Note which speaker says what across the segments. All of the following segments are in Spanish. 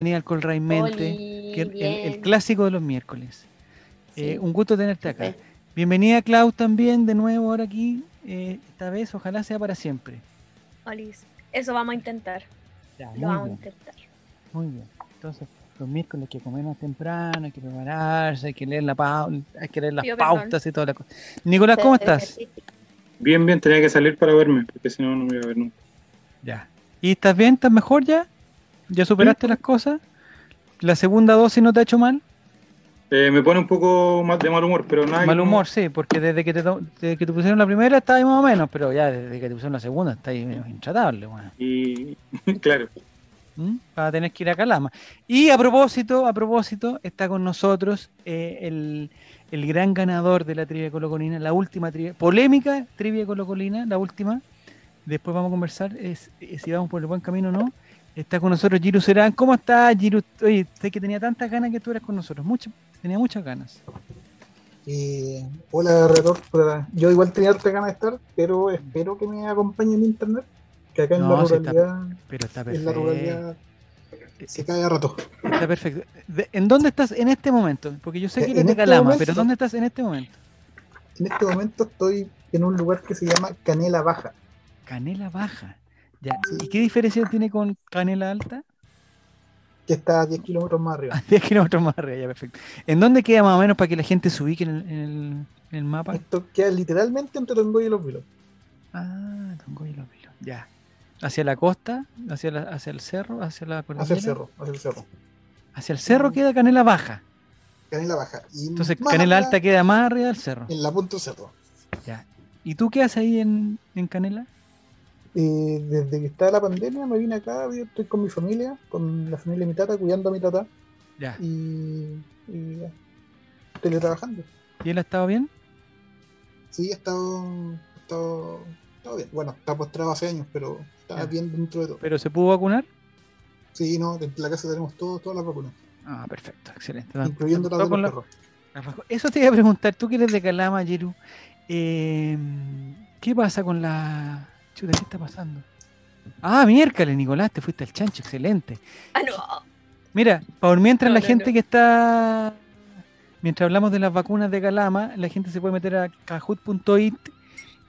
Speaker 1: Daniel Colray Mente,
Speaker 2: Oli,
Speaker 1: que el- el, eh,
Speaker 2: bien.
Speaker 1: clásico de los miércoles. Eh,
Speaker 2: Sí.
Speaker 1: un gusto tenerte acá.
Speaker 2: Perfecto.
Speaker 1: Bienvenida, Clau, también de nuevo ahora aquí. eh, esta vez, ojalá sea para siempre.
Speaker 3: Alice. Eso vamos a intentar. Lo
Speaker 1: muy,
Speaker 3: vamos a
Speaker 1: bien,
Speaker 3: intentar.
Speaker 1: muy bien. Entonces, los miércoles hay que comer más temprano, hay que prepararse, hay que leer, la pau- hay que leer las
Speaker 3: Pido perdón.
Speaker 1: pautas y toda la cosa. Nicolás, ¿cómo estás?
Speaker 4: Bien, bien, tenía que salir para verme, porque si no, no me iba a ver nunca.
Speaker 1: Ya. ¿Y estás bien? ¿Estás mejor ya? ¿Ya superaste las cosas? ¿La segunda dosis no te ha hecho mal?
Speaker 4: Eh, me pone un poco más de mal humor, pero nada. que
Speaker 1: Mal
Speaker 4: no-
Speaker 1: humor, sí, porque desde que te, to- desde que te pusieron la primera está ahí más o menos, pero ya desde que te pusieron la segunda está ahí menos intratable, weón.
Speaker 4: Y claro,
Speaker 1: ¿Mm? Vas a tener que ir a Calama. Y a propósito, a propósito, está con nosotros eh, el, el gran ganador de la trivia colocolina, la última trivia, polémica trivia colocolina, la última. Después vamos a conversar es, es si vamos por el buen camino o no. Está con nosotros Giru Serán. ¿Cómo estás, Giru? Oye, sé que tenía tantas ganas que tú eras con nosotros. Mucho, tenía muchas ganas.
Speaker 5: Eh, hola, Retor. Yo igual tenía harta ganas de estar, pero espero que me acompañe en internet. Que acá en
Speaker 1: No,
Speaker 5: la
Speaker 1: sí está
Speaker 5: ruralidad,
Speaker 1: Pero está
Speaker 5: en la
Speaker 1: perfecto. Eh,
Speaker 5: ruralidad se cae a rato.
Speaker 1: Está perfecto. De- ¿En dónde estás en este momento? Porque yo sé que
Speaker 5: En
Speaker 1: eres de
Speaker 5: este
Speaker 1: Calama,
Speaker 5: momento.
Speaker 1: pero ¿dónde estás en este momento?
Speaker 5: En este momento estoy en un lugar que se llama Canela Baja.
Speaker 1: Canela baja. Ya. ¿Y qué diferencia tiene con canela alta? Ah,
Speaker 5: que está a 10 kilómetros más arriba.
Speaker 1: 10 kilómetros más arriba, ya, perfecto. ¿En dónde queda más o menos para que la gente se ubique en el, en el- en el mapa?
Speaker 5: Esto queda literalmente entre Tongoy y los Vilos.
Speaker 1: Ah, Tongoy y Los Vilos, Ya. ¿Hacia la costa? ¿Hacia, la- hacia el cerro? ¿Hacia la cordillera?
Speaker 5: Hacia el cerro, hacia el cerro.
Speaker 1: Hacia el cerro queda canela baja.
Speaker 5: Canela Baja. Y
Speaker 1: Entonces,
Speaker 5: más
Speaker 1: canela
Speaker 5: arriba,
Speaker 1: alta queda más arriba del cerro.
Speaker 5: En la punta del cerro.
Speaker 1: Ya. ¿Y tú qué haces ahí en, en Canela?
Speaker 5: Eh, desde que está la pandemia me vine acá, yo estoy con mi familia, con la familia de mi tata, cuidando a mi tata
Speaker 1: Ya.
Speaker 5: y, y teletrabajando.
Speaker 1: ¿Y él ha estado bien?
Speaker 5: Sí, he estado, he estado, he estado bien. Bueno, está postrado hace años, pero está
Speaker 1: Ya.
Speaker 5: bien dentro de todo.
Speaker 1: ¿Pero se pudo vacunar?
Speaker 5: Sí, no, en la casa tenemos todo, todas las vacunas,
Speaker 1: Ah, perfecto, excelente.
Speaker 5: incluyendo las
Speaker 1: Todo
Speaker 5: de
Speaker 1: con
Speaker 5: los
Speaker 1: la-
Speaker 5: perros.
Speaker 1: Abajo. Eso te iba a preguntar, tú que eres de Calama, Yeru, eh, ¿qué pasa con la... Chuta, ¿qué está pasando? Ah, miércoles, Nicolás, te fuiste al chancho, excelente.
Speaker 3: Ah, no.
Speaker 1: Mira, por mientras
Speaker 3: No,
Speaker 1: la
Speaker 3: no,
Speaker 1: gente
Speaker 3: no.
Speaker 1: que está... Mientras hablamos de las vacunas de Calama, la gente se puede meter a cajut.it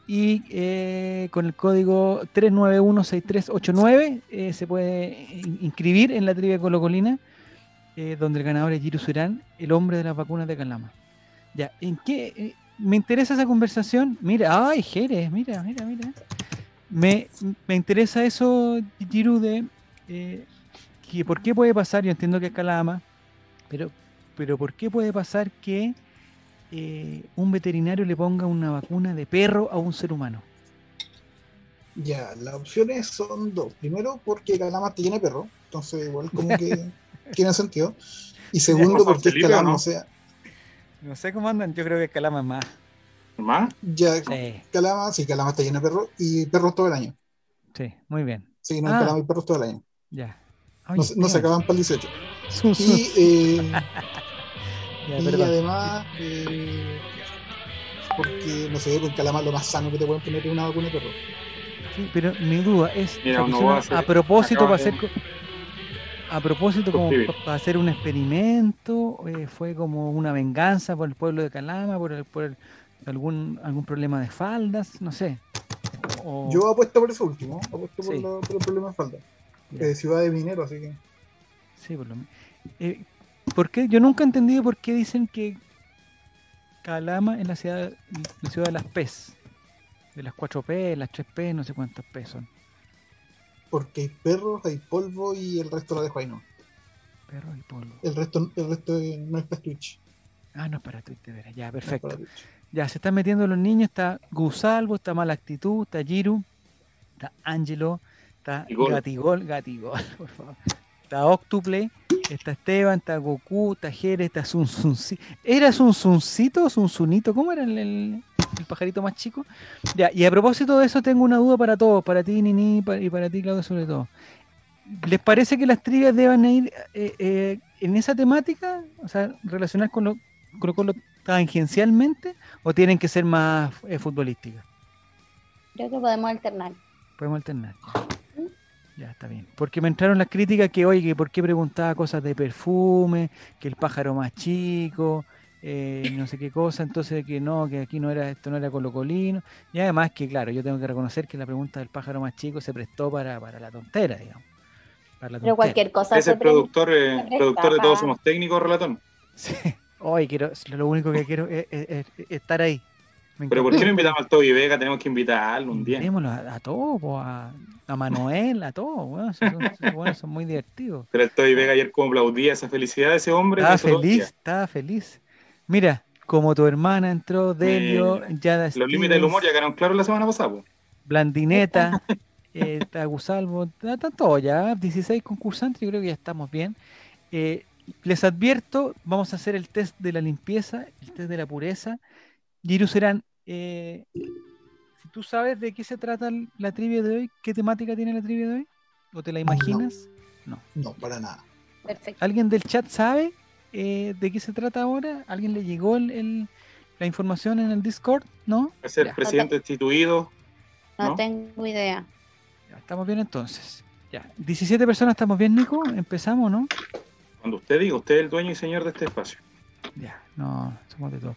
Speaker 1: y eh, con el código 3916389 eh, se puede in- inscribir en la trivia Colocolina, eh, donde el ganador es Giru Surán, el hombre de las vacunas de Calama. Ya, ¿en qué? eh, me interesa esa conversación. Mira, ay, Jerez, mira, mira, mira. Me, me interesa eso, Giru, de eh, que por qué puede pasar, yo entiendo que es Calama, pero, pero por qué puede pasar que eh, un veterinario le ponga una vacuna de perro a un ser humano.
Speaker 5: Ya, las opciones son dos. Primero, porque Calama te llena de perro, entonces igual como que tiene sentido. Y segundo,
Speaker 4: ¿Con
Speaker 5: porque es
Speaker 4: Felipe o
Speaker 5: Calama,
Speaker 4: no?
Speaker 5: o sea,
Speaker 1: No sé cómo andan, yo creo que Calama es más.
Speaker 4: ¿más?
Speaker 5: ya
Speaker 1: Sí,
Speaker 5: Calama, sí, Calama está llena de perros y perros todo el año.
Speaker 1: sí, muy bien,
Speaker 5: Sí, no,
Speaker 1: Ah.
Speaker 5: en Calama hay perros todo el año.
Speaker 1: ya.
Speaker 5: No,
Speaker 1: Oye,
Speaker 5: se- no se
Speaker 1: mira,
Speaker 5: acaban para el 18.
Speaker 1: su- su-
Speaker 5: Y, eh,
Speaker 1: ya,
Speaker 5: y
Speaker 1: perdón.
Speaker 5: además, eh, porque no sé, con Calama lo más sano que te pueden poner es una vacuna de perro.
Speaker 1: Sí, pero mi duda es,
Speaker 4: Mira,
Speaker 1: la
Speaker 4: uno
Speaker 1: persona
Speaker 4: va a hacer-
Speaker 1: a propósito
Speaker 4: acaba
Speaker 1: para
Speaker 4: de-
Speaker 1: hacer, co- a propósito como
Speaker 4: Suscribir.
Speaker 1: para hacer un experimento, eh, fue como una venganza por el pueblo de Calama, por, el, por el- algún algún problema de faldas, no sé. O-
Speaker 5: Yo apuesto por eso último, apuesto por,
Speaker 1: Oh. Sí.
Speaker 5: lo- por el problema de falda.
Speaker 1: Ya.
Speaker 5: Eh, ciudad de minero, así que.
Speaker 1: Sí, por lo menos. Yo nunca he entendido por qué dicen que Calama es la ciudad, la ciudad de las P's. De las 4P, las 3P, no sé cuántas P son.
Speaker 5: Porque hay perros, hay polvo y el resto lo dejo ahí, no.
Speaker 1: Perros y polvo.
Speaker 5: El resto, el resto eh, no es para Twitch.
Speaker 1: Ah, no, es para Twitter, era. Ya,
Speaker 5: no es para
Speaker 1: perfecto.
Speaker 5: Twitch.
Speaker 1: Ya, se están metiendo los niños. Está Gusalvo, está Mala Actitud, está Giru, está Angelo, está
Speaker 4: Gatigol.
Speaker 1: Gatigol, Gatigol, por favor. Está Octuple, está Esteban, está Goku, está Jerez, está Sunsuncito. ¿Era Sunsuncito o Sunsunito? ¿Cómo era el, el- el pajarito más chico? Ya, y a propósito de eso tengo una duda para todos, para ti, Nini, pa- y para ti, Claudio, sobre todo. ¿Les parece que las trivias deban ir eh, eh, en esa temática? O sea, relacionar con lo, con lo- con lo tangencialmente o tienen que ser más eh, futbolísticas?
Speaker 2: Creo que podemos alternar.
Speaker 1: Podemos alternar. ya. Ya está bien. Porque me entraron las críticas que, oye, que por qué preguntaba cosas de perfume, que el pájaro más chico, eh, no sé qué cosa, entonces que no, que aquí no era, esto no era colocolino. Y además que, claro, yo tengo que reconocer que la pregunta del pájaro más chico se prestó para, para la tontera, digamos. Para la
Speaker 2: Pero
Speaker 1: tontera.
Speaker 2: cualquier cosa.
Speaker 4: Es el
Speaker 2: se pre-
Speaker 4: productor, eh,
Speaker 2: presta
Speaker 4: productor de
Speaker 2: pa-
Speaker 4: Todos Somos Técnicos, relatón.
Speaker 1: Sí. Hoy quiero, lo único que quiero es, es- es- es estar ahí. Me
Speaker 4: Pero ¿por
Speaker 1: encanta.
Speaker 4: qué no invitamos al Toby Vega? Tenemos que invitarlo un día.
Speaker 1: Invitémoslo a, a todos, po, a, a Manuel, a todos, weón. si Son, si, weón, son muy divertidos.
Speaker 4: Pero el Toby Vega ayer como aplaudía esa felicidad de ese hombre.
Speaker 1: Estaba
Speaker 4: lo hizo todo el
Speaker 1: Ah, feliz,
Speaker 4: día.
Speaker 1: estaba feliz. Mira, como tu hermana entró, Delio,
Speaker 4: Mira,
Speaker 1: Yada
Speaker 4: Los límites del
Speaker 1: Stevens,
Speaker 4: humor ya quedaron claros la semana pasada. po.
Speaker 1: Blandineta, eh, Tagusalvo, está está todo ya, 16 ¿eh? concursantes, yo creo que ya estamos bien. Eh, les advierto, vamos a hacer el test de la limpieza, el test de la pureza. Giru Serán, eh, si tú sabes de qué se trata el- la trivia de hoy, ¿qué temática tiene la trivia de hoy? ¿O te la imaginas?
Speaker 5: No, para nada.
Speaker 2: Perfecto.
Speaker 1: ¿Alguien del chat sabe eh, de qué se trata ahora? ¿Alguien le llegó el- el- la información en el Discord? ¿No?
Speaker 4: Es el
Speaker 1: Ya.
Speaker 4: presidente destituido.
Speaker 2: No,
Speaker 4: ¿no?
Speaker 2: tengo idea.
Speaker 1: Ya, estamos bien entonces. Ya. 17 personas, ¿estamos bien, Nico? Empezamos, ¿no?
Speaker 4: Cuando usted diga, usted es el dueño y señor de este espacio.
Speaker 1: Ya, no, somos de todo.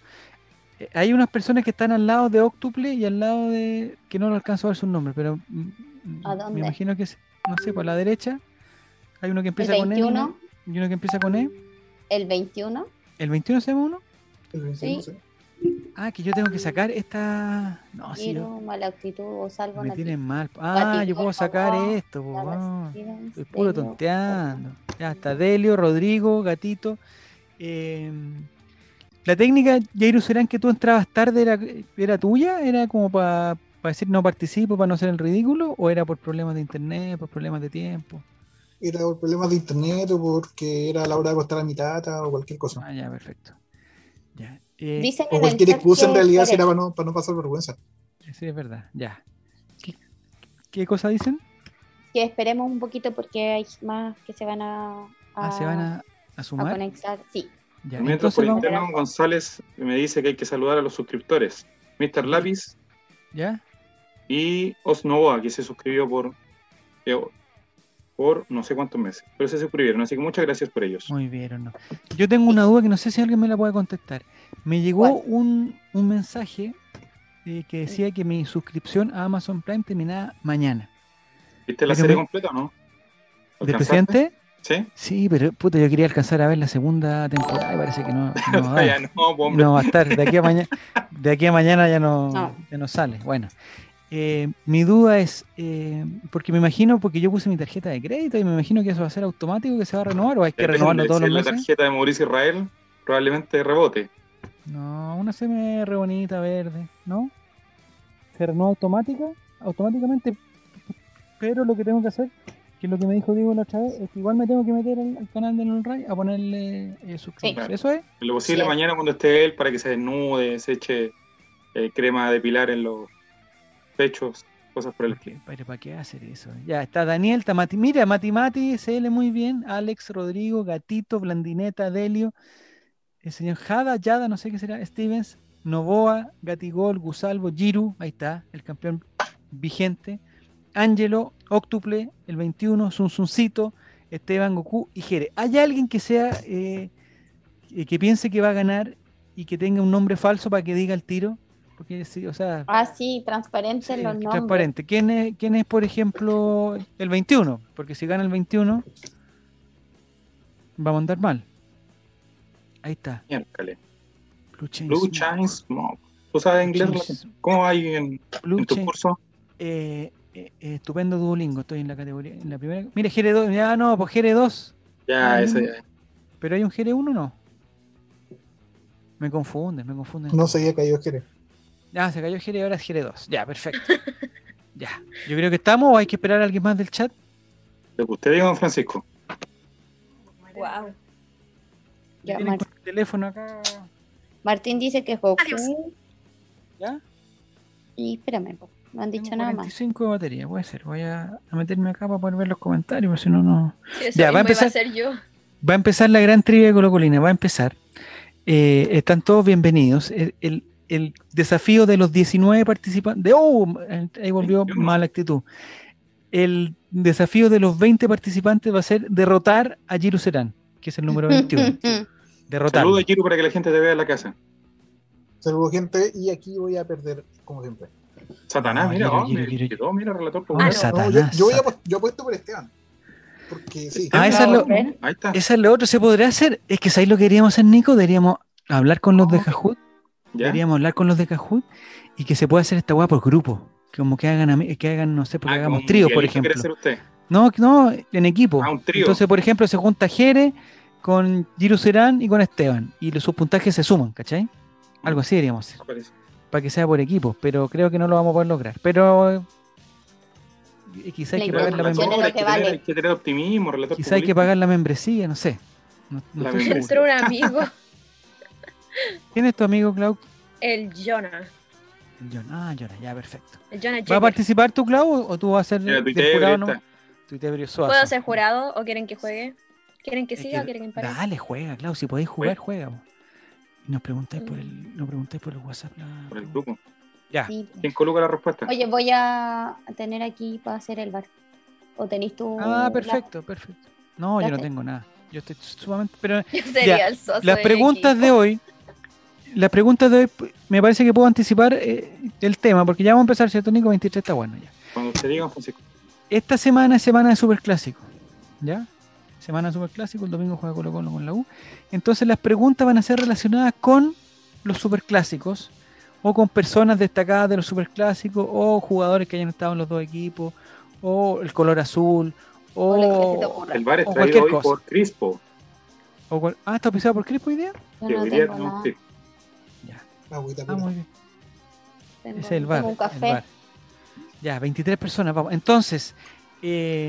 Speaker 1: Eh, hay unas personas que están al lado de Octuple y al lado de. que no lo alcanzo a ver su nombre, pero. mm, mm,
Speaker 2: ¿A dónde?
Speaker 1: Me imagino que es. no sé, por la derecha. Hay uno que
Speaker 2: El
Speaker 1: empieza con E.
Speaker 2: 21.
Speaker 1: Y uno que empieza con E.
Speaker 2: El 21.
Speaker 1: ¿El 21 se llama uno?
Speaker 5: El 21,
Speaker 2: Sí.
Speaker 5: sí.
Speaker 1: Ah, que yo tengo que sacar esta. No, Ah, sí. yo-
Speaker 2: Virus, mala actitud o salvo
Speaker 1: Me
Speaker 2: nati-
Speaker 1: tienen mal. Ah,
Speaker 2: Guatito,
Speaker 1: yo puedo sacar
Speaker 2: guau,
Speaker 1: esto, po,
Speaker 2: la
Speaker 1: guau.
Speaker 2: residencia,
Speaker 1: Estoy puro
Speaker 2: digo,
Speaker 1: tonteando. Ya está, Delio, Rodrigo, Gatito. Eh, la técnica, Jairo Serán, que tú entrabas tarde, era, era tuya? ¿Era como para decir no participo, para no ser el ridículo? ¿O era por problemas de internet, por problemas de tiempo?
Speaker 5: Era por problemas de internet o porque era la hora de acostar a mi tata o cualquier cosa.
Speaker 1: Ah, ya, perfecto. Ya. eh,
Speaker 2: Dicen en
Speaker 5: O
Speaker 2: el
Speaker 5: cualquier
Speaker 2: chat
Speaker 5: excusa en
Speaker 2: que
Speaker 5: realidad si
Speaker 2: por
Speaker 5: era
Speaker 2: eso.
Speaker 5: para no, para no pasar vergüenza.
Speaker 1: sí, es verdad, ya. ¿Qué, qué cosa dicen?
Speaker 2: que esperemos un poquito porque hay más que se van a,
Speaker 1: Ah, se van a, a
Speaker 2: a
Speaker 1: sumar.
Speaker 2: conectar. Sí,
Speaker 1: Ya,
Speaker 4: Mientras por
Speaker 1: entonces vamos.
Speaker 4: interno González me dice que hay que saludar a los suscriptores. Mr. Lápiz
Speaker 1: ¿Ya?
Speaker 4: y Osnovoa, que se suscribió por, eh, por no sé cuántos meses. Pero se suscribieron, así que muchas gracias por ellos.
Speaker 1: Muy bien, ¿o no? Yo tengo una duda que no sé si alguien me la puede contestar. Me llegó
Speaker 2: ¿Cuál?
Speaker 1: un, un mensaje eh, que decía que mi suscripción a Amazon Prime terminaba mañana.
Speaker 4: ¿Viste la
Speaker 1: Pero
Speaker 4: serie
Speaker 1: me-
Speaker 4: completa o no?
Speaker 1: ¿Del
Speaker 4: ¿Alcanzaste?
Speaker 1: presidente?
Speaker 4: Sí.
Speaker 1: Sí, pero puta, yo quería alcanzar a ver la segunda temporada y parece que no, no va, a
Speaker 4: Ah, Ya
Speaker 1: dar.
Speaker 4: no, po, hombre.
Speaker 1: No va a estar. De aquí a, mañana de aquí a mañana ya no,
Speaker 2: No.
Speaker 1: ya no sale. Bueno, eh, mi duda es, eh, porque me imagino, porque yo puse mi tarjeta de crédito y me imagino que eso va a ser automático, que se va a renovar o hay que
Speaker 4: Depende,
Speaker 1: renovarlo todos los
Speaker 4: si es la
Speaker 1: meses.
Speaker 4: tarjeta de Mauricio Israel probablemente rebote.
Speaker 1: No, una CMR bonita, verde, ¿no? Se renueva automática, automáticamente, pero lo que tengo que hacer, que es lo que me dijo Diego la otra vez, es que igual me tengo que meter al, al canal de Ray a ponerle eh, suscribir.
Speaker 4: Sí.
Speaker 1: Eso es.
Speaker 4: En lo posible
Speaker 2: Sí.
Speaker 4: mañana cuando esté él para que se desnude, se eche eh, crema de pilar en los pechos, cosas por el estilo.
Speaker 1: Pero ¿para qué hacer eso? Ya está Daniel, está Mati. Mira, Mati Mati, CL muy bien. Alex, Rodrigo, Gatito, Blandineta, Delio, el señor Jada, Yada, no sé qué será, Stevens, Novoa, Gatigol, Gusalvo, Giru, ahí está, el campeón vigente. Ángelo, Octuple, el 21, Sunsuncito, Esteban Goku y Jere. ¿Hay alguien que sea eh, eh, que piense que va a ganar y que tenga un nombre falso para que diga el tiro? Porque sí, o sea,
Speaker 2: ah, sí, transparentes
Speaker 1: Sí,
Speaker 2: los
Speaker 1: que
Speaker 2: nombres.
Speaker 1: transparente. ¿Quién es, ¿Quién es, por ejemplo, el 21? Porque si gana el 21, vamos a andar mal. Ahí está.
Speaker 4: Miércale.
Speaker 1: Blue Chains.
Speaker 4: Blue Chains Mob. ¿Tú sabes inglés?
Speaker 1: Chains-
Speaker 4: ¿Cómo hay en,
Speaker 1: Blue
Speaker 4: en tu
Speaker 1: Chains.
Speaker 4: curso?
Speaker 1: Eh, eh, eh, estupendo Duolingo. Estoy en la categoría. En la primera. Mire, GR2. Ya no, pues GR2.
Speaker 4: Ya,
Speaker 1: Ah,
Speaker 4: esa
Speaker 1: no.
Speaker 4: ya.
Speaker 1: Pero hay un GR1 o no. Me confunden, me confunden.
Speaker 5: No sabía que yo quería.
Speaker 1: Ah, se cayó GR y ahora es GR2. Ya, perfecto. ya. Yo creo que estamos o hay que esperar a alguien más del chat. Mm.
Speaker 4: Lo que usted diga, don Francisco.
Speaker 3: Wow.
Speaker 2: Ya,
Speaker 1: Tienen
Speaker 2: Mar-
Speaker 1: con el teléfono acá.
Speaker 2: Martín dice que Goku.
Speaker 1: ¿Ya?
Speaker 2: Y espérame, po, no han dicho
Speaker 1: Tengo
Speaker 2: nada más.
Speaker 1: 45 de batería, puede ser. Voy a, a meterme acá para poder ver los comentarios, porque si no, no.
Speaker 3: Eso
Speaker 1: Ya,
Speaker 3: mismo
Speaker 1: va a empezar.
Speaker 3: iba a ser yo.
Speaker 1: Va a empezar la gran trivia de Colocolina, va a empezar. Eh, están todos bienvenidos. El, el- el desafío de los 19 participantes. ¡Oh! Ahí volvió
Speaker 4: Veintiuno.
Speaker 1: mala actitud. El desafío de los 20 participantes va a ser derrotar a Giru Serán, que es el número 21. derrotar.
Speaker 4: Saludos, Giro, para que la gente te vea en la casa.
Speaker 5: Saludos, gente. Y aquí voy a perder, como siempre.
Speaker 4: Satanás,
Speaker 1: No,
Speaker 4: mira,
Speaker 1: Giro,
Speaker 4: oh,
Speaker 1: Giro,
Speaker 4: me
Speaker 1: Giro,
Speaker 4: quedó, mira, relator. pues,
Speaker 3: Ah,
Speaker 4: popular.
Speaker 3: no.
Speaker 5: No, yo,
Speaker 1: Oh, Satanás.
Speaker 5: yo voy a apost- yo apuesto por Esteban. Porque sí.
Speaker 1: Ah, esa es lo-
Speaker 2: Volver.
Speaker 4: Ahí está.
Speaker 1: Esa es la otra, ¿se podría hacer? Es que ¿sabéis lo que queríamos hacer, Nico? Deberíamos hablar con
Speaker 2: Oh.
Speaker 1: los de Kahoot,
Speaker 4: ¿Ya? Ah,
Speaker 1: deberíamos hablar con los de Kahoot y que se pueda hacer esta weá por grupo. Como que hagan, ami- que hagan no sé, porque
Speaker 4: Ah,
Speaker 1: hagamos
Speaker 4: como
Speaker 1: trío, por
Speaker 4: mundialista quiere
Speaker 1: ejemplo.
Speaker 4: ser usted.
Speaker 1: No, no, en equipo.
Speaker 4: Ah, un trío.
Speaker 1: Entonces, por ejemplo, se junta Jere con Giru Serán y con Esteban. Y los- sus puntajes se suman, ¿cachai? Algo así deberíamos hacer.
Speaker 4: Parece.
Speaker 1: Para que sea por equipo. Pero creo que no lo vamos a poder lograr. Pero eh, quizá hay
Speaker 2: La
Speaker 1: que
Speaker 4: Pero
Speaker 1: pagar la, mem-
Speaker 2: información es lo
Speaker 4: relator, hay
Speaker 2: que
Speaker 4: que
Speaker 2: vale.
Speaker 4: tener- hay que tener optimismo, relator.
Speaker 1: quizá hay que
Speaker 4: populista.
Speaker 1: pagar la membresía, no sé. No- no
Speaker 4: La
Speaker 1: estoy
Speaker 4: membresía.
Speaker 1: seguro.
Speaker 3: Entró un amigo,
Speaker 1: ¿Quién es tu amigo, Clau?
Speaker 3: el Jonah.
Speaker 1: El John. Ah, Jonah, ya, perfecto.
Speaker 3: El Jonah
Speaker 1: ¿Va a
Speaker 3: Checker.
Speaker 1: participar tú, Clau, o o tú vas a ser
Speaker 4: Mira,
Speaker 1: del
Speaker 4: tuitea,
Speaker 1: jurado
Speaker 4: Breta.
Speaker 1: nomás? Tuitebrio Suazo.
Speaker 3: ¿Puedo ser jurado o quieren que juegue? ¿Quieren que
Speaker 1: Es
Speaker 3: siga
Speaker 1: que-
Speaker 3: o quieren que pare?
Speaker 1: Eh, Dale, juega, Clau. Si podéis jugar, juega. po. Y nos preguntáis
Speaker 3: Mm.
Speaker 1: por el, nos preguntáis por el WhatsApp. la
Speaker 4: Por el
Speaker 1: pregunta.
Speaker 4: grupo.
Speaker 1: Ya.
Speaker 2: Sí.
Speaker 4: ¿Quién coloca la respuesta?
Speaker 2: Oye, voy a tener aquí para hacer el bar. ¿O tenéis tú?
Speaker 3: Oh,
Speaker 1: Ah,
Speaker 2: la-
Speaker 1: perfecto, perfecto. No, yo no
Speaker 2: Gracias.
Speaker 1: tengo nada. Yo estoy sumamente. Pero
Speaker 3: Yo sería
Speaker 1: Ya,
Speaker 3: el socio.
Speaker 1: las
Speaker 3: del
Speaker 1: preguntas de
Speaker 3: equipo.
Speaker 1: hoy, las preguntas de hoy, p- me parece que puedo anticipar eh, el tema, porque ya vamos a empezar, ¿cierto, Nico? 23 está bueno ya.
Speaker 4: Cuando usted diga, Francisco.
Speaker 1: Esta semana es semana de superclásico, ¿ya? Semana de superclásico, el domingo juega Colo Colo con la U. Entonces las preguntas van a ser relacionadas con los superclásicos o con personas destacadas de los superclásicos o jugadores que hayan estado en los dos equipos o el color azul
Speaker 2: O lo que se te
Speaker 1: o,
Speaker 2: ocurra.
Speaker 4: El bar
Speaker 1: O
Speaker 4: es
Speaker 1: cualquier
Speaker 4: traído hoy
Speaker 1: cosa.
Speaker 4: por Crispo.
Speaker 1: o cual- ah, está pisado por Crispo hoy día.
Speaker 2: Yo
Speaker 4: que
Speaker 2: no
Speaker 4: hoy día
Speaker 2: tengo
Speaker 4: tenemos
Speaker 2: nada,
Speaker 4: que-
Speaker 5: Agüita
Speaker 1: Ah,
Speaker 5: pura.
Speaker 1: muy bien.
Speaker 2: tengo-
Speaker 1: Ese es el bar.
Speaker 2: tengo un
Speaker 1: el
Speaker 2: café.
Speaker 1: bar. Ya, 23 personas, vamos. Entonces, eh,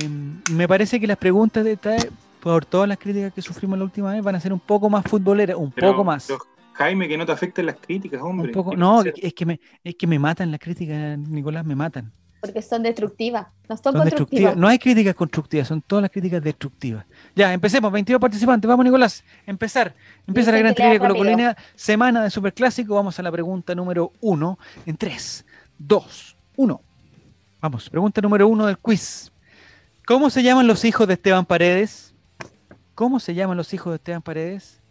Speaker 1: me parece que las preguntas de esta- por todas las críticas que sufrimos la última vez, van a ser un poco más futboleras, un
Speaker 4: Pero,
Speaker 1: poco más.
Speaker 4: pero, Jaime, que no te afecten las críticas, hombre.
Speaker 1: Un poco,
Speaker 4: ¿Qué
Speaker 1: no,
Speaker 4: quieres hacer?
Speaker 1: es que, me, es que me matan las críticas, Nicolás, me matan.
Speaker 2: Porque son destructivas. No son,
Speaker 1: Son
Speaker 2: constructivas.
Speaker 1: destructivas. No hay críticas constructivas, son todas las críticas destructivas. Ya, empecemos, 22 participantes. Vamos, Nicolás, empezar. Empieza la
Speaker 2: Dicen
Speaker 1: gran
Speaker 2: que lea
Speaker 1: trivia
Speaker 2: rápido.
Speaker 1: colocolina, semana de Superclásico. Vamos a la pregunta número uno. En 3, 2, 1. Vamos, pregunta número uno del quiz. ¿Cómo se llaman los hijos de Esteban Paredes? ¿Cómo se llaman los hijos de Esteban Paredes?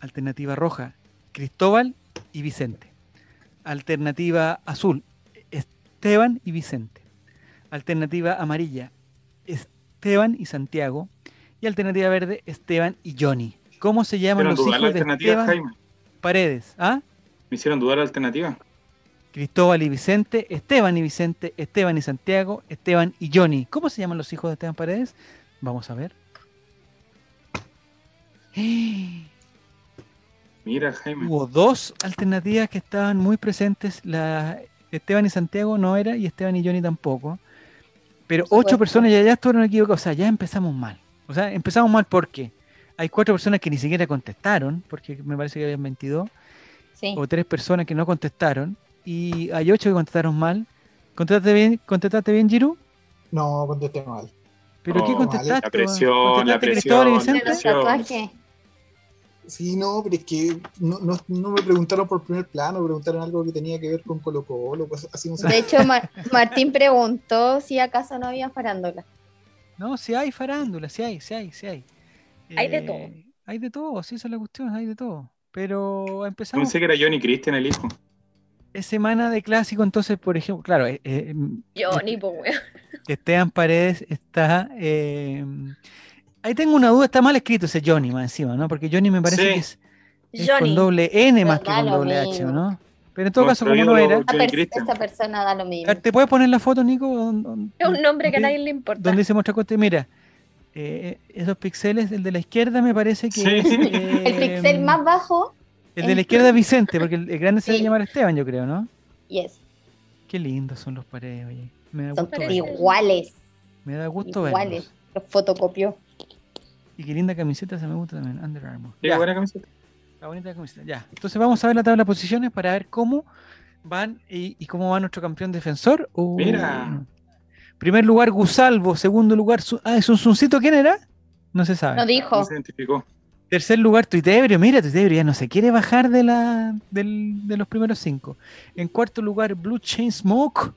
Speaker 1: Alternativa roja, Cristóbal y Vicente. Alternativa azul, Esteban y Vicente. Alternativa amarilla, Esteban y Santiago. Y alternativa verde, Esteban y Johnny. ¿Cómo se llaman
Speaker 4: Me hicieron
Speaker 1: los
Speaker 4: dudar la
Speaker 1: hijos de
Speaker 4: alternativa,
Speaker 1: Esteban
Speaker 4: Jaime.
Speaker 1: Paredes? ¿Ah?
Speaker 4: Me hicieron dudar la alternativa.
Speaker 1: Cristóbal y Vicente, Esteban y Vicente, Esteban y Santiago, Esteban y Johnny. ¿Cómo se llaman los hijos de Esteban Paredes? Vamos a ver. ¡Eh!
Speaker 4: Mira, Jaime.
Speaker 1: Hubo dos alternativas que estaban muy presentes. La Esteban y Santiago no era y Esteban y Johnny tampoco. Pero
Speaker 2: Por
Speaker 1: ocho
Speaker 2: supuesto.
Speaker 1: personas ya, ya estuvieron equivocadas. O sea, ya empezamos mal. O sea, empezamos mal porque hay cuatro personas que ni siquiera contestaron, porque me parece que habían 22,
Speaker 2: Sí.
Speaker 1: o tres personas que no contestaron, y hay ocho que contestaron mal. ¿Contestaste bien, contestaste bien Giru?
Speaker 5: No, contesté mal.
Speaker 1: ¿Pero qué
Speaker 4: Oh,
Speaker 1: contestaste?
Speaker 4: la
Speaker 1: weón?
Speaker 4: presión,
Speaker 1: ¿Contestaste
Speaker 4: la
Speaker 1: Cristóbal y
Speaker 4: presión,
Speaker 2: De
Speaker 1: Vicente?
Speaker 2: los
Speaker 4: Siempre.
Speaker 2: tatuajes.
Speaker 5: Sí, no, pero es que no, no, no me preguntaron por primer plano, me preguntaron algo que tenía que ver con Colo Colo, cosas así. No sé. Eh,
Speaker 2: De hecho, Ma- Martín preguntó si acaso no había farándula.
Speaker 1: No, si hay farándula, si hay, si hay, si hay.
Speaker 3: Hay de
Speaker 1: Eh,
Speaker 3: todo.
Speaker 1: Hay de todo, sí, esa es la cuestión, hay de todo. Pero empezamos.
Speaker 4: Pensé que era Johnny Christian el hijo.
Speaker 1: Es semana de clásico, entonces, por ejemplo, claro, eh, eh, mm,
Speaker 3: Johnny, po, weón.
Speaker 1: Esteban Paredes está. eh, ahí tengo una duda, está mal escrito ese Johnny más encima, ¿no? Porque Johnny me parece
Speaker 4: Sí.
Speaker 1: que es, es con
Speaker 3: Johnny.
Speaker 1: doble N más que
Speaker 2: da
Speaker 1: con
Speaker 2: lo
Speaker 1: doble H,
Speaker 2: mismo.
Speaker 1: ¿no? Pero en todo caso, como no
Speaker 4: Construido
Speaker 1: era.
Speaker 2: Esta
Speaker 4: Johnny
Speaker 2: per-
Speaker 4: Christian.
Speaker 2: Esta persona da lo mismo.
Speaker 1: ¿Te puedes poner la foto, Nico? ¿Dónde-
Speaker 3: Es un nombre que a
Speaker 1: dónde-
Speaker 3: nadie le importa.
Speaker 1: donde se muestra corte, mira, eh, esos pixeles, el de la izquierda me parece que
Speaker 4: Sí.
Speaker 1: es, eh,
Speaker 2: El pixel más bajo,
Speaker 1: El de la izquierda es Vicente, porque el, el grande se va a
Speaker 2: Sí.
Speaker 1: llamar Esteban, yo creo, ¿no?
Speaker 2: yes.
Speaker 1: Qué lindos son los paredes, oye. Me da
Speaker 2: Son
Speaker 1: gusto,
Speaker 3: Parece-
Speaker 1: verlos.
Speaker 2: iguales.
Speaker 1: me da gusto
Speaker 2: Iguales.
Speaker 1: verlos.
Speaker 2: Los fotocopió.
Speaker 1: Y qué linda camiseta se me gusta también, Under Armour.
Speaker 4: Qué
Speaker 1: Ya,
Speaker 4: buena camiseta.
Speaker 1: la bonita camiseta, ya. Entonces vamos a ver la tabla de posiciones para ver cómo van y, y cómo va nuestro campeón defensor. Uh,
Speaker 4: Mira.
Speaker 1: Primer lugar, Gusalvo. Segundo lugar, Su- ah, es un Suncito, ¿quién era? No se sabe.
Speaker 2: No dijo.
Speaker 4: No se identificó.
Speaker 1: Tercer lugar, Tuitebrio. Mira, Tuitebrio ya no se quiere bajar de, la, del- de los primeros cinco. En cuarto lugar, Blue Chain Smoke.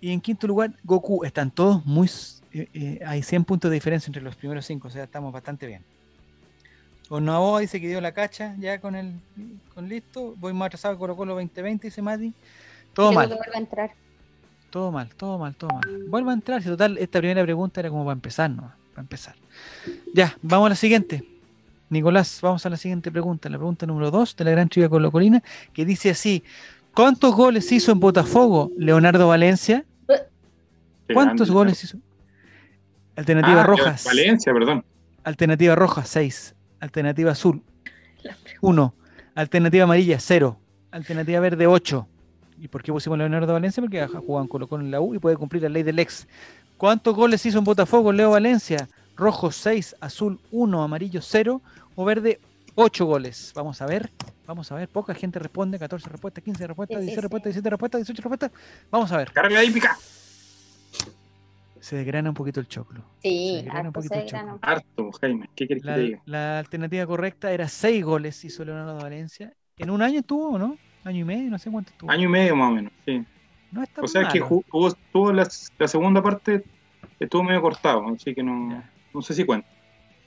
Speaker 1: Y en quinto lugar, Goku. Están todos muy s- eh, eh, hay 100 puntos de diferencia entre los primeros 5, o sea, estamos bastante bien. Onoabo dice que dio la cacha ya con el con listo. Voy más atrasado Colo Colo 2020, dice Mati. Todo
Speaker 2: Creo
Speaker 1: mal,
Speaker 2: que vuelva a entrar.
Speaker 1: todo mal, todo mal, todo mal. Vuelva a entrar, si total, esta primera pregunta era como para empezar, ¿no? Para empezar. Ya, vamos a la siguiente. Nicolás, vamos a la siguiente pregunta, la pregunta número 2 de la gran trivia colocolina, que dice así: ¿Cuántos goles hizo en Botafogo Leonardo Valencia?
Speaker 4: Qué
Speaker 1: ¿Cuántos
Speaker 4: grande,
Speaker 1: goles hizo? Alternativa
Speaker 4: Ah,
Speaker 1: Rojas.
Speaker 4: Valencia, perdón.
Speaker 1: Alternativa roja, 6. Alternativa azul, 1. Alternativa amarilla, 0. Alternativa verde, 8. ¿Y por qué pusimos Leonardo Valencia? Porque ha jugado en Colo Colo en la U y puede cumplir la ley del ex. ¿Cuántos goles hizo en Botafogo Leo Valencia? Rojo, 6. Azul, 1. Amarillo, 0. O verde, 8 goles. Vamos a ver. Vamos a ver. Poca gente responde. 14 respuestas, 15 respuestas,
Speaker 2: Sí, sí,
Speaker 1: 16
Speaker 2: sí.
Speaker 1: respuestas, 17 respuestas, 18 respuestas. Vamos a ver.
Speaker 4: Carga la hípica.
Speaker 1: Se desgrana un poquito el choclo. Se
Speaker 2: Sí,
Speaker 1: grana un
Speaker 2: harto
Speaker 1: poquito
Speaker 2: se
Speaker 1: el
Speaker 2: grana.
Speaker 4: Harto, Jaime. ¿Qué quieres que
Speaker 1: La,
Speaker 4: te diga?
Speaker 1: la alternativa correcta era seis goles, hizo Leonardo Valencia. En un año estuvo, ¿no? Año y medio, no sé cuánto estuvo.
Speaker 4: Año y medio más o menos, sí.
Speaker 1: no está
Speaker 4: O sea que ju- jugó, estuvo la, la segunda parte, estuvo medio cortado, así que no, no sé si cuenta.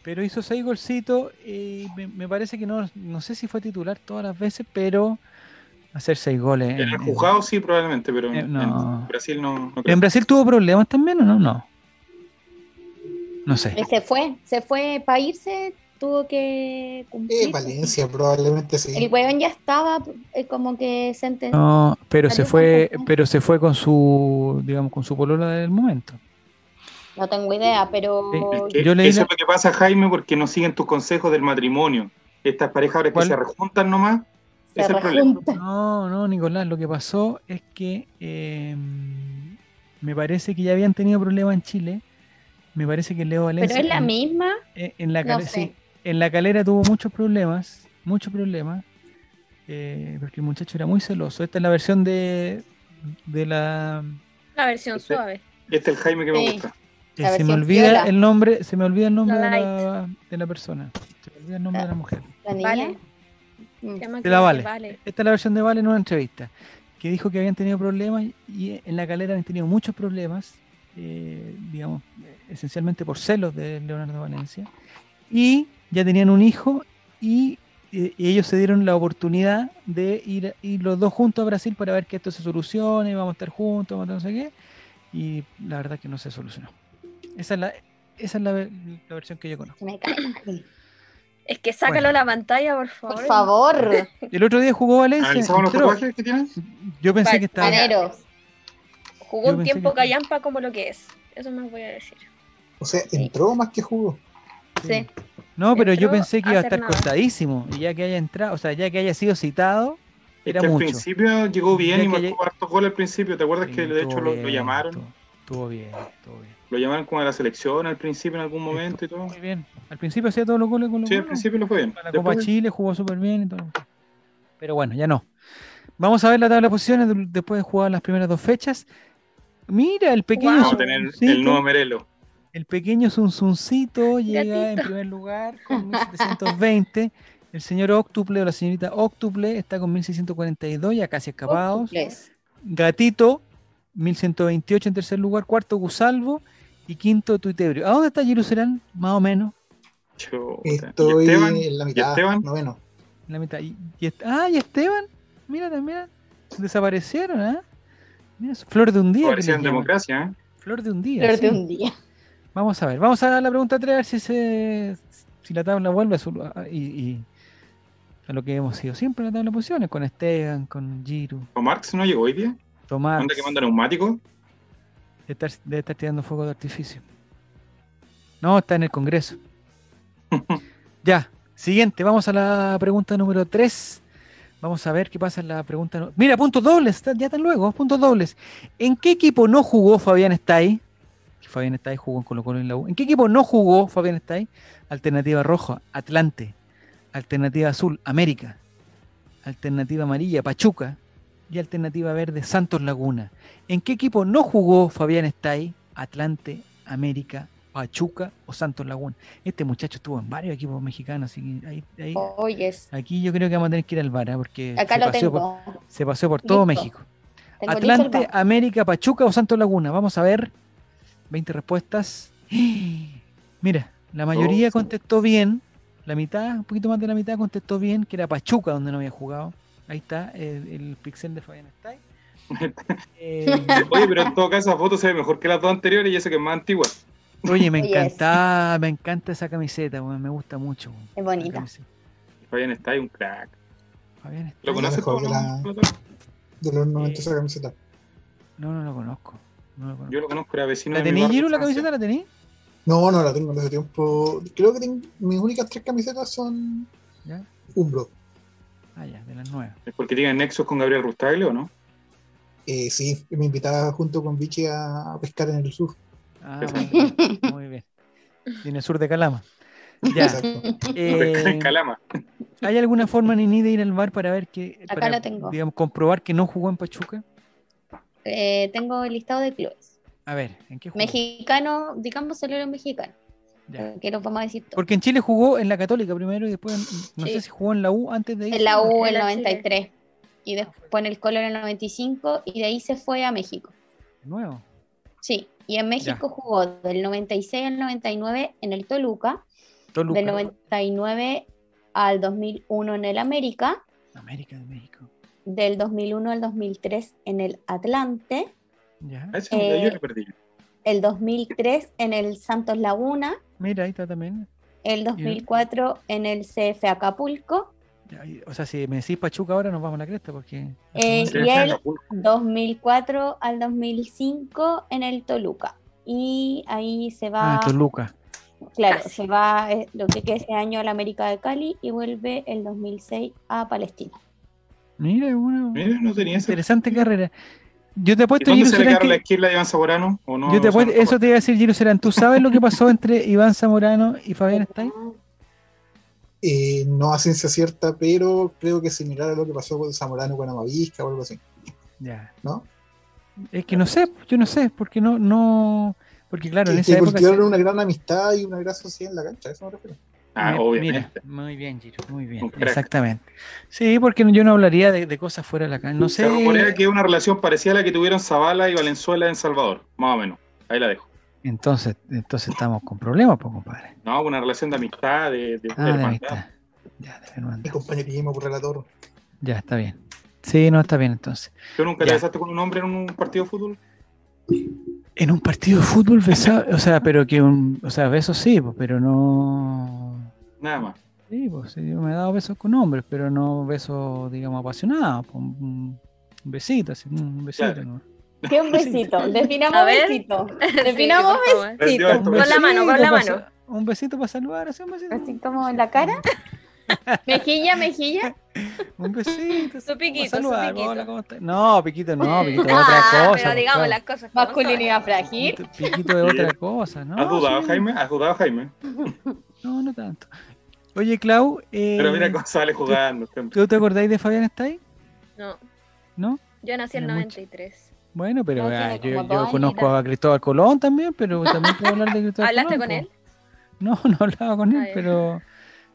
Speaker 1: Pero hizo seis golcitos y me, me parece que no, no sé si fue titular todas las veces, pero hacer seis goles.
Speaker 4: En el
Speaker 1: en-
Speaker 4: juzgado sí, probablemente, pero en,
Speaker 1: Eh, no.
Speaker 4: en Brasil no, no
Speaker 1: en- ¿En
Speaker 4: creo.
Speaker 1: Brasil tuvo problemas también o no? No. No sé.
Speaker 2: Eh, Se fue, se fue para irse, tuvo que
Speaker 5: Eh,
Speaker 2: cumplir.
Speaker 5: Valencia, probablemente
Speaker 2: El
Speaker 5: sí.
Speaker 2: weón ya estaba eh, como que sentenciado.
Speaker 1: No, pero se
Speaker 2: Salió
Speaker 1: fue,
Speaker 2: con-
Speaker 1: pero se fue con su, digamos, con su polola del momento.
Speaker 2: No tengo idea, pero
Speaker 1: Sí,
Speaker 4: Es
Speaker 1: yo
Speaker 4: que
Speaker 1: leí
Speaker 4: eso
Speaker 1: la-
Speaker 4: es lo que pasa, Jaime, porque no siguen tus consejos del matrimonio. Estas parejas ahora que
Speaker 1: ¿Cuál?
Speaker 4: se rejuntan nomás,
Speaker 2: se
Speaker 4: ese es el problema.
Speaker 2: rejunta.
Speaker 1: No, no, Nicolás, lo que pasó es que eh, me parece que ya habían tenido problemas en Chile. Me parece que Leo
Speaker 2: Pero
Speaker 1: Valencia
Speaker 2: es la
Speaker 1: en,
Speaker 2: misma.
Speaker 1: en- en la
Speaker 2: No
Speaker 1: calera,
Speaker 2: sé.
Speaker 1: sí, en la calera tuvo muchos problemas, muchos problemas, eh, porque el muchacho era muy celoso. Esta es la versión de, de la
Speaker 3: La versión
Speaker 4: Este-
Speaker 3: suave.
Speaker 4: Este es el Jaime que me
Speaker 2: Sí.
Speaker 4: gusta.
Speaker 1: que
Speaker 2: La
Speaker 1: se me
Speaker 2: versión
Speaker 1: olvida
Speaker 2: piola.
Speaker 1: el nombre, se me olvida el nombre
Speaker 3: La
Speaker 1: de la, de la persona, se me olvida el nombre de
Speaker 2: Ah.
Speaker 1: la mujer.
Speaker 2: La niña.
Speaker 3: Vale.
Speaker 2: Mm.
Speaker 3: Se llama
Speaker 1: Te la vale.
Speaker 3: Claudia Vale.
Speaker 1: Esta es la versión de Vale en una entrevista, que dijo que habían tenido problemas y en la calera habían tenido muchos problemas, eh, digamos, esencialmente por celos de Leonardo Valencia. Y ya tenían un hijo y, eh, y ellos se dieron la oportunidad de ir, ir los dos juntos a Brasil para ver que esto se solucione, vamos a estar juntos, vamos a no sé qué. Y la verdad que no se solucionó. Esa es la, esa es la, ve- la versión que yo conozco.
Speaker 2: Se me cae mal.
Speaker 3: Es que sácalo
Speaker 1: Bueno.
Speaker 3: a la pantalla, por favor.
Speaker 2: Por favor,
Speaker 1: El otro día jugó Valencia.
Speaker 4: ¿Analizamos los
Speaker 1: entró.
Speaker 4: tatuajes que tienes?
Speaker 1: Yo pensé que estaba...
Speaker 2: maneros.
Speaker 1: Yo
Speaker 3: Jugó un
Speaker 1: pensé
Speaker 3: tiempo
Speaker 1: que-
Speaker 3: callampa como lo que es. Eso más voy a decir.
Speaker 5: O sea, entró más que jugó.
Speaker 2: Sí.
Speaker 1: No, pero yo
Speaker 3: Entró
Speaker 1: pensé que iba a
Speaker 3: a
Speaker 1: estar
Speaker 3: hacer nada.
Speaker 1: cortadísimo. Y ya que haya entrado, o sea, ya que haya sido citado,
Speaker 4: Es
Speaker 1: Era
Speaker 4: que al
Speaker 1: mucho.
Speaker 4: principio llegó bien
Speaker 1: Ya
Speaker 4: y
Speaker 1: que
Speaker 4: marcó
Speaker 1: lleg-
Speaker 4: hartos goles al principio. ¿Te acuerdas que
Speaker 1: sí,
Speaker 4: de hecho
Speaker 1: estuvo
Speaker 4: lo, lo
Speaker 1: bien,
Speaker 4: llamaron?
Speaker 1: estuvo- Estuvo bien, estuvo bien.
Speaker 4: Lo llamaron como a la selección al principio en algún momento y todo.
Speaker 1: Muy bien. Al principio hacía todos los goles con los
Speaker 4: Sí, al
Speaker 1: goles.
Speaker 4: principio lo fue bien.
Speaker 1: Para la Copa
Speaker 4: Después-
Speaker 1: Chile jugó súper bien y todo. lo que- Pero bueno, ya no. Vamos a ver la tabla de posiciones de- después de jugar las primeras dos fechas. Mira, el pequeño
Speaker 4: Vamos
Speaker 3: Vamos
Speaker 4: a tener
Speaker 1: Zunzuncito,
Speaker 4: el nuevo Merelo.
Speaker 1: el pequeño Zunzuncito llega en
Speaker 3: Gatito.
Speaker 1: primer lugar con 1720. El señor Octuple o la señorita Octuple está con 1642, ya casi escapados.
Speaker 2: Octuples.
Speaker 1: Gatito, 1128 en tercer lugar, cuarto Gusalvo y quinto Tuitebrio. ¿A dónde está Jerusalén? Más o menos.
Speaker 4: Chuta. ¿Y
Speaker 5: Estoy
Speaker 4: Esteban?
Speaker 5: en la mitad,
Speaker 4: Esteban?
Speaker 5: noveno.
Speaker 1: en la mitad. Y, y est- ah, y Esteban, mira también, desaparecieron, ¿ah? Mira, es Flor de un día. que
Speaker 4: Parecía
Speaker 1: les
Speaker 4: en
Speaker 1: llaman.
Speaker 4: democracia, ¿eh?
Speaker 1: Flor de un día.
Speaker 2: Flor de
Speaker 1: sí.
Speaker 2: un día.
Speaker 1: Vamos a ver, vamos a la pregunta 3, a ver si, se, si la tabla vuelve a su a- y, y a lo que hemos sido siempre en la tabla de posiciones, con Esteban, con Giru,
Speaker 4: ¿O Marx no llegó hoy día?
Speaker 1: Tomás.
Speaker 4: ¿Onda que manda neumático?
Speaker 1: Debe estar, debe estar tirando fuego de artificio. No, está en el Congreso. ya, siguiente, vamos a la pregunta número 3. Vamos a ver qué pasa en la pregunta. nu- Mira, puntos dobles, está- ya están luego, puntos dobles. ¿En qué equipo no jugó Fabián Estay? Que Fabián Estay jugó en Colo Colo en la U. ¿En qué equipo no jugó Fabián Estay? Alternativa roja, Atlante. Alternativa azul, América. Alternativa amarilla, Pachuca. Y alternativa verde, Santos Laguna. ¿En qué equipo no jugó Fabián Estay? Atlante, América, Pachuca o Santos Laguna. Este muchacho estuvo en varios equipos mexicanos, así que ahí- ahí-
Speaker 2: Oye,
Speaker 1: aquí yo creo que vamos a tener que ir al VAR, ¿ah? porque
Speaker 2: Oh, acá
Speaker 1: se,
Speaker 2: lo
Speaker 1: paseó
Speaker 2: tengo.
Speaker 1: Por, se paseó por todo
Speaker 2: Listo.
Speaker 1: México.
Speaker 2: Tengo listo el
Speaker 1: Atlante,
Speaker 2: bar.
Speaker 1: América, Pachuca o Santos Laguna. Vamos a ver. 20 respuestas. Mira, la
Speaker 2: Oh.
Speaker 1: mayoría contestó bien. La mitad, un poquito más de la mitad contestó bien, que era Pachuca donde no había jugado. Ahí está el, el pixel de Fabián Stein. Eh,
Speaker 4: Oye, pero en todo caso esa foto se ve mejor que las dos anteriores y eso que es más antigua.
Speaker 1: oye, me
Speaker 2: Yes.
Speaker 1: encanta, me encanta esa camiseta, weón, me gusta mucho. weón,
Speaker 2: Es
Speaker 1: la
Speaker 2: bonita.
Speaker 1: camiseta.
Speaker 4: Fabián está ahí un crack.
Speaker 1: Fabián Stein.
Speaker 4: ¿Lo
Speaker 5: Es
Speaker 4: conoces?
Speaker 5: mejor que la-
Speaker 4: Pablo?
Speaker 5: de los 90
Speaker 1: Eh,
Speaker 5: esa camiseta.
Speaker 1: No, no lo conozco. No lo conozco.
Speaker 4: Yo lo conozco, era vecino
Speaker 1: ¿La
Speaker 4: de mi
Speaker 1: tenés,
Speaker 4: barrio,
Speaker 1: Giro, la
Speaker 4: Francia.
Speaker 1: camiseta? ¿La tenés?
Speaker 5: No, no la tengo desde tiempo. Creo que tengo- mis únicas tres camisetas son
Speaker 1: ¿Ya?
Speaker 5: Umbro.
Speaker 1: Ah, ya, de las nueve.
Speaker 4: ¿Es porque tiene nexos con Gabriel Rustagle o no?
Speaker 5: Eh, sí, me invitaba junto con Vichy a pescar en el sur.
Speaker 1: Ah,
Speaker 4: Perfecto.
Speaker 1: muy bien, muy bien. Y en el sur de Calama. Ya.
Speaker 5: Exacto.
Speaker 1: eh,
Speaker 4: en Calama.
Speaker 1: ¿Hay alguna forma, Nini, de ir al bar para ver que.
Speaker 2: Acá
Speaker 1: para,
Speaker 2: lo tengo.
Speaker 1: Digamos, comprobar que no jugó en Pachuca?
Speaker 2: Eh, tengo el listado de clubes.
Speaker 1: A ver, ¿en qué jugó?
Speaker 2: Mexicano, digamos solo los mexicanos,
Speaker 1: Ya.
Speaker 2: que los vamos a decir todos.
Speaker 1: Porque en Chile jugó en la Católica primero y después, en- no
Speaker 2: Sí.
Speaker 1: sé si jugó en la U antes de ir.
Speaker 2: En la U
Speaker 3: En
Speaker 2: el
Speaker 3: la
Speaker 2: 93 y después en el Color en el 95 y de ahí se fue a México.
Speaker 1: Nuevo.
Speaker 2: Sí, y en México jugó del 96 al 99 en el Toluca,
Speaker 1: Toluca.
Speaker 2: del 99 al 2001 en el América,
Speaker 1: América de México.
Speaker 2: del 2001 al 2003 en el Atlante,
Speaker 1: Ya.
Speaker 4: Ah, ese mundial
Speaker 2: eh,
Speaker 4: yo lo perdí.
Speaker 2: el 2003 en el Santos Laguna,
Speaker 1: Mira, ahí está también.
Speaker 2: el 2004 en el CF Acapulco,
Speaker 1: Ya, y- O sea, si me decís Pachuca ahora nos vamos a la cresta porque. este
Speaker 2: Eh,
Speaker 4: Sí,
Speaker 2: y
Speaker 4: está en
Speaker 2: él-
Speaker 4: la pulga.
Speaker 2: 2004 al 2005 en el Toluca. Y ahí se va,
Speaker 1: Ah, Toluca.
Speaker 2: claro,
Speaker 3: Casi.
Speaker 2: se va eh, lo que queda ese año a la América de Cali y vuelve el 2006 a Palestina.
Speaker 1: Mira, una
Speaker 4: Mira, no tenía ese.
Speaker 1: interesante carrera. Yo te
Speaker 4: ¿Y
Speaker 1: apuesto,
Speaker 4: ¿Dónde
Speaker 1: Giro,
Speaker 4: se le
Speaker 1: Serán,
Speaker 4: quedaron la
Speaker 1: que-
Speaker 4: esquina de Iván Saborano? ¿O
Speaker 1: yo
Speaker 4: no?
Speaker 1: te
Speaker 4: O sea,
Speaker 1: apuesto-
Speaker 4: no
Speaker 1: eso te iba a decir, Giro Serán. ¿Tú sabes lo que pasó entre Iván Zamorano y Fabián Stein?
Speaker 5: Eh, no a ciencia cierta, pero creo que es similar a lo que pasó con Zamorano con Amavisca o algo así.
Speaker 1: Ya.
Speaker 5: ¿No?
Speaker 1: Es que no sé, yo no sé, porque no, no, porque claro, en
Speaker 5: que,
Speaker 1: esa
Speaker 5: que
Speaker 1: época. se-
Speaker 5: cultivaron una gran amistad y una gran sociedad en la cancha, a eso me refiero.
Speaker 4: Ah,
Speaker 1: Mi-
Speaker 4: obviamente.
Speaker 1: mira, muy bien, Giro, muy bien.
Speaker 4: Un crack.
Speaker 1: Exactamente. Sí, porque no- yo no hablaría de, de cosas fuera de la cancha. No sé.
Speaker 4: Se rumorea que es una relación parecida a la que tuvieron Zavala y Valenzuela en Salvador, más o menos. Ahí la dejo.
Speaker 1: Entonces, entonces estamos con problemas, pues, compadre.
Speaker 4: No, una relación de amistad, de, de,
Speaker 1: Ah,
Speaker 4: de
Speaker 1: de
Speaker 4: hermandad.
Speaker 1: amistad. Ya, de
Speaker 5: Mi
Speaker 1: hermandad.
Speaker 5: compañerismo por relator.
Speaker 1: Ya, está bien. Sí, no, está bien entonces.
Speaker 4: ¿Tú nunca
Speaker 1: Ya.
Speaker 4: te casaste con un hombre en un partido de fútbol?
Speaker 1: En un partido de fútbol besado, o sea, pero que un, o sea, besos sí, pues, pero no.
Speaker 4: Nada más.
Speaker 1: Sí, pues sí, yo me he dado besos con hombres, pero no besos, digamos, apasionados, pues, un un besito, así, un besito.
Speaker 4: Claro.
Speaker 1: ¿no?
Speaker 2: ¿Qué un besito? Definamos
Speaker 3: A ver.
Speaker 2: besito.
Speaker 3: Definamos
Speaker 2: Definamos
Speaker 3: eso.
Speaker 2: besito.
Speaker 4: Dios,
Speaker 1: Un
Speaker 4: Con la
Speaker 1: besito
Speaker 3: mano, con la
Speaker 1: pa' sa-
Speaker 3: mano.
Speaker 1: Un besito para saludar, así un besito.
Speaker 2: Así como en la cara. Mejilla, mejilla.
Speaker 1: Un besito.
Speaker 3: Su piquito, su
Speaker 1: saludar,
Speaker 3: piquito.
Speaker 1: hola, ¿cómo estás? No, piquito no, piquito es otra
Speaker 3: Ah,
Speaker 1: cosa.
Speaker 3: pero
Speaker 1: pues,
Speaker 3: digamos
Speaker 1: claro.
Speaker 3: las cosas. como
Speaker 2: Masculinidad frágil.
Speaker 1: Piquito- Piquito es otra cosa, ¿no?
Speaker 4: ¿Has dudado,
Speaker 1: sí,
Speaker 4: Jaime? ¿Has dudado, Jaime?
Speaker 1: No, no tanto. Oye, Clau, eh,
Speaker 4: Pero mira cómo sale jugando. este siempre.
Speaker 1: ¿tú te acordáis de Fabián Stay?
Speaker 3: son. No,
Speaker 1: ¿No?
Speaker 3: yo nací en el
Speaker 1: Tiene mucho.
Speaker 3: 93.
Speaker 1: Bueno, pero
Speaker 2: No, tiene
Speaker 1: ah, yo,
Speaker 2: como
Speaker 1: yo
Speaker 2: dos
Speaker 1: conozco
Speaker 3: añitos.
Speaker 1: a Cristóbal Colón también, pero también puedo hablar de Cristóbal
Speaker 3: ¿Hablaste
Speaker 1: Colón,
Speaker 3: con
Speaker 1: po.
Speaker 3: él?
Speaker 1: No, no hablaba con él,
Speaker 3: Ah, ya.
Speaker 1: pero,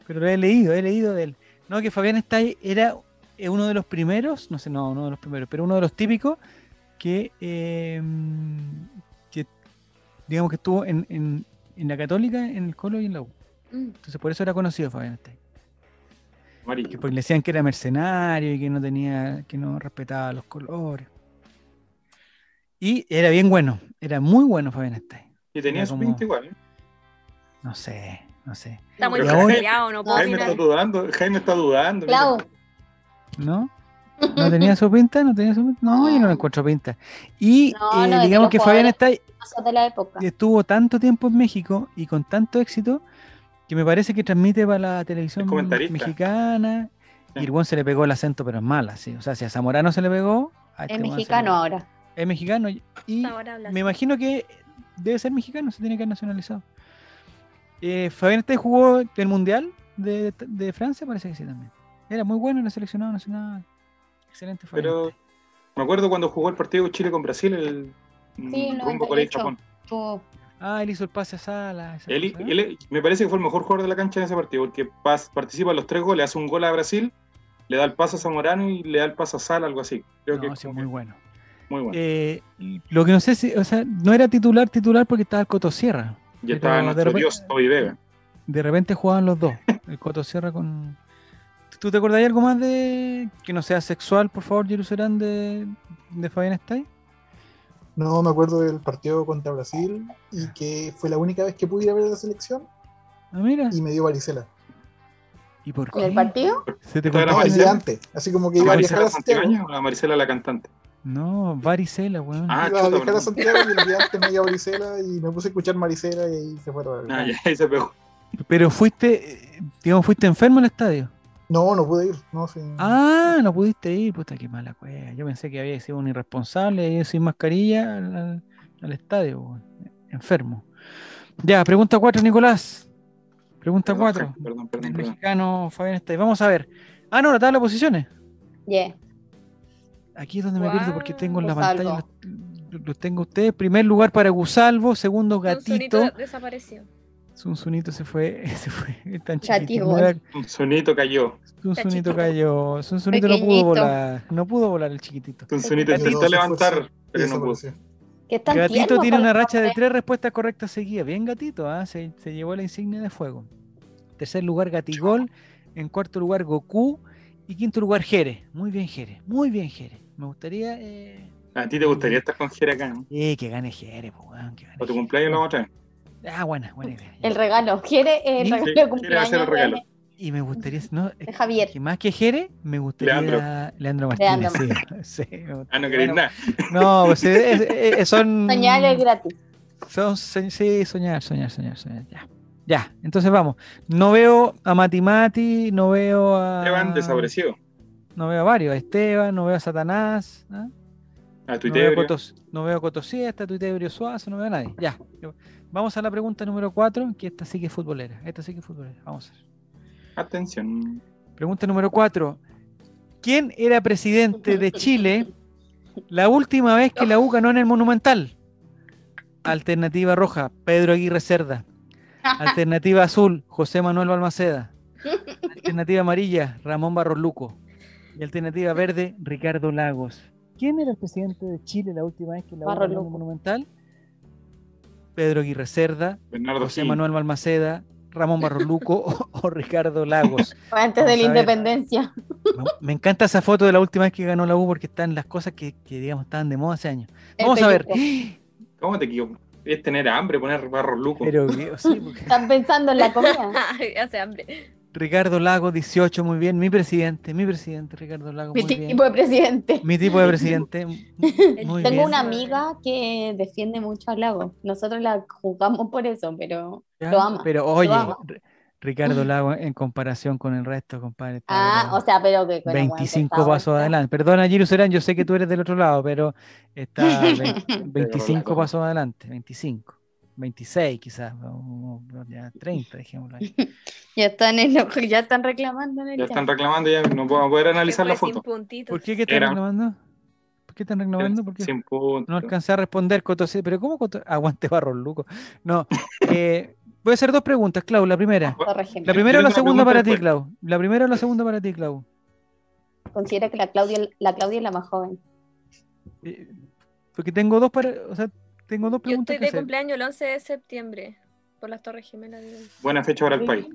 Speaker 1: pero lo he leído, he leído de él. No, que Fabián Stay era eh, uno de los primeros, no sé, no, uno de los primeros, pero uno de los típicos que, eh, que digamos que estuvo en, en, en la Católica, en el Colo y en la U.
Speaker 3: Mm.
Speaker 1: Entonces por eso era conocido Fabián Stay. Que
Speaker 4: Amarillo.
Speaker 1: porque le decían que era mercenario y que no tenía, que no respetaba los colores. Y era bien bueno, era muy bueno Fabián Stein.
Speaker 4: Y tenía
Speaker 1: Era
Speaker 4: su
Speaker 1: como-
Speaker 4: pinta igual. ¿eh?
Speaker 1: No sé, no sé.
Speaker 3: Está muy
Speaker 4: Pero
Speaker 1: ahora-
Speaker 3: peleado, no puedo
Speaker 4: Jaime
Speaker 3: opinar.
Speaker 4: está dudando. Jaime está dudando. mira.
Speaker 2: Clau,
Speaker 1: ¿No? ¿No tenía su pinta? ¿No tenía su pinta? No, yo no le encuentro pinta. Y
Speaker 2: No,
Speaker 1: eh,
Speaker 2: no, de
Speaker 1: digamos
Speaker 2: los
Speaker 1: que Fabián Stein
Speaker 2: cosas de la época.
Speaker 1: estuvo tanto tiempo en México y con tanto éxito que me parece que transmite para la televisión
Speaker 4: Es comentarista.
Speaker 1: mexicana. Y
Speaker 4: Sí.
Speaker 1: el buen se le pegó el acento, pero es mala, sí. O sea, si a Zamorano se le pegó, a este weón
Speaker 2: Es
Speaker 1: se le-
Speaker 2: mexicano ahora.
Speaker 1: Es mexicano. Y
Speaker 3: Ahora hablas.
Speaker 1: Me imagino que debe ser mexicano, se tiene que haber nacionalizado. Eh, Fabián Estay jugó el Mundial de, de Francia, parece que sí también. Era muy bueno, era seleccionado nacional. Excelente Fabián
Speaker 4: Pero
Speaker 1: Estay.
Speaker 4: me acuerdo cuando jugó el partido Chile con Brasil, el mm,
Speaker 2: Sí, el
Speaker 4: rumbo Corea y
Speaker 2: 98.
Speaker 4: Japón.
Speaker 2: Tú,
Speaker 1: Ah, él hizo el pase a Sala. esas
Speaker 4: Él,
Speaker 1: cosas, ¿no?
Speaker 4: él- me parece que fue el mejor jugador de la cancha en ese partido, porque pas- participa en los tres goles, hace un gol a Brasil, le da el paso a Zamorano y le da el paso a Sala, algo así. Creo
Speaker 1: No,
Speaker 4: que
Speaker 1: sí,
Speaker 4: como
Speaker 1: muy bueno.
Speaker 4: Muy bueno.
Speaker 1: Eh, lo que no sé si, o sea, no era titular, titular porque estaba el Cotosierra.
Speaker 4: y estaba
Speaker 1: pero de
Speaker 4: nuestro
Speaker 1: repente-
Speaker 4: dios Toby Vega.
Speaker 1: De repente jugaban los dos, el Cotosierra con... ¿Tú te acordás de algo más de que no sea sexual, por favor, Jerusalén, de, de Fabián Stay?
Speaker 5: No me acuerdo del partido contra Brasil y que fue la única vez que pude ir a ver la selección
Speaker 1: Ah, mira.
Speaker 5: y me dio varicela.
Speaker 1: ¿Y por
Speaker 2: ¿En
Speaker 1: qué?
Speaker 2: el partido?
Speaker 1: ¿Se te
Speaker 4: Estaba
Speaker 1: contó?
Speaker 5: No, el
Speaker 4: varicela?
Speaker 5: día antes. Así como que
Speaker 4: ¿La
Speaker 5: iba a viajar
Speaker 4: Marisela
Speaker 5: a Santiago.
Speaker 4: Santibáñez o la Marisela la cantante?
Speaker 1: No, varicela, weón.
Speaker 4: Ah,
Speaker 5: iba a
Speaker 4: chuta,
Speaker 5: viajar a
Speaker 4: perdón.
Speaker 5: Santiago y el día antes me dio varicela y me puse a escuchar varicela y ahí se fue todo.
Speaker 4: Ah, ya, ahí se pegó.
Speaker 1: Pero fuiste, eh, digamos, fuiste enfermo al estadio.
Speaker 5: No, no pude ir. No, sí.
Speaker 1: Ah, no pudiste ir, puta, qué mala cueva. Yo pensé que había sido un irresponsable, había ido sin mascarilla al, al- al estadio, weón. enfermo. Ya, pregunta 4, Nicolás. Pregunta
Speaker 4: Perdón,
Speaker 1: 4.
Speaker 4: Perdón,
Speaker 1: El
Speaker 4: perdón, perdón.
Speaker 1: mexicano Fabián Estay. Vamos a ver. Ah, no, la tabla de posiciones.
Speaker 2: Yeah.
Speaker 1: Aquí es donde me pierdo porque tengo en la
Speaker 2: Guau,
Speaker 1: pantalla, los, los tengo ustedes. Primer lugar para Gusalvo, segundo Gatito.
Speaker 3: Gatito. desapareció.
Speaker 1: Sunsunito se fue, se fue es tan
Speaker 2: Chati
Speaker 1: chiquitito.
Speaker 2: gol.
Speaker 1: Mira,
Speaker 4: Un sonito cayó.
Speaker 1: Sunsunito
Speaker 3: Cachito.
Speaker 1: cayó. Sunsunito no pudo
Speaker 2: Pequeñito.
Speaker 1: volar. No pudo volar el chiquitito.
Speaker 4: Un sonito
Speaker 5: Gatito
Speaker 4: intentó
Speaker 5: se
Speaker 4: levantar,
Speaker 5: esforzó.
Speaker 4: pero no pudo.
Speaker 5: Desapareció.
Speaker 2: Que es tan
Speaker 1: Gatito
Speaker 2: tierno
Speaker 1: tiene
Speaker 2: para
Speaker 1: una
Speaker 2: los
Speaker 1: racha de
Speaker 2: hombres.
Speaker 1: tres respuestas correctas seguidas. Bien, gatito, ¿ah? se, se llevó la insignia de fuego. Tercer lugar, Gatigol. En cuarto lugar, Goku. Y quinto lugar, Jere. Muy bien, Jere. Muy bien, Jere. Me gustaría eh,
Speaker 4: ¿A ti te gustaría estar con Jera acá? ¿no?
Speaker 1: eh, que gane Jere, po, weón, que gane
Speaker 4: ¿O tu
Speaker 1: Jere.
Speaker 4: cumpleaños lo vamos a traer?
Speaker 1: Ah, buena, buena idea.
Speaker 2: El regalo. ¿Quiere eh, el
Speaker 1: Sí,
Speaker 2: regalo
Speaker 4: sí,
Speaker 2: de
Speaker 4: quiere
Speaker 2: cumpleaños
Speaker 4: hacer el regalo.
Speaker 2: de-
Speaker 1: Y me gustaría, no,
Speaker 2: de Javier?
Speaker 1: que más que Jere, me gustaría Leandro, Martínez. sí, sí, me gustaría.
Speaker 4: Ah, no queréis
Speaker 1: Bueno,
Speaker 4: nada.
Speaker 1: No, pues eh, eh, eh, son.
Speaker 2: Soñar es gratis.
Speaker 1: Son, se- sí, soñar, soñar, soñar, soñar. Ya. Ya, entonces vamos. No veo a Matimati, no veo a.
Speaker 4: Te van desaparecido.
Speaker 1: No veo a varios, a Esteban, no veo a Satanás. ¿ah?
Speaker 4: A tu
Speaker 1: No pues, veo a, Cotos, no veo a Cotosiesta, Tuitebrio Suazo, no veo a nadie. Ya. Vamos a la pregunta número 4, que esta sí que es futbolera. Esta sí que es futbolera. Vamos a ver.
Speaker 4: Atención.
Speaker 1: Pregunta número 4. ¿Quién era presidente de Chile la última vez que la U ganó en el Monumental? Alternativa roja, Pedro Aguirre Cerda. Alternativa azul, José Manuel Balmaceda. Alternativa amarilla, Ramón Barros Luco. Y alternativa verde, Ricardo Lagos. ¿Quién era el presidente de Chile la última vez que la U
Speaker 2: Barros
Speaker 1: ganó en el
Speaker 2: Luco.
Speaker 1: Monumental? Pedro Aguirre Cerda,
Speaker 4: Bernardo
Speaker 1: José
Speaker 4: Gil.
Speaker 1: Manuel Balmaceda, Ramón Barros Luco o- o Ricardo Lagos.
Speaker 2: Fue Antes de la
Speaker 1: Vamos a ver.
Speaker 2: independencia.
Speaker 1: Me- Me encanta esa foto de la última vez que ganó la U porque están las cosas que, que, digamos estaban de moda hace años.
Speaker 2: El
Speaker 1: Vamos a ver.
Speaker 2: pellizco.
Speaker 4: ¿Cómo te equivoco? Es tener hambre, poner barros lucos.
Speaker 1: Pero, que- oh, sí, porque-
Speaker 2: Están pensando en la comida.
Speaker 3: Ay, Hace hambre.
Speaker 1: Ricardo Lago, 18, muy bien. Mi presidente, mi presidente, Ricardo Lago,
Speaker 2: Mi
Speaker 1: muy bien.
Speaker 2: tipo de presidente.
Speaker 1: Mi tipo de presidente. mm, Muy
Speaker 2: Tengo
Speaker 1: bien.
Speaker 2: una amiga que defiende mucho a Lago. Nosotros la juzgamos por eso, pero
Speaker 1: Ya,
Speaker 2: lo ama.
Speaker 1: Pero oye,
Speaker 2: ama.
Speaker 1: R- Ricardo Lago en comparación con el resto, compadre. está
Speaker 2: Ah,
Speaker 1: pero
Speaker 2: o sea, pero que. bueno, bueno, que
Speaker 1: 25
Speaker 2: está
Speaker 1: pasos
Speaker 2: vuelta.
Speaker 1: adelante. Perdona, Giro Serán, yo sé que tú eres del otro lado, pero está ve-
Speaker 4: Pero
Speaker 1: 25
Speaker 4: la
Speaker 1: pasos adelante, 25, 26 quizás, o- o- ya 30, dejémoslo ahí.
Speaker 2: Ya están, en lo- ya están reclamando en el
Speaker 4: Ya están
Speaker 2: chat.
Speaker 4: reclamando, ya no vamos a poder analizar
Speaker 3: Que
Speaker 4: la
Speaker 3: fue sin
Speaker 4: foto.
Speaker 3: puntitos.
Speaker 1: ¿Por qué que están
Speaker 4: Era.
Speaker 1: reclamando? ¿Por qué están reclamando? Porque
Speaker 4: Sin punto.
Speaker 1: no alcancé a responder, Coto. sí, Pero ¿cómo Coto? Aguante barro, Luco. No. eh, voy a hacer dos preguntas, Clau. La primera.
Speaker 2: Corregeme.
Speaker 1: La primera o
Speaker 4: Yo
Speaker 1: la
Speaker 4: tengo
Speaker 1: segunda
Speaker 4: una
Speaker 1: para ti,
Speaker 4: pregunta
Speaker 1: Clau. La primera o la segunda para ti, Clau.
Speaker 2: Considera que la Claudia, la Claudia es la más joven.
Speaker 1: Eh, porque tengo dos para, o sea, tengo dos
Speaker 3: Yo
Speaker 1: preguntas
Speaker 3: estoy
Speaker 1: que
Speaker 3: de
Speaker 1: hacer.
Speaker 3: cumpleaños el 11 de septiembre. Por las Torres Gemelas. digo.
Speaker 4: Buena fecha para el país.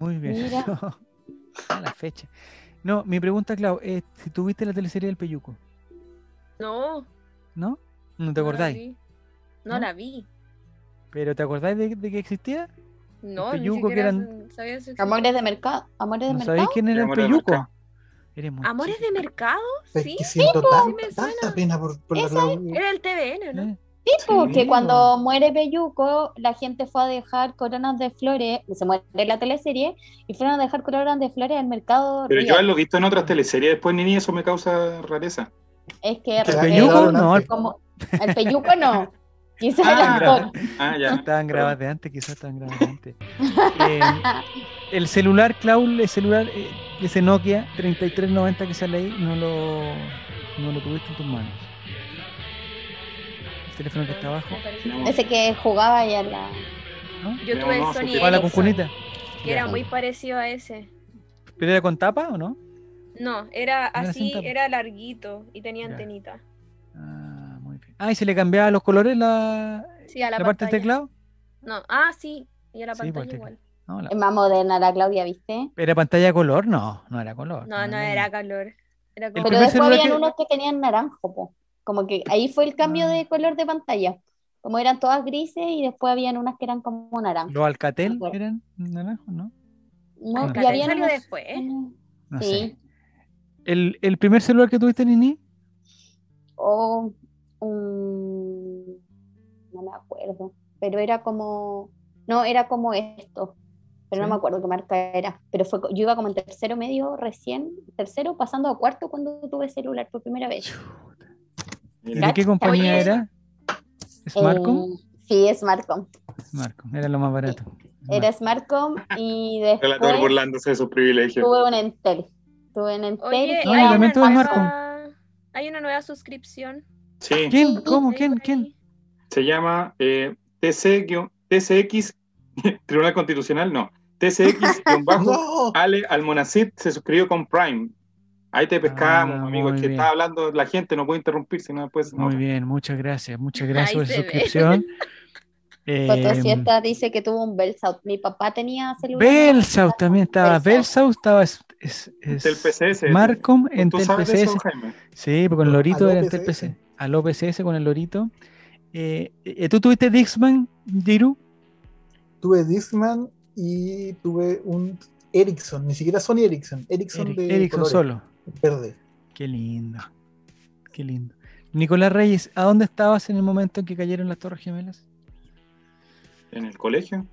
Speaker 1: Muy bien.
Speaker 2: Mira.
Speaker 1: No, a la fecha. No, mi pregunta, Clau, es si tuviste la teleserie del Peyuco,
Speaker 3: No.
Speaker 1: ¿no? ¿No te
Speaker 3: no la
Speaker 1: acordáis?
Speaker 3: vi. No
Speaker 1: ¿No?
Speaker 3: la vi.
Speaker 1: ¿Pero te acordáis de, de que existía?
Speaker 3: No, ni
Speaker 1: Peyuco, que
Speaker 3: siquiera
Speaker 1: eran-
Speaker 3: sabía su
Speaker 2: Amores de mercado. Amores de
Speaker 1: ¿No
Speaker 2: mercado.
Speaker 1: sabéis quién era el
Speaker 4: Amores de
Speaker 1: Peyuco?
Speaker 4: mercado.
Speaker 1: Eres muy
Speaker 3: ¿Amores
Speaker 1: chica.
Speaker 3: de mercado?
Speaker 5: Es
Speaker 3: Sí.
Speaker 5: que siento tan-
Speaker 3: me suena.
Speaker 5: tanta pena por, por la
Speaker 2: Esa
Speaker 5: Clau.
Speaker 3: Era el TVN, ¿no?
Speaker 1: ¿Eh?
Speaker 2: Tipo,
Speaker 4: Sí,
Speaker 2: que
Speaker 1: po.
Speaker 2: cuando muere Belluco, la gente fue a dejar coronas de flores, se muere la teleserie, y fueron a dejar coronas de flores al mercado.
Speaker 4: Pero yo
Speaker 2: Río.
Speaker 4: lo he visto en otras teleseries después, ni eso me causa rareza.
Speaker 2: Es que
Speaker 5: Que
Speaker 1: ¿El
Speaker 5: la
Speaker 2: Río-
Speaker 1: Peyuco?
Speaker 5: grabaron
Speaker 1: No,
Speaker 5: antes.
Speaker 2: como el Belluco no. Quizás
Speaker 4: Ah,
Speaker 2: el actor.
Speaker 4: Ah, ya.
Speaker 1: Estaban grabadas
Speaker 4: grabando.
Speaker 1: de antes, quizás estaban grabadas de antes. Eh, el celular, Claul, el celular, eh, ese Nokia 3390 que sale ahí, no lo, no lo tuviste en tus manos. El teléfono que está abajo,
Speaker 3: Me parece.
Speaker 2: Ese que jugaba ya la.
Speaker 1: ¿no?
Speaker 3: Yo
Speaker 4: No,
Speaker 3: tuve
Speaker 4: no,
Speaker 3: el Sony
Speaker 4: supongo.
Speaker 1: ¿Cuál la
Speaker 3: Ericsson,
Speaker 1: cunculita?
Speaker 3: que era
Speaker 1: Ya.
Speaker 3: muy parecido a ese.
Speaker 1: ¿Pero era con tapa o no?
Speaker 3: No, era
Speaker 1: era sin
Speaker 3: así,
Speaker 1: tapa.
Speaker 3: era larguito y tenía
Speaker 1: Ya.
Speaker 3: antenita.
Speaker 1: Ah, Ah, y se le cambiaba los colores la,
Speaker 3: Sí, a la,
Speaker 1: la parte del
Speaker 3: pantalla.
Speaker 1: teclado.
Speaker 3: No, ah, sí. Y a la
Speaker 1: Sí, por el
Speaker 3: pantalla
Speaker 1: teclado.
Speaker 3: igual.
Speaker 1: No, la-
Speaker 3: Em,
Speaker 2: Es más moderna la Claudia, ¿viste?
Speaker 1: ¿Era pantalla de color? No, no era color.
Speaker 3: No, no era calor. Era como-
Speaker 2: Pero
Speaker 1: Ah, primer
Speaker 2: después
Speaker 1: celular
Speaker 2: habían
Speaker 1: que-
Speaker 2: unos que tenían naranjo, po. como que ahí fue el cambio
Speaker 1: Ah.
Speaker 2: de color de pantalla. Como eran todas grises y después habían unas que eran como naranjo.
Speaker 1: ¿Los Alcatel
Speaker 2: Mejor.
Speaker 1: eran naranjos? No,
Speaker 2: No,
Speaker 1: Ah.
Speaker 2: y
Speaker 3: Alcatel
Speaker 2: habían
Speaker 3: salió
Speaker 2: unos- Mm,
Speaker 3: después. ¿eh?
Speaker 1: no sé.
Speaker 2: Sí,
Speaker 1: ¿El, el primer celular que tuviste, Nini?
Speaker 2: o un... No me acuerdo, pero era como... No, era como esto, pero no
Speaker 1: Sí.
Speaker 2: me acuerdo qué marca era. Pero fue, co- yo iba como en tercero medio recién, tercero pasando a cuarto cuando tuve celular por primera vez.
Speaker 1: ¿Y
Speaker 4: Mira,
Speaker 1: de qué compañía
Speaker 3: Oye.
Speaker 1: era? ¿Smartcom?
Speaker 2: Eh, sí, Smartcom.
Speaker 1: Smartcom, era lo más barato.
Speaker 2: Era Smartcom y
Speaker 4: relator
Speaker 2: después...
Speaker 4: burlándose de sus privilegios.
Speaker 2: Tuve un Entel. Tuve un Entel.
Speaker 3: Oye,
Speaker 2: que
Speaker 1: Ah,
Speaker 2: era
Speaker 1: y también
Speaker 2: un
Speaker 1: tuve
Speaker 2: Samsung.
Speaker 1: Smartcom.
Speaker 3: hay una nueva suscripción.
Speaker 4: Sí,
Speaker 1: ¿Quién? ¿Cómo?
Speaker 3: ahí
Speaker 1: ¿Quién?
Speaker 3: por
Speaker 1: ¿Quién?
Speaker 3: ahí.
Speaker 4: se llama eh, TC guión- TCX, Tribunal Constitucional, no. TCX-Ale
Speaker 5: No,
Speaker 4: Almonacid se suscribió con Prime. Ahí te pescamos,
Speaker 1: Ah,
Speaker 4: amigo.
Speaker 1: muy
Speaker 4: Es que
Speaker 1: bien.
Speaker 4: está hablando la gente, no puede interrumpir, si no después.
Speaker 1: Muy
Speaker 4: no.
Speaker 1: bien, muchas gracias. Muchas gracias
Speaker 3: Ahí
Speaker 1: por la
Speaker 3: se ve.
Speaker 1: suscripción.
Speaker 2: Foto
Speaker 1: Eh,
Speaker 2: Siesta dice que tuvo un Belsaut. Mi papá tenía celular.
Speaker 1: Belsaus Em, también estaba. Belsaus estaba. Es, es, es-
Speaker 4: Del PCS.
Speaker 1: Marcom en
Speaker 4: ¿Tú
Speaker 1: Tel
Speaker 4: sabes de eso,
Speaker 1: PCS.
Speaker 4: Jaime?
Speaker 1: Sí, con el Lorito
Speaker 5: Aló
Speaker 1: era en Tel
Speaker 5: PCS.
Speaker 1: PCS. Aló PCS con el Lorito. Eh, eh, ¿Tú tuviste Dixman, Diru?
Speaker 5: tuve Discman y tuve un Ericsson, ni siquiera Sony Ericsson, Ericsson
Speaker 1: Eric-
Speaker 5: de
Speaker 1: Ericsson
Speaker 5: colores,
Speaker 1: solo.
Speaker 5: verde.
Speaker 1: Qué lindo. Qué lindo. Nicolás Reyes, ¿a dónde estabas en el momento en que cayeron las Torres Gemelas?
Speaker 4: ¿En el colegio?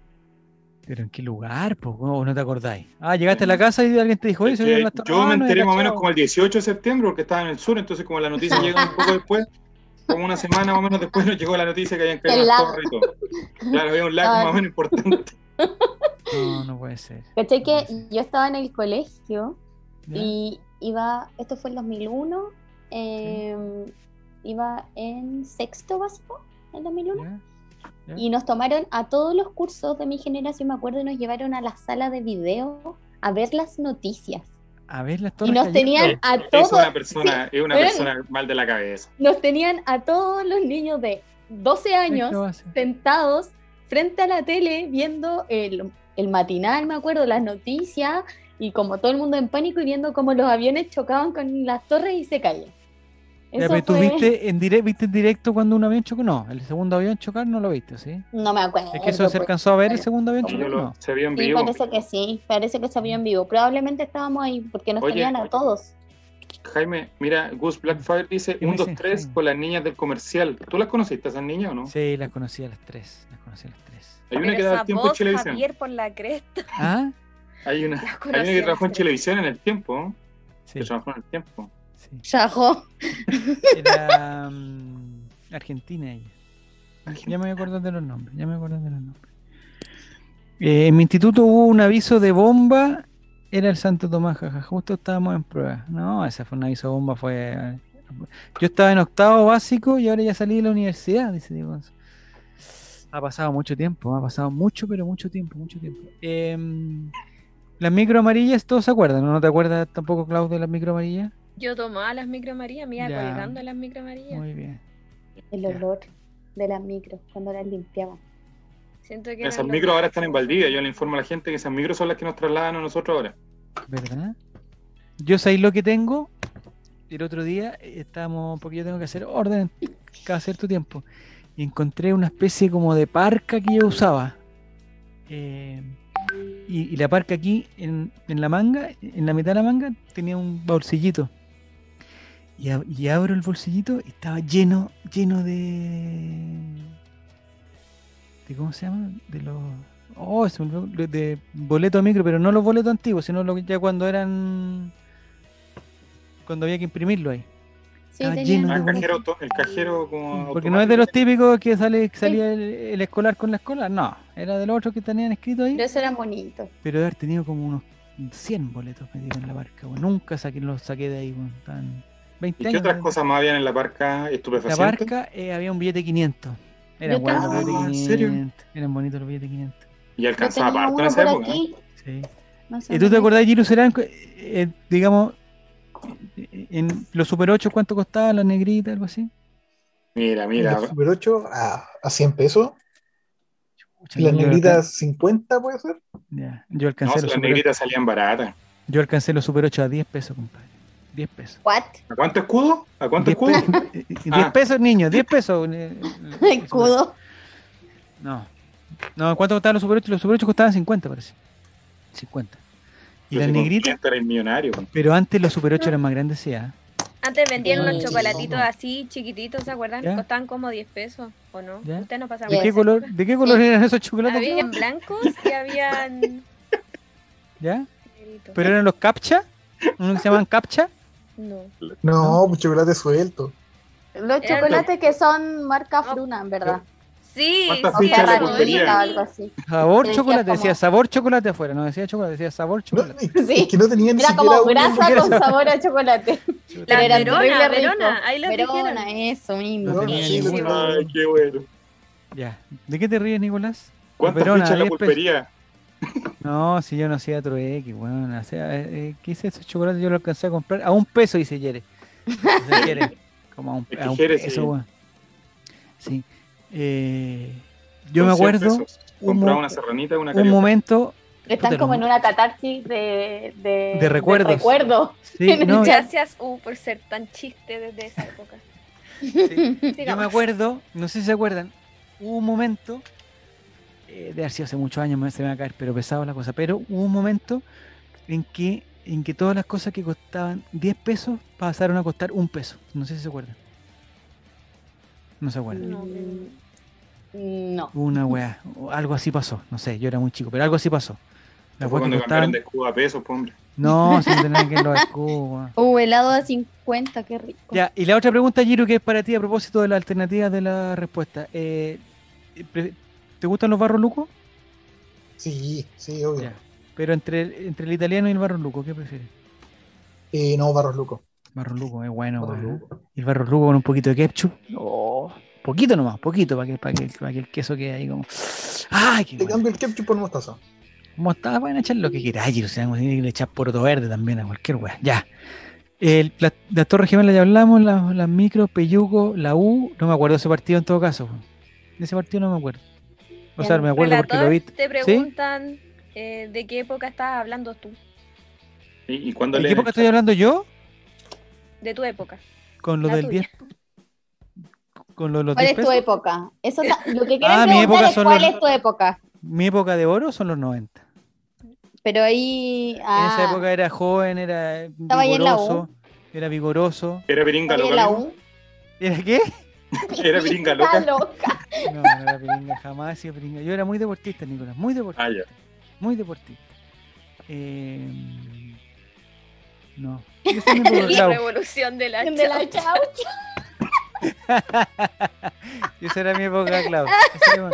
Speaker 1: ¿Pero en qué lugar? po? ¿O no te acordáis? Ah, llegaste a la casa y alguien te dijo, oye, se
Speaker 4: Eh,
Speaker 1: vieron las Torres
Speaker 4: Mm. yo
Speaker 1: Ah,
Speaker 4: me
Speaker 1: no,
Speaker 4: enteré
Speaker 1: era
Speaker 4: más o menos
Speaker 1: chao.
Speaker 4: como el 18 de septiembre, porque estaba en el sur, entonces como la noticia llega un poco después, como una semana más o menos después nos llegó la noticia que habían caído
Speaker 2: El
Speaker 4: las
Speaker 2: lago.
Speaker 4: torres y todo. Claro, había un lago
Speaker 2: Ah.
Speaker 4: más o menos importante.
Speaker 1: No, no puede ser.
Speaker 2: ¿Cachai que
Speaker 1: No puede ser.
Speaker 2: yo estaba en el colegio
Speaker 1: ¿Ya?
Speaker 2: y iba, esto fue el 2001, eh, iba en sexto básico, en 2001,
Speaker 1: ¿Ya? ¿Ya?
Speaker 2: y nos tomaron a todos los cursos de mi generación, me acuerdo, y nos llevaron a la sala de video a ver las noticias.
Speaker 1: A ver las
Speaker 2: Y
Speaker 1: torres.
Speaker 2: nos
Speaker 1: cayendo.
Speaker 2: tenían a
Speaker 4: Es
Speaker 2: todos,
Speaker 4: una persona, es una
Speaker 2: Bueno.
Speaker 4: persona mal de la cabeza.
Speaker 2: nos tenían a todos los niños de 12 años
Speaker 1: ¿Qué va a hacer?
Speaker 2: sentados frente a la tele viendo el, el matinal, me acuerdo, las noticias y como todo el mundo en pánico y viendo cómo los aviones chocaban con las torres y se caían.
Speaker 1: Ya,
Speaker 2: Eso
Speaker 1: pero ¿Tú
Speaker 2: fue-
Speaker 1: viste en, directo, viste en directo cuando un avión chocó? No, el segundo avión chocar no lo viste, ¿sí?
Speaker 2: No me acuerdo.
Speaker 1: Es que eso se
Speaker 2: pues.
Speaker 1: alcanzó a ver el
Speaker 2: bueno.
Speaker 1: segundo avión
Speaker 4: Y yo
Speaker 1: chocar.
Speaker 4: lo,
Speaker 1: No.
Speaker 4: se vio en
Speaker 2: Sí,
Speaker 4: vivo.
Speaker 2: parece que sí, parece que se vio en vivo. Probablemente estábamos ahí porque nos
Speaker 4: Oye,
Speaker 2: tenían a
Speaker 4: oye.
Speaker 2: todos.
Speaker 4: Jaime, mira, Gus
Speaker 1: Mm.
Speaker 4: Blackfire dice
Speaker 1: ¿Qué
Speaker 4: 1, 2,
Speaker 1: dice
Speaker 4: 3
Speaker 1: Jaime?
Speaker 4: con las niñas del comercial. ¿Tú las conociste a esas niñas o no?
Speaker 1: Sí, las conocí a las tres. Las conocí a las tres.
Speaker 4: Hay una
Speaker 3: Pero
Speaker 4: que da
Speaker 3: esa
Speaker 4: el tiempo en
Speaker 3: voz,
Speaker 4: televisión.
Speaker 3: Javier por la cresta.
Speaker 1: ¿Ah?
Speaker 4: Hay una,
Speaker 3: La
Speaker 4: hay una que trabajó en
Speaker 3: conocí.
Speaker 4: televisión en el tiempo, ¿no?
Speaker 1: Sí.
Speaker 4: que trabajó en el tiempo.
Speaker 1: sí.
Speaker 2: Chajo.
Speaker 1: Era mm, Argentina ella. Ya me voy a acordar de los nombres, ya me voy a acordar de los nombres. Eh, en mi instituto hubo un aviso de bomba, era el Santo Tomás, jaja, justo estábamos en prueba. No, ese fue un aviso de bomba, fue... Yo estaba en octavo básico y ahora ya salí de la universidad, dice Diego Gonzo. Ha pasado mucho tiempo, ha pasado mucho, pero mucho tiempo, mucho tiempo. Em, las micro amarillas, todos se acuerdan, ¿no? ¿No te acuerdas tampoco, Claudio, de las micro amarillas?
Speaker 3: Yo tomaba las micromarías, me iba
Speaker 1: Ya.
Speaker 3: colgando las micromarías.
Speaker 1: Muy bien.
Speaker 2: El
Speaker 1: Ya.
Speaker 2: olor de las micros cuando las limpiaban.
Speaker 3: Siento que
Speaker 4: Esas
Speaker 3: eran los
Speaker 4: micros ahora
Speaker 3: mejores.
Speaker 4: están en Valdivia. Yo le informo a la gente que esas micros son las que nos trasladan a nosotros ahora.
Speaker 1: ¿Verdad? Yo sé lo que tengo. El otro día eh, estábamos, porque yo tengo que hacer orden cada cierto tiempo. Y encontré una especie como de parca que yo usaba. Eh, y, y la parca aquí en, en la manga, en la mitad de la manga, tenía un bolsillito. Y, ab- y abro el bolsillito y estaba lleno, lleno de. de ¿Cómo se llama? De los. Oh, se me olvidó, de boleto de micro, pero no los boletos antiguos, sino los que ya cuando eran. cuando había que imprimirlo ahí.
Speaker 2: Sí,
Speaker 1: Ah,
Speaker 2: tenían
Speaker 1: lleno
Speaker 4: Ah,
Speaker 1: de
Speaker 4: el
Speaker 2: como-
Speaker 4: cajero, auto- el cajero como
Speaker 1: Porque no es
Speaker 4: automático.
Speaker 1: de los típicos que sale que salía el, el escolar con la escolar, no, era de los otros que tenían escrito ahí.
Speaker 2: Pero eso era bonito.
Speaker 1: Pero de haber tenido como unos 100 boletos metidos en la barca, weón. nunca saqué, los saqué de ahí, weón. Estaban 20
Speaker 4: ¿Y qué
Speaker 1: años.
Speaker 4: otras
Speaker 1: de-
Speaker 4: cosas más habían en la parca
Speaker 1: La
Speaker 4: estupefaciente?
Speaker 1: barca eh, había un billete de 500. Eran
Speaker 2: Yo
Speaker 1: buenos los
Speaker 2: tengo-
Speaker 1: billetes de
Speaker 4: Ah, ¿en serio?
Speaker 1: 500. Eran bonitos los billetes de 500.
Speaker 4: Y
Speaker 2: Yo
Speaker 4: alcanzaba
Speaker 2: tenía
Speaker 4: harto en
Speaker 2: uno
Speaker 4: esa
Speaker 2: por
Speaker 4: época. ¿eh?
Speaker 2: aquí.
Speaker 1: Sí.
Speaker 2: más o
Speaker 1: ¿Y tú te
Speaker 2: menos.
Speaker 1: acordás, Giro Serán, eh, eh, digamos, en los Super 8 cuánto costaba la negrita, algo así?
Speaker 4: Mira, mira.
Speaker 5: Del Super 8 a, a 100 pesos. Y las
Speaker 1: yo
Speaker 5: negritas 50 puede ser.
Speaker 1: alcan- ya, Yo
Speaker 4: No,
Speaker 1: alcancé,
Speaker 4: si
Speaker 1: los
Speaker 4: las
Speaker 1: super,
Speaker 4: negritas salían baratas.
Speaker 1: yo alcancé los Super 8 a 10 pesos, compadre. 10 pesos.
Speaker 2: ¿What?
Speaker 4: ¿A cuánto escudo? ¿A cuánto
Speaker 1: 10
Speaker 4: escudo? Ah.
Speaker 1: pesos, eh, eh, 10 pesos, niño, 10 pesos. eh, eh,
Speaker 2: Escudo.
Speaker 1: No. No, ¿cuánto costaban los Super 8? Los Super 8 costaban 50, parece. 50. Y
Speaker 4: Yo
Speaker 1: las
Speaker 4: sé con
Speaker 1: negritas.
Speaker 4: quién era el millonario. güey.
Speaker 1: Pero antes los Super 8 eran más grandes, sí, ¿ah?
Speaker 3: Antes vendían
Speaker 2: Sí.
Speaker 3: los chocolatitos así, chiquititos, ¿se acuerdan?
Speaker 1: Ya.
Speaker 3: Costaban como 10 pesos, ¿o no?
Speaker 1: Ya.
Speaker 3: Ustedes no pasaron
Speaker 1: ¿De
Speaker 3: por
Speaker 1: qué
Speaker 3: esa
Speaker 1: color,
Speaker 3: época.
Speaker 1: ¿de qué color eran esos chocolates?
Speaker 3: Habían blancos y habían...
Speaker 1: ¿Ya?
Speaker 3: negritos.
Speaker 1: Pero eran los captcha, uno que se llamaban captcha.
Speaker 3: No.
Speaker 5: No, pues chocolate suelto.
Speaker 2: Los
Speaker 3: Era
Speaker 2: chocolates que son marca
Speaker 3: No.
Speaker 2: Fruna, en verdad.
Speaker 3: Sí,
Speaker 4: ¿Cuántas
Speaker 2: O
Speaker 3: sí,
Speaker 4: fichas
Speaker 3: era
Speaker 4: le
Speaker 3: como-
Speaker 4: costaría?
Speaker 2: Carmelita o algo así.
Speaker 1: Sabor
Speaker 2: Decía
Speaker 1: chocolate,
Speaker 2: como-
Speaker 1: decía sabor chocolate afuera, no decía chocolate, decía sabor
Speaker 5: No,
Speaker 1: chocolate.
Speaker 5: Es que no tenía ni
Speaker 2: Era como
Speaker 5: siquiera un-
Speaker 2: grasa con sabor a chocolate.
Speaker 3: La
Speaker 2: Pero eran
Speaker 3: Verona,
Speaker 2: terrible
Speaker 3: Verona,
Speaker 2: rico.
Speaker 3: ahí las dijeron.
Speaker 2: Verona, eh. eso
Speaker 5: No,
Speaker 2: mismo.
Speaker 1: No
Speaker 5: no,
Speaker 1: tenía
Speaker 5: sí,
Speaker 1: ningún-
Speaker 5: no.
Speaker 4: Ay, qué bueno.
Speaker 1: Ya. ¿De qué te ríes, Nicolás?
Speaker 4: ¿Cuántas
Speaker 1: Verona,
Speaker 4: fichas la
Speaker 1: 10 pesos.
Speaker 4: pulpería?
Speaker 1: No, si yo no hacía trueque, weón. O sea, eh, eh, ¿Qué hice esos chocolates? Yo los alcancé a comprar a un peso, dice Yere. Dice Yere, Como a un,
Speaker 4: Es que
Speaker 1: a un
Speaker 4: Yere, sí.
Speaker 1: peso, weón. Sí. Eh, yo
Speaker 4: Con
Speaker 1: me
Speaker 4: 100
Speaker 1: acuerdo
Speaker 4: pesos.
Speaker 1: un
Speaker 4: Compraba
Speaker 1: mo-
Speaker 4: una serranita, una
Speaker 1: un
Speaker 4: carioca.
Speaker 1: momento.
Speaker 2: Están
Speaker 1: Puta,
Speaker 2: como
Speaker 1: no.
Speaker 2: en una catarsis de, de,
Speaker 1: De recuerdos.
Speaker 2: recuerdo.
Speaker 1: Sí, no,
Speaker 3: Gracias uh, por ser tan chiste desde esa época.
Speaker 1: sí. Yo me
Speaker 3: Sigamos.
Speaker 1: acuerdo, no sé si se acuerdan, hubo un momento, eh, de haber sido hace muchos años, me- se me va a caer, pero pesado la cosa, pero hubo un momento en que, en que todas las cosas que costaban 10 pesos pasaron a costar un peso. No sé si se acuerdan. No se acuerdan.
Speaker 3: No.
Speaker 2: No.
Speaker 1: Hubo Una weá, o algo así pasó. No sé, yo era muy chico, pero algo así pasó. Las
Speaker 4: Fue
Speaker 1: weas
Speaker 4: cuando
Speaker 1: que costaban.
Speaker 4: cambiaron de escudo a pesos, pues, hombre.
Speaker 1: No, sin tener que ir a los escudos, weón.
Speaker 2: Uh, helado a 50, qué rico.
Speaker 1: Ya, y la otra pregunta, Giro, que es para ti a propósito de las alternativas de la respuesta. Eh, pre- ¿Te gustan los barros lucos?
Speaker 5: Sí, sí, obvio.
Speaker 1: Ya. Pero entre el, entre el italiano y el barro luco, ¿qué prefieres?
Speaker 5: Eh, no, Barros Luco.
Speaker 1: Barro luco, es bueno.
Speaker 5: Barros
Speaker 1: weón.
Speaker 5: Luco.
Speaker 1: Y el barro luco con un poquito de ketchup. Oh, poquito nomás, poquito, para que, para que, para que el queso quede ahí como. ¡Ay, qué
Speaker 5: Te
Speaker 1: bueno!
Speaker 5: cambio el ketchup por mostaza.
Speaker 1: Mostaza, pueden echar lo que queráis, o sea, como tiene que le echar poroto verde también a cualquier weá. Ya. El, la, la Torre Gemela ya hablamos, la- las micros, Peyuco, la U, no me acuerdo de ese partido en todo caso. weón. De ese partido no me acuerdo. O sea,
Speaker 2: Bien.
Speaker 1: me acuerdo porque lo
Speaker 3: Relator,
Speaker 1: vi.
Speaker 3: Te preguntan eh, de qué época estabas hablando tú,
Speaker 4: ¿Y, y cuándo
Speaker 1: ¿De qué
Speaker 4: leen
Speaker 1: época
Speaker 4: el
Speaker 1: estoy hablando yo?
Speaker 3: de tu época.
Speaker 1: Con lo
Speaker 3: La
Speaker 1: del
Speaker 3: tuya.
Speaker 1: 10. Con lo de los
Speaker 2: ¿Cuál
Speaker 1: 10
Speaker 2: es tu
Speaker 1: pesos.
Speaker 2: época? Eso ta- lo que quieren
Speaker 1: Ah, mi época
Speaker 2: preguntar es
Speaker 1: son
Speaker 2: cuál
Speaker 1: los-
Speaker 2: es tu época.
Speaker 1: Mi época de oro son los 90.
Speaker 2: Pero ahí.
Speaker 1: En
Speaker 2: Ah,
Speaker 1: esa época era joven, era
Speaker 2: Estaba ahí en la
Speaker 1: vigoroso. Era vigoroso.
Speaker 4: Era piringa
Speaker 2: ahí
Speaker 4: loca.
Speaker 2: en la
Speaker 4: amigo?
Speaker 2: U.
Speaker 1: ¿Era qué?
Speaker 4: Era piringa
Speaker 2: Está
Speaker 4: loca.
Speaker 2: loca.
Speaker 1: No, no era piringa, jamás he sido piringa. Yo era muy deportista, Nicolás, muy deportista.
Speaker 4: Ah, ya.
Speaker 1: Muy deportista. Eh, no. Ese es mi época de
Speaker 3: La
Speaker 1: la U.
Speaker 3: revolución de la,
Speaker 2: De la chau.
Speaker 1: Esa era mi época, Clau. Esa era-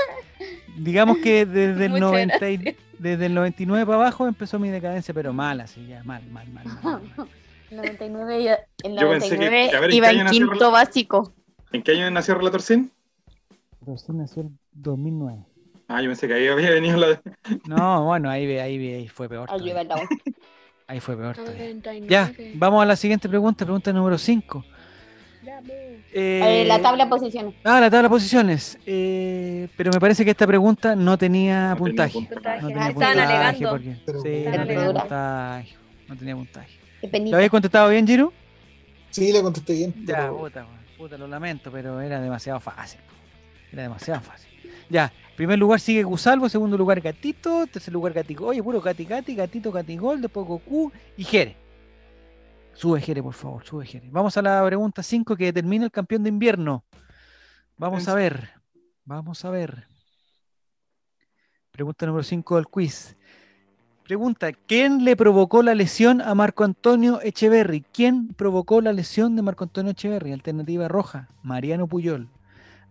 Speaker 1: Digamos que desde el,
Speaker 3: Muchas
Speaker 1: 90, y- desde el 99 para abajo empezó mi decadencia, pero mal, así ya, mal, mal, mal. mal, mal.
Speaker 2: 99 y- en
Speaker 4: Yo pensé que-
Speaker 2: 99
Speaker 4: a ver, ¿en
Speaker 2: iba
Speaker 4: qué año
Speaker 2: en
Speaker 4: nació
Speaker 2: quinto básico.
Speaker 4: ¿En qué año nació Relator Sin?
Speaker 1: Pero sí nació el 2009.
Speaker 4: Ah, yo pensé que ahí había venido la.
Speaker 1: No, bueno, ahí, ahí, ahí fue peor.
Speaker 2: Ay, yo iba
Speaker 1: todavía.
Speaker 2: en la U.
Speaker 1: Ahí fue peor. todavía. Ya, vamos a la siguiente pregunta, pregunta número 5.
Speaker 2: Eh, la tabla de posiciones.
Speaker 1: Ah, la tabla de posiciones. Eh, pero me parece que esta pregunta no tenía
Speaker 4: No tenía
Speaker 1: puntaje.
Speaker 4: puntaje.
Speaker 1: No
Speaker 3: Ah,
Speaker 1: tenía
Speaker 3: estaban
Speaker 1: puntaje
Speaker 3: alegando.
Speaker 1: porque-
Speaker 5: Pero-
Speaker 1: sí,
Speaker 5: Estaban
Speaker 1: no tenía
Speaker 2: alegando.
Speaker 1: puntaje. No tenía puntaje.
Speaker 2: Qué penita.
Speaker 1: ¿Lo habéis contestado bien, Giro?
Speaker 5: Sí, le contesté bien.
Speaker 1: Ya,
Speaker 5: pero-
Speaker 1: puta, weón, puta, lo lamento, pero era demasiado fácil. Era demasiado fácil. Ya, primer lugar sigue Gusalvo, segundo lugar Gatito, tercer lugar Gatigo. Oye, puro Gati Gati, Gatito Gatigol, después Goku y Jere. Sube Jere, por favor, sube Jere. Vamos a la pregunta 5 que determina el campeón de invierno. Vamos a ver, vamos a ver. Pregunta número 5 del quiz. Pregunta, ¿quién le provocó la lesión a Marco Antonio Echeverry? ¿Quién provocó la lesión de Marco Antonio Echeverry? Alternativa roja, Mariano Puyol.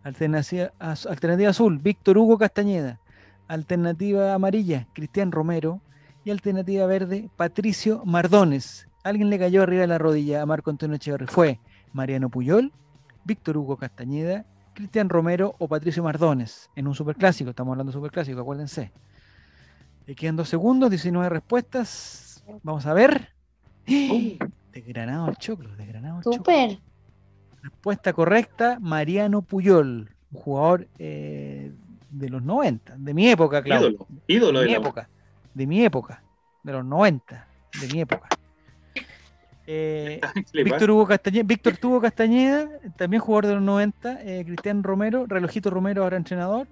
Speaker 1: Alternativa, az- alternativa azul, Víctor Hugo Castañeda. Alternativa amarilla, Cristian Romero. Y alternativa verde, Patricio Mardones. Alguien le cayó arriba de la rodilla a Marco Antonio Echeverry. Fue Mariano Puyol, Víctor Hugo Castañeda, Cristian Romero o Patricio Mardones. En un superclásico, estamos hablando de superclásico, acuérdense. Le quedan dos segundos, 19 respuestas. Vamos a ver. Desgranado el choclo, desgranado el choclo.
Speaker 2: Súper.
Speaker 1: Respuesta correcta, Mariano Puyol, un jugador eh, de los 90, de mi época, claro.
Speaker 4: Ídolo, ídolo
Speaker 1: de
Speaker 4: de
Speaker 1: mi
Speaker 4: la
Speaker 1: época, de mi época, de los 90, de mi época. Eh,
Speaker 4: Le pasa.
Speaker 1: Víctor, Hugo Castañeda, Víctor Tuvo Castañeda, también jugador de los 90, eh, Cristian Romero, Relojito Romero ahora entrenador,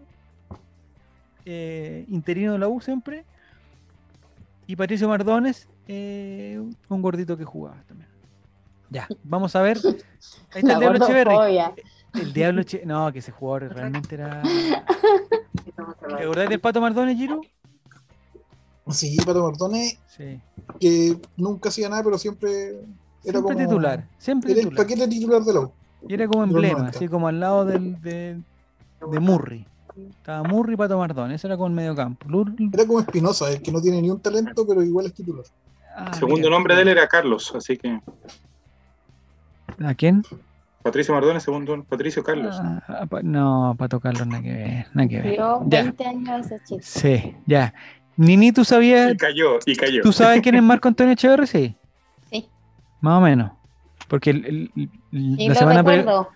Speaker 1: eh, interino de la U siempre, y Patricio Mardones, eh, un gordito que jugaba también. Ya, vamos a ver. Ahí está Eh,
Speaker 2: La
Speaker 1: el Diablo Echeverri.
Speaker 2: gordofobia.
Speaker 1: El Diablo Eche- No, que ese jugador realmente era... ¿Te acordás del Pato Mardones, Giru?
Speaker 5: Sí, Pato Mardones,
Speaker 1: Sí.
Speaker 5: que nunca hacía nada, pero siempre era
Speaker 1: Siempre
Speaker 5: como.
Speaker 1: titular, siempre
Speaker 5: Era el
Speaker 1: titular.
Speaker 5: paquete titular de la U.
Speaker 1: Y era como
Speaker 5: Los
Speaker 1: emblema,
Speaker 5: 90.
Speaker 1: así como al lado del, de, de Murray. Estaba Murray y Pato Mardón, eso era con medio campo. Lur-
Speaker 5: Era como Espinosa, el que no tiene ni un talento, pero igual es titular.
Speaker 1: Ah,
Speaker 4: El segundo
Speaker 1: mira.
Speaker 4: nombre de él era Carlos, así que
Speaker 1: ¿A quién?
Speaker 4: Patricio Mardones, segundo Patricio Carlos.
Speaker 1: Ah, ah, pa- no, Pato Carlos, nada que ver, nada que ver.
Speaker 2: Dio
Speaker 1: Ya.
Speaker 2: 20 años a ese chico.
Speaker 1: Sí, ya. Nini, ¿tú sabías?
Speaker 4: Y cayó, y cayó.
Speaker 1: Ah. ¿Tú sabes quién es Marco Antonio Echeverri? Sí,
Speaker 2: Sí.
Speaker 1: más o menos. Porque el- el- el-
Speaker 2: Y
Speaker 1: la,
Speaker 2: lo
Speaker 1: semana pre-
Speaker 2: recuerdo.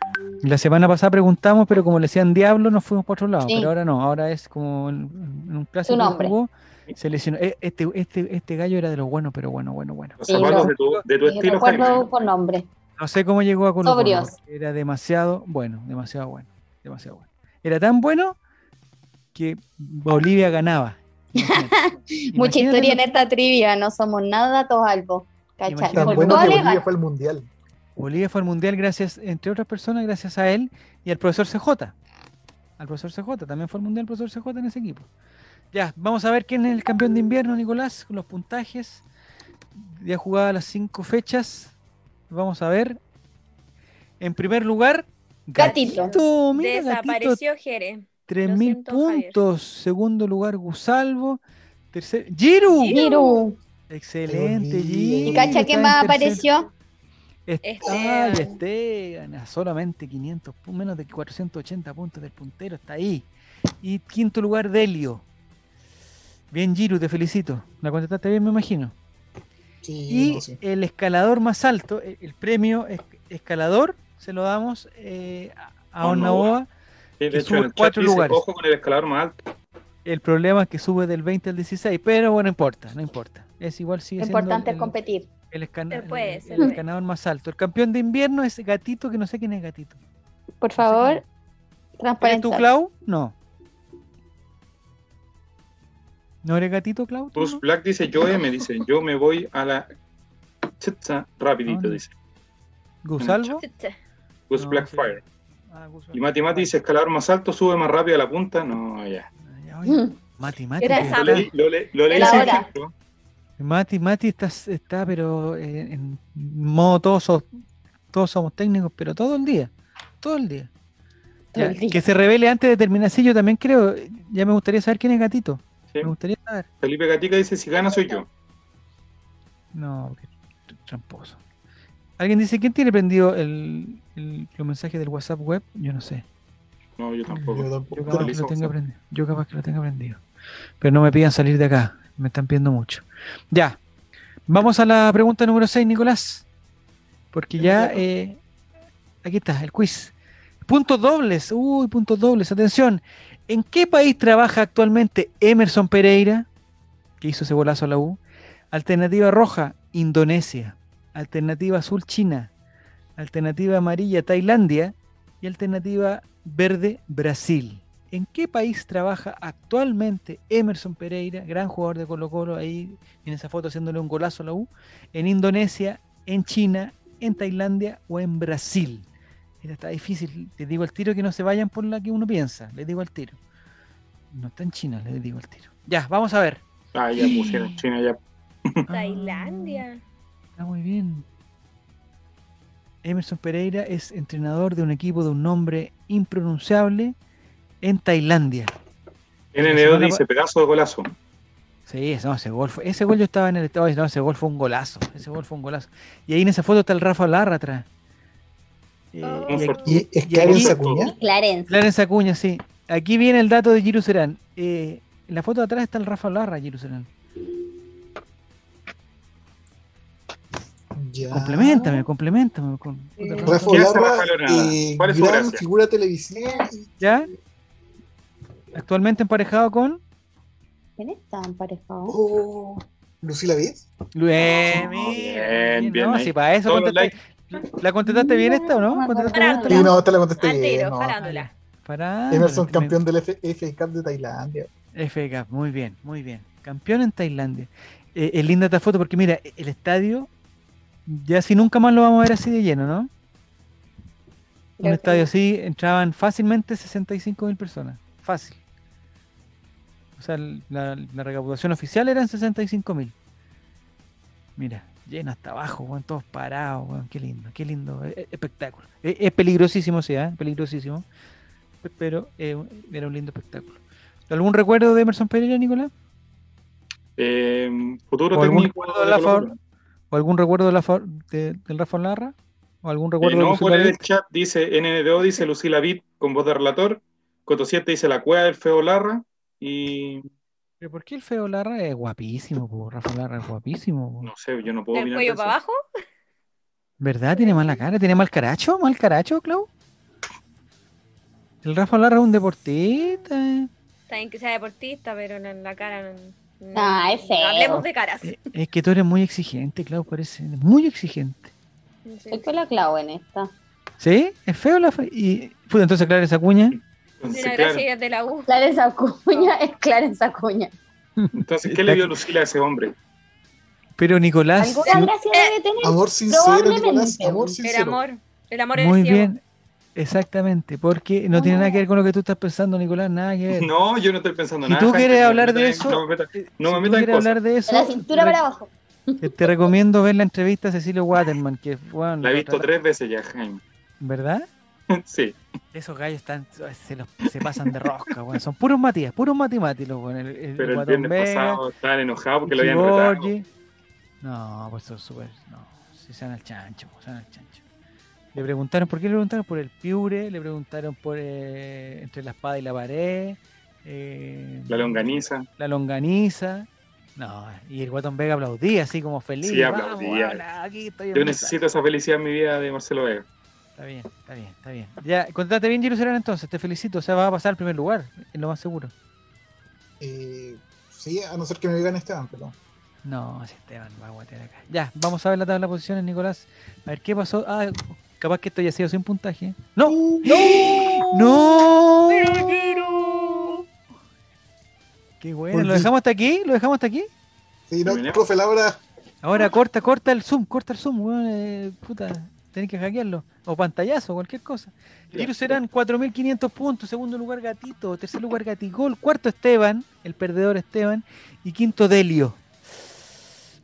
Speaker 1: la semana pasada preguntamos, pero como le decían Diablo, nos fuimos para otro lado.
Speaker 2: Sí.
Speaker 1: Pero ahora no, ahora es como en en un clásico que
Speaker 2: nombre.
Speaker 1: jugó, se lesionó. E- Este, este, este gallo era de los buenos, pero bueno, bueno, bueno.
Speaker 4: Los
Speaker 2: Sí,
Speaker 4: zapatos
Speaker 2: lo-
Speaker 4: de tu, de tu
Speaker 2: Y
Speaker 4: estilo,
Speaker 2: recuerdo
Speaker 4: Jaime.
Speaker 2: por nombre.
Speaker 1: No sé cómo llegó a Colo Colo,
Speaker 2: Sobrios.
Speaker 1: porque Era demasiado bueno, demasiado bueno, demasiado bueno. Era tan bueno que Bolivia ganaba. Imagínate.
Speaker 2: Mucha
Speaker 1: Imagínate
Speaker 2: historia en
Speaker 1: lo-
Speaker 2: esta trivia, no somos nada datos albos. ¿Cachai?
Speaker 1: Imagínate.
Speaker 5: Tan
Speaker 2: Por
Speaker 5: bueno
Speaker 2: todo
Speaker 5: que
Speaker 2: legal.
Speaker 5: Bolivia fue al mundial.
Speaker 1: Bolivia fue al mundial gracias, entre otras personas, gracias a él y al profesor CJ. Al profesor CJ, también fue al mundial el profesor CJ en ese equipo. Ya, vamos a ver quién es el campeón de invierno, Nicolás, con los puntajes. Ya jugaba las cinco fechas. Vamos a ver. En primer lugar,
Speaker 2: Gatito.
Speaker 1: mira, Gatito
Speaker 3: Desapareció Jere.
Speaker 1: 3.000
Speaker 3: siento, Javier.
Speaker 1: puntos. Segundo lugar, Gusalvo. Tercer, Giru.
Speaker 2: Giru.
Speaker 1: Excelente,
Speaker 5: Qué bonito.
Speaker 1: Giru.
Speaker 2: ¿Y cacha qué
Speaker 1: Está
Speaker 2: más
Speaker 1: en tercer-
Speaker 2: apareció? Este,
Speaker 1: Esteban.
Speaker 3: Esteban.
Speaker 1: Esteban, a solamente 500, pu- menos de 480 puntos del puntero. Está ahí. Y quinto lugar, Delio. Bien, Giru, te felicito. La contestaste bien, me imagino.
Speaker 5: Sí,
Speaker 1: Y
Speaker 5: no sé.
Speaker 1: el escalador más alto, el, el premio es- escalador, se lo damos eh, a
Speaker 4: A
Speaker 1: Onaoa.
Speaker 4: Onaoa. Sí,
Speaker 1: que
Speaker 4: de hecho,
Speaker 1: sube
Speaker 4: en el chat
Speaker 1: cuatro
Speaker 4: dice,
Speaker 1: lugares.
Speaker 4: Ojo con el escalador más alto.
Speaker 1: El problema es que sube del 20 al 16, pero bueno, no importa, no importa. Es igual, sigue
Speaker 2: Lo
Speaker 1: siendo
Speaker 2: importante
Speaker 1: el,
Speaker 2: es competir.
Speaker 1: el escana-
Speaker 3: Se puede,
Speaker 1: el-
Speaker 3: se
Speaker 1: el
Speaker 3: puede.
Speaker 1: escalador más alto. El campeón de invierno es Gatito, que no sé quién es Gatito.
Speaker 2: Por favor,
Speaker 1: ¿Eres tú,
Speaker 2: transparente.
Speaker 1: Clau? No. ¿No eres Gatito, Clau? ¿Tú
Speaker 4: Bruce
Speaker 1: no?
Speaker 4: Black dice, yo me dice, yo me voy a la chetza rapidito,
Speaker 1: ¿Dónde?
Speaker 4: dice.
Speaker 1: ¿Gusalvo?
Speaker 4: Bruce
Speaker 1: Ah, No, sí.
Speaker 4: Blackfire.
Speaker 1: Ah, Gusalvo.
Speaker 4: Y Mati Mati dice, escalador más alto, sube más rápido a la punta. No, ya.
Speaker 1: Ah, ya, oye, Mati, Mati.
Speaker 2: Era
Speaker 1: que
Speaker 2: esa.
Speaker 4: Lo
Speaker 1: está-
Speaker 4: leí, lo leí, lo leí
Speaker 2: Era
Speaker 4: sin
Speaker 2: hora.
Speaker 4: filtro.
Speaker 1: Mati, Mati está, está pero eh, en modo todos, so- todos somos técnicos, pero todo el día. Todo el día.
Speaker 2: Todo
Speaker 1: Ya,
Speaker 2: el día.
Speaker 1: Que se revele antes de terminar. Sí, yo también creo. Ya me gustaría saber quién es Gatito.
Speaker 4: Sí.
Speaker 1: Me gustaría saber.
Speaker 4: Felipe Gatica dice, si gana soy yo.
Speaker 1: No, qué tr- tramposo. Alguien dice, ¿quién tiene prendido el, el- los mensajes del WhatsApp web? Yo no sé.
Speaker 4: No,
Speaker 5: Yo
Speaker 4: yo tampoco.
Speaker 1: Yo
Speaker 5: tampoco.
Speaker 1: capaz que
Speaker 4: Listo,
Speaker 1: lo tenga
Speaker 4: WhatsApp.
Speaker 1: prendido. Yo capaz que lo tenga prendido. Pero no me pidan salir de acá. Me están pidiendo mucho. Ya. Vamos a la pregunta número 6, Nicolás. Porque ya. eh, aquí está, el quiz. Puntos dobles. Uy, puntos dobles. Atención. ¿En qué país trabaja actualmente Emerson Pereira? Que hizo ese golazo a la U. Alternativa roja, Indonesia. Alternativa azul, China. Alternativa amarilla, Tailandia. Y alternativa verde, Brasil. ¿En qué país trabaja actualmente Emerson Pereira, gran jugador de Colo Colo, ahí en esa foto haciéndole un golazo a la U? ¿En Indonesia, en China, en Tailandia o en Brasil? Mira, está difícil. Les digo al tiro que no se vayan por la que uno piensa. Les digo al tiro. No está en China, les digo al tiro. Ya, vamos a ver. Ah,
Speaker 4: Ah, ya pusieron China, ya.
Speaker 3: Tailandia.
Speaker 1: Está muy bien. Emerson Pereira es entrenador de un equipo de un nombre impronunciable en Tailandia.
Speaker 4: NNO dice, pedazo de golazo.
Speaker 1: Sí, ese, no, ese gol fue, ese gol yo estaba en el estado, no, ese gol fue un golazo, ese gol fue un golazo. Y ahí en esa foto está el Rafa Larra atrás. Eh,
Speaker 3: Oh.
Speaker 1: y aquí-
Speaker 5: Y es
Speaker 1: y
Speaker 5: que
Speaker 1: aquí-
Speaker 5: en Sacuña.
Speaker 2: Clarence.
Speaker 1: Clarence Acuña, sí. Aquí viene el dato de Giru Serán. Eh, en la foto de atrás está el Rafa Larra, Giru Serán.
Speaker 5: Ya.
Speaker 1: Complementame, complementame. Con,
Speaker 2: Sí.
Speaker 1: puta,
Speaker 5: Rafa
Speaker 4: ¿Qué hace
Speaker 5: Larra,
Speaker 4: Rafael Orellana?
Speaker 5: eh,
Speaker 4: ¿Cuál es su
Speaker 5: gran
Speaker 4: gracia?
Speaker 5: figura televisiva. y-
Speaker 1: ¿Ya? Actualmente emparejado con.
Speaker 2: ¿Quién está emparejado?
Speaker 5: Oh, ¿Lucila Viz?
Speaker 1: Bien, mira,
Speaker 4: Oh, bien,
Speaker 1: bien, no,
Speaker 4: bien ahí.
Speaker 1: si para eso
Speaker 4: Todos los
Speaker 1: contesté- ¿La contestaste bien esta o no?
Speaker 2: No me
Speaker 1: ¿Contestaste
Speaker 2: acuerdo.
Speaker 1: bien?
Speaker 5: Sí, no, te
Speaker 1: este,
Speaker 5: la contesté
Speaker 3: Al
Speaker 5: bien.
Speaker 3: tiro,
Speaker 5: no.
Speaker 3: farándula.
Speaker 1: Pará,
Speaker 5: Emerson,
Speaker 1: me-
Speaker 5: campeón del F- FA Cup de Tailandia.
Speaker 1: FA Cup, muy bien, muy bien. Campeón en Tailandia. Eh, es linda esta foto porque mira, el estadio, ya si nunca más lo vamos a ver así de lleno, ¿no?
Speaker 2: Creo
Speaker 1: Un
Speaker 2: que
Speaker 1: estadio
Speaker 2: no.
Speaker 1: así entraban fácilmente 65 mil personas, fácil. O sea, el- la, la recaudación oficial eran 65 mil. Mira, lleno hasta abajo, weón, todos parados, weón, qué lindo, qué lindo eh, eh, espectáculo. Eh, Es, peligrosísimo, sí, ¿eh? peligrosísimo, Pe- pero eh, era un lindo espectáculo. ¿Algún recuerdo de Emerson Pereira, Nicolás?
Speaker 4: Eh, futuro
Speaker 1: ¿O algún
Speaker 4: técnico.
Speaker 1: recuerdo de
Speaker 4: de
Speaker 1: la
Speaker 4: Colo-Colo.
Speaker 1: favor- ¿O algún recuerdo de la fa- de- del Rafa Larra? ¿O algún
Speaker 4: Eh,
Speaker 1: recuerdo de
Speaker 4: no,
Speaker 1: Lucila
Speaker 4: por el
Speaker 1: Vic?
Speaker 4: chat dice NNDO, dice Lucila Vid con voz de relator. Coto 7 dice La Cueva del Feo Larra. Y
Speaker 1: ¿Pero por qué el feo Larra es guapísimo? po? Rafa Larra es guapísimo. po.
Speaker 4: no sé, yo no puedo
Speaker 3: Del
Speaker 4: opinar
Speaker 3: cuello
Speaker 4: de
Speaker 3: para
Speaker 4: eso.
Speaker 3: abajo.
Speaker 1: ¿Verdad? Tiene mala cara, tiene mal caracho, mal caracho, Clau. El Rafa Larra es un deportista. eh.
Speaker 3: Está bien que sea deportista, pero en- en la cara no. no-
Speaker 2: Ah, es
Speaker 3: no
Speaker 2: feo.
Speaker 3: Hablemos de caras.
Speaker 1: Eh, Es que tú eres muy exigente, Clau, parece. Muy exigente.
Speaker 3: Sí.
Speaker 2: Estoy con la clave en esta.
Speaker 1: ¿Sí? Es feo la fe- Y. Puta, entonces claro esa cuña.
Speaker 4: Entonces, claro,
Speaker 3: Mira, gracias ella es de la U.
Speaker 2: Clarence Acuña es Clarence Acuña.
Speaker 4: entonces, ¿qué le dio Lucila a ese hombre?
Speaker 1: Pero Nicolás.
Speaker 2: Alguna
Speaker 1: si-
Speaker 2: gracia debe tener.
Speaker 5: Amor sincero,
Speaker 2: Probablemente,
Speaker 5: Nicolás.
Speaker 2: weón.
Speaker 5: Amor
Speaker 3: El
Speaker 5: sincero.
Speaker 3: amor. El amor es
Speaker 1: Muy
Speaker 3: ciego.
Speaker 1: bien. Exactamente, porque no
Speaker 2: No,
Speaker 1: tiene
Speaker 2: no.
Speaker 1: nada que ver con lo que tú estás pensando, Nicolás, nada que ver.
Speaker 4: No, yo no estoy pensando
Speaker 1: Si
Speaker 4: nada.
Speaker 1: tú
Speaker 4: Hank,
Speaker 1: quieres
Speaker 4: no me
Speaker 1: hablar de
Speaker 4: metas en-
Speaker 1: eso,
Speaker 4: no me metas-
Speaker 1: Eh,
Speaker 4: No
Speaker 1: si
Speaker 4: me
Speaker 1: tú
Speaker 4: metas en
Speaker 1: quieres
Speaker 4: cosas.
Speaker 1: hablar de
Speaker 2: De
Speaker 1: eso,
Speaker 2: la cintura
Speaker 1: re-
Speaker 2: para abajo.
Speaker 1: Eh, te- te recomiendo ver la entrevista a Cecilio Waterman, que bueno,
Speaker 4: La he visto tres veces ya, Jaime.
Speaker 1: ¿verdad?
Speaker 4: Sí.
Speaker 1: Esos gallos están, se, los, se pasan de rosca, weón. son puros Matías, puros matemáticos, weón. El, el
Speaker 4: Pero el
Speaker 1: Guatón
Speaker 4: viernes
Speaker 1: Vega,
Speaker 4: pasado estaban enojados porque lo
Speaker 1: Ichi
Speaker 4: habían retado.
Speaker 1: Borghi. No, pues son súper, no, si sean al chancho, po, se van al chancho. Le preguntaron, ¿por qué le preguntaron? Por el piure, le preguntaron por eh, entre la espada y la pared. eh,
Speaker 4: La longaniza.
Speaker 1: la longaniza. No, y el Guatón Vega aplaudía así como feliz.
Speaker 4: Sí,
Speaker 1: "Vamos,
Speaker 4: aplaudía.
Speaker 1: hola, aquí estoy en
Speaker 4: Yo
Speaker 1: mi
Speaker 4: necesito esa felicidad en mi vida de Marcelo Vega.
Speaker 1: casa". Está bien, está bien, está bien. Ya, contate bien, Jerusalén, entonces. Te felicito. O sea, vas a pasar al primer lugar, es lo más seguro.
Speaker 5: Eh, sí, a no ser que me digan Esteban, pero.
Speaker 1: No, si Esteban va a guatear acá. Ya, vamos a ver la tabla de posiciones, Nicolás. A ver qué pasó. Ah, capaz que esto ya ha sido sin puntaje. ¡No! ¡No! ¡Qué bueno! ¿Lo
Speaker 5: Volví.
Speaker 1: dejamos hasta aquí? ¿Lo dejamos hasta aquí?
Speaker 5: Sí, no,
Speaker 4: Terminemos.
Speaker 5: profe Laura,
Speaker 1: Ahora corta, corta el zoom, corta el zoom, weón. eh, puta, tenés que hackearlo. O pantallazo, cualquier cosa. Giru serán 4.500 puntos. Segundo lugar, Gatito. Tercer lugar, Gatigol. Cuarto, Esteban. El perdedor, Esteban. Y quinto, Delio.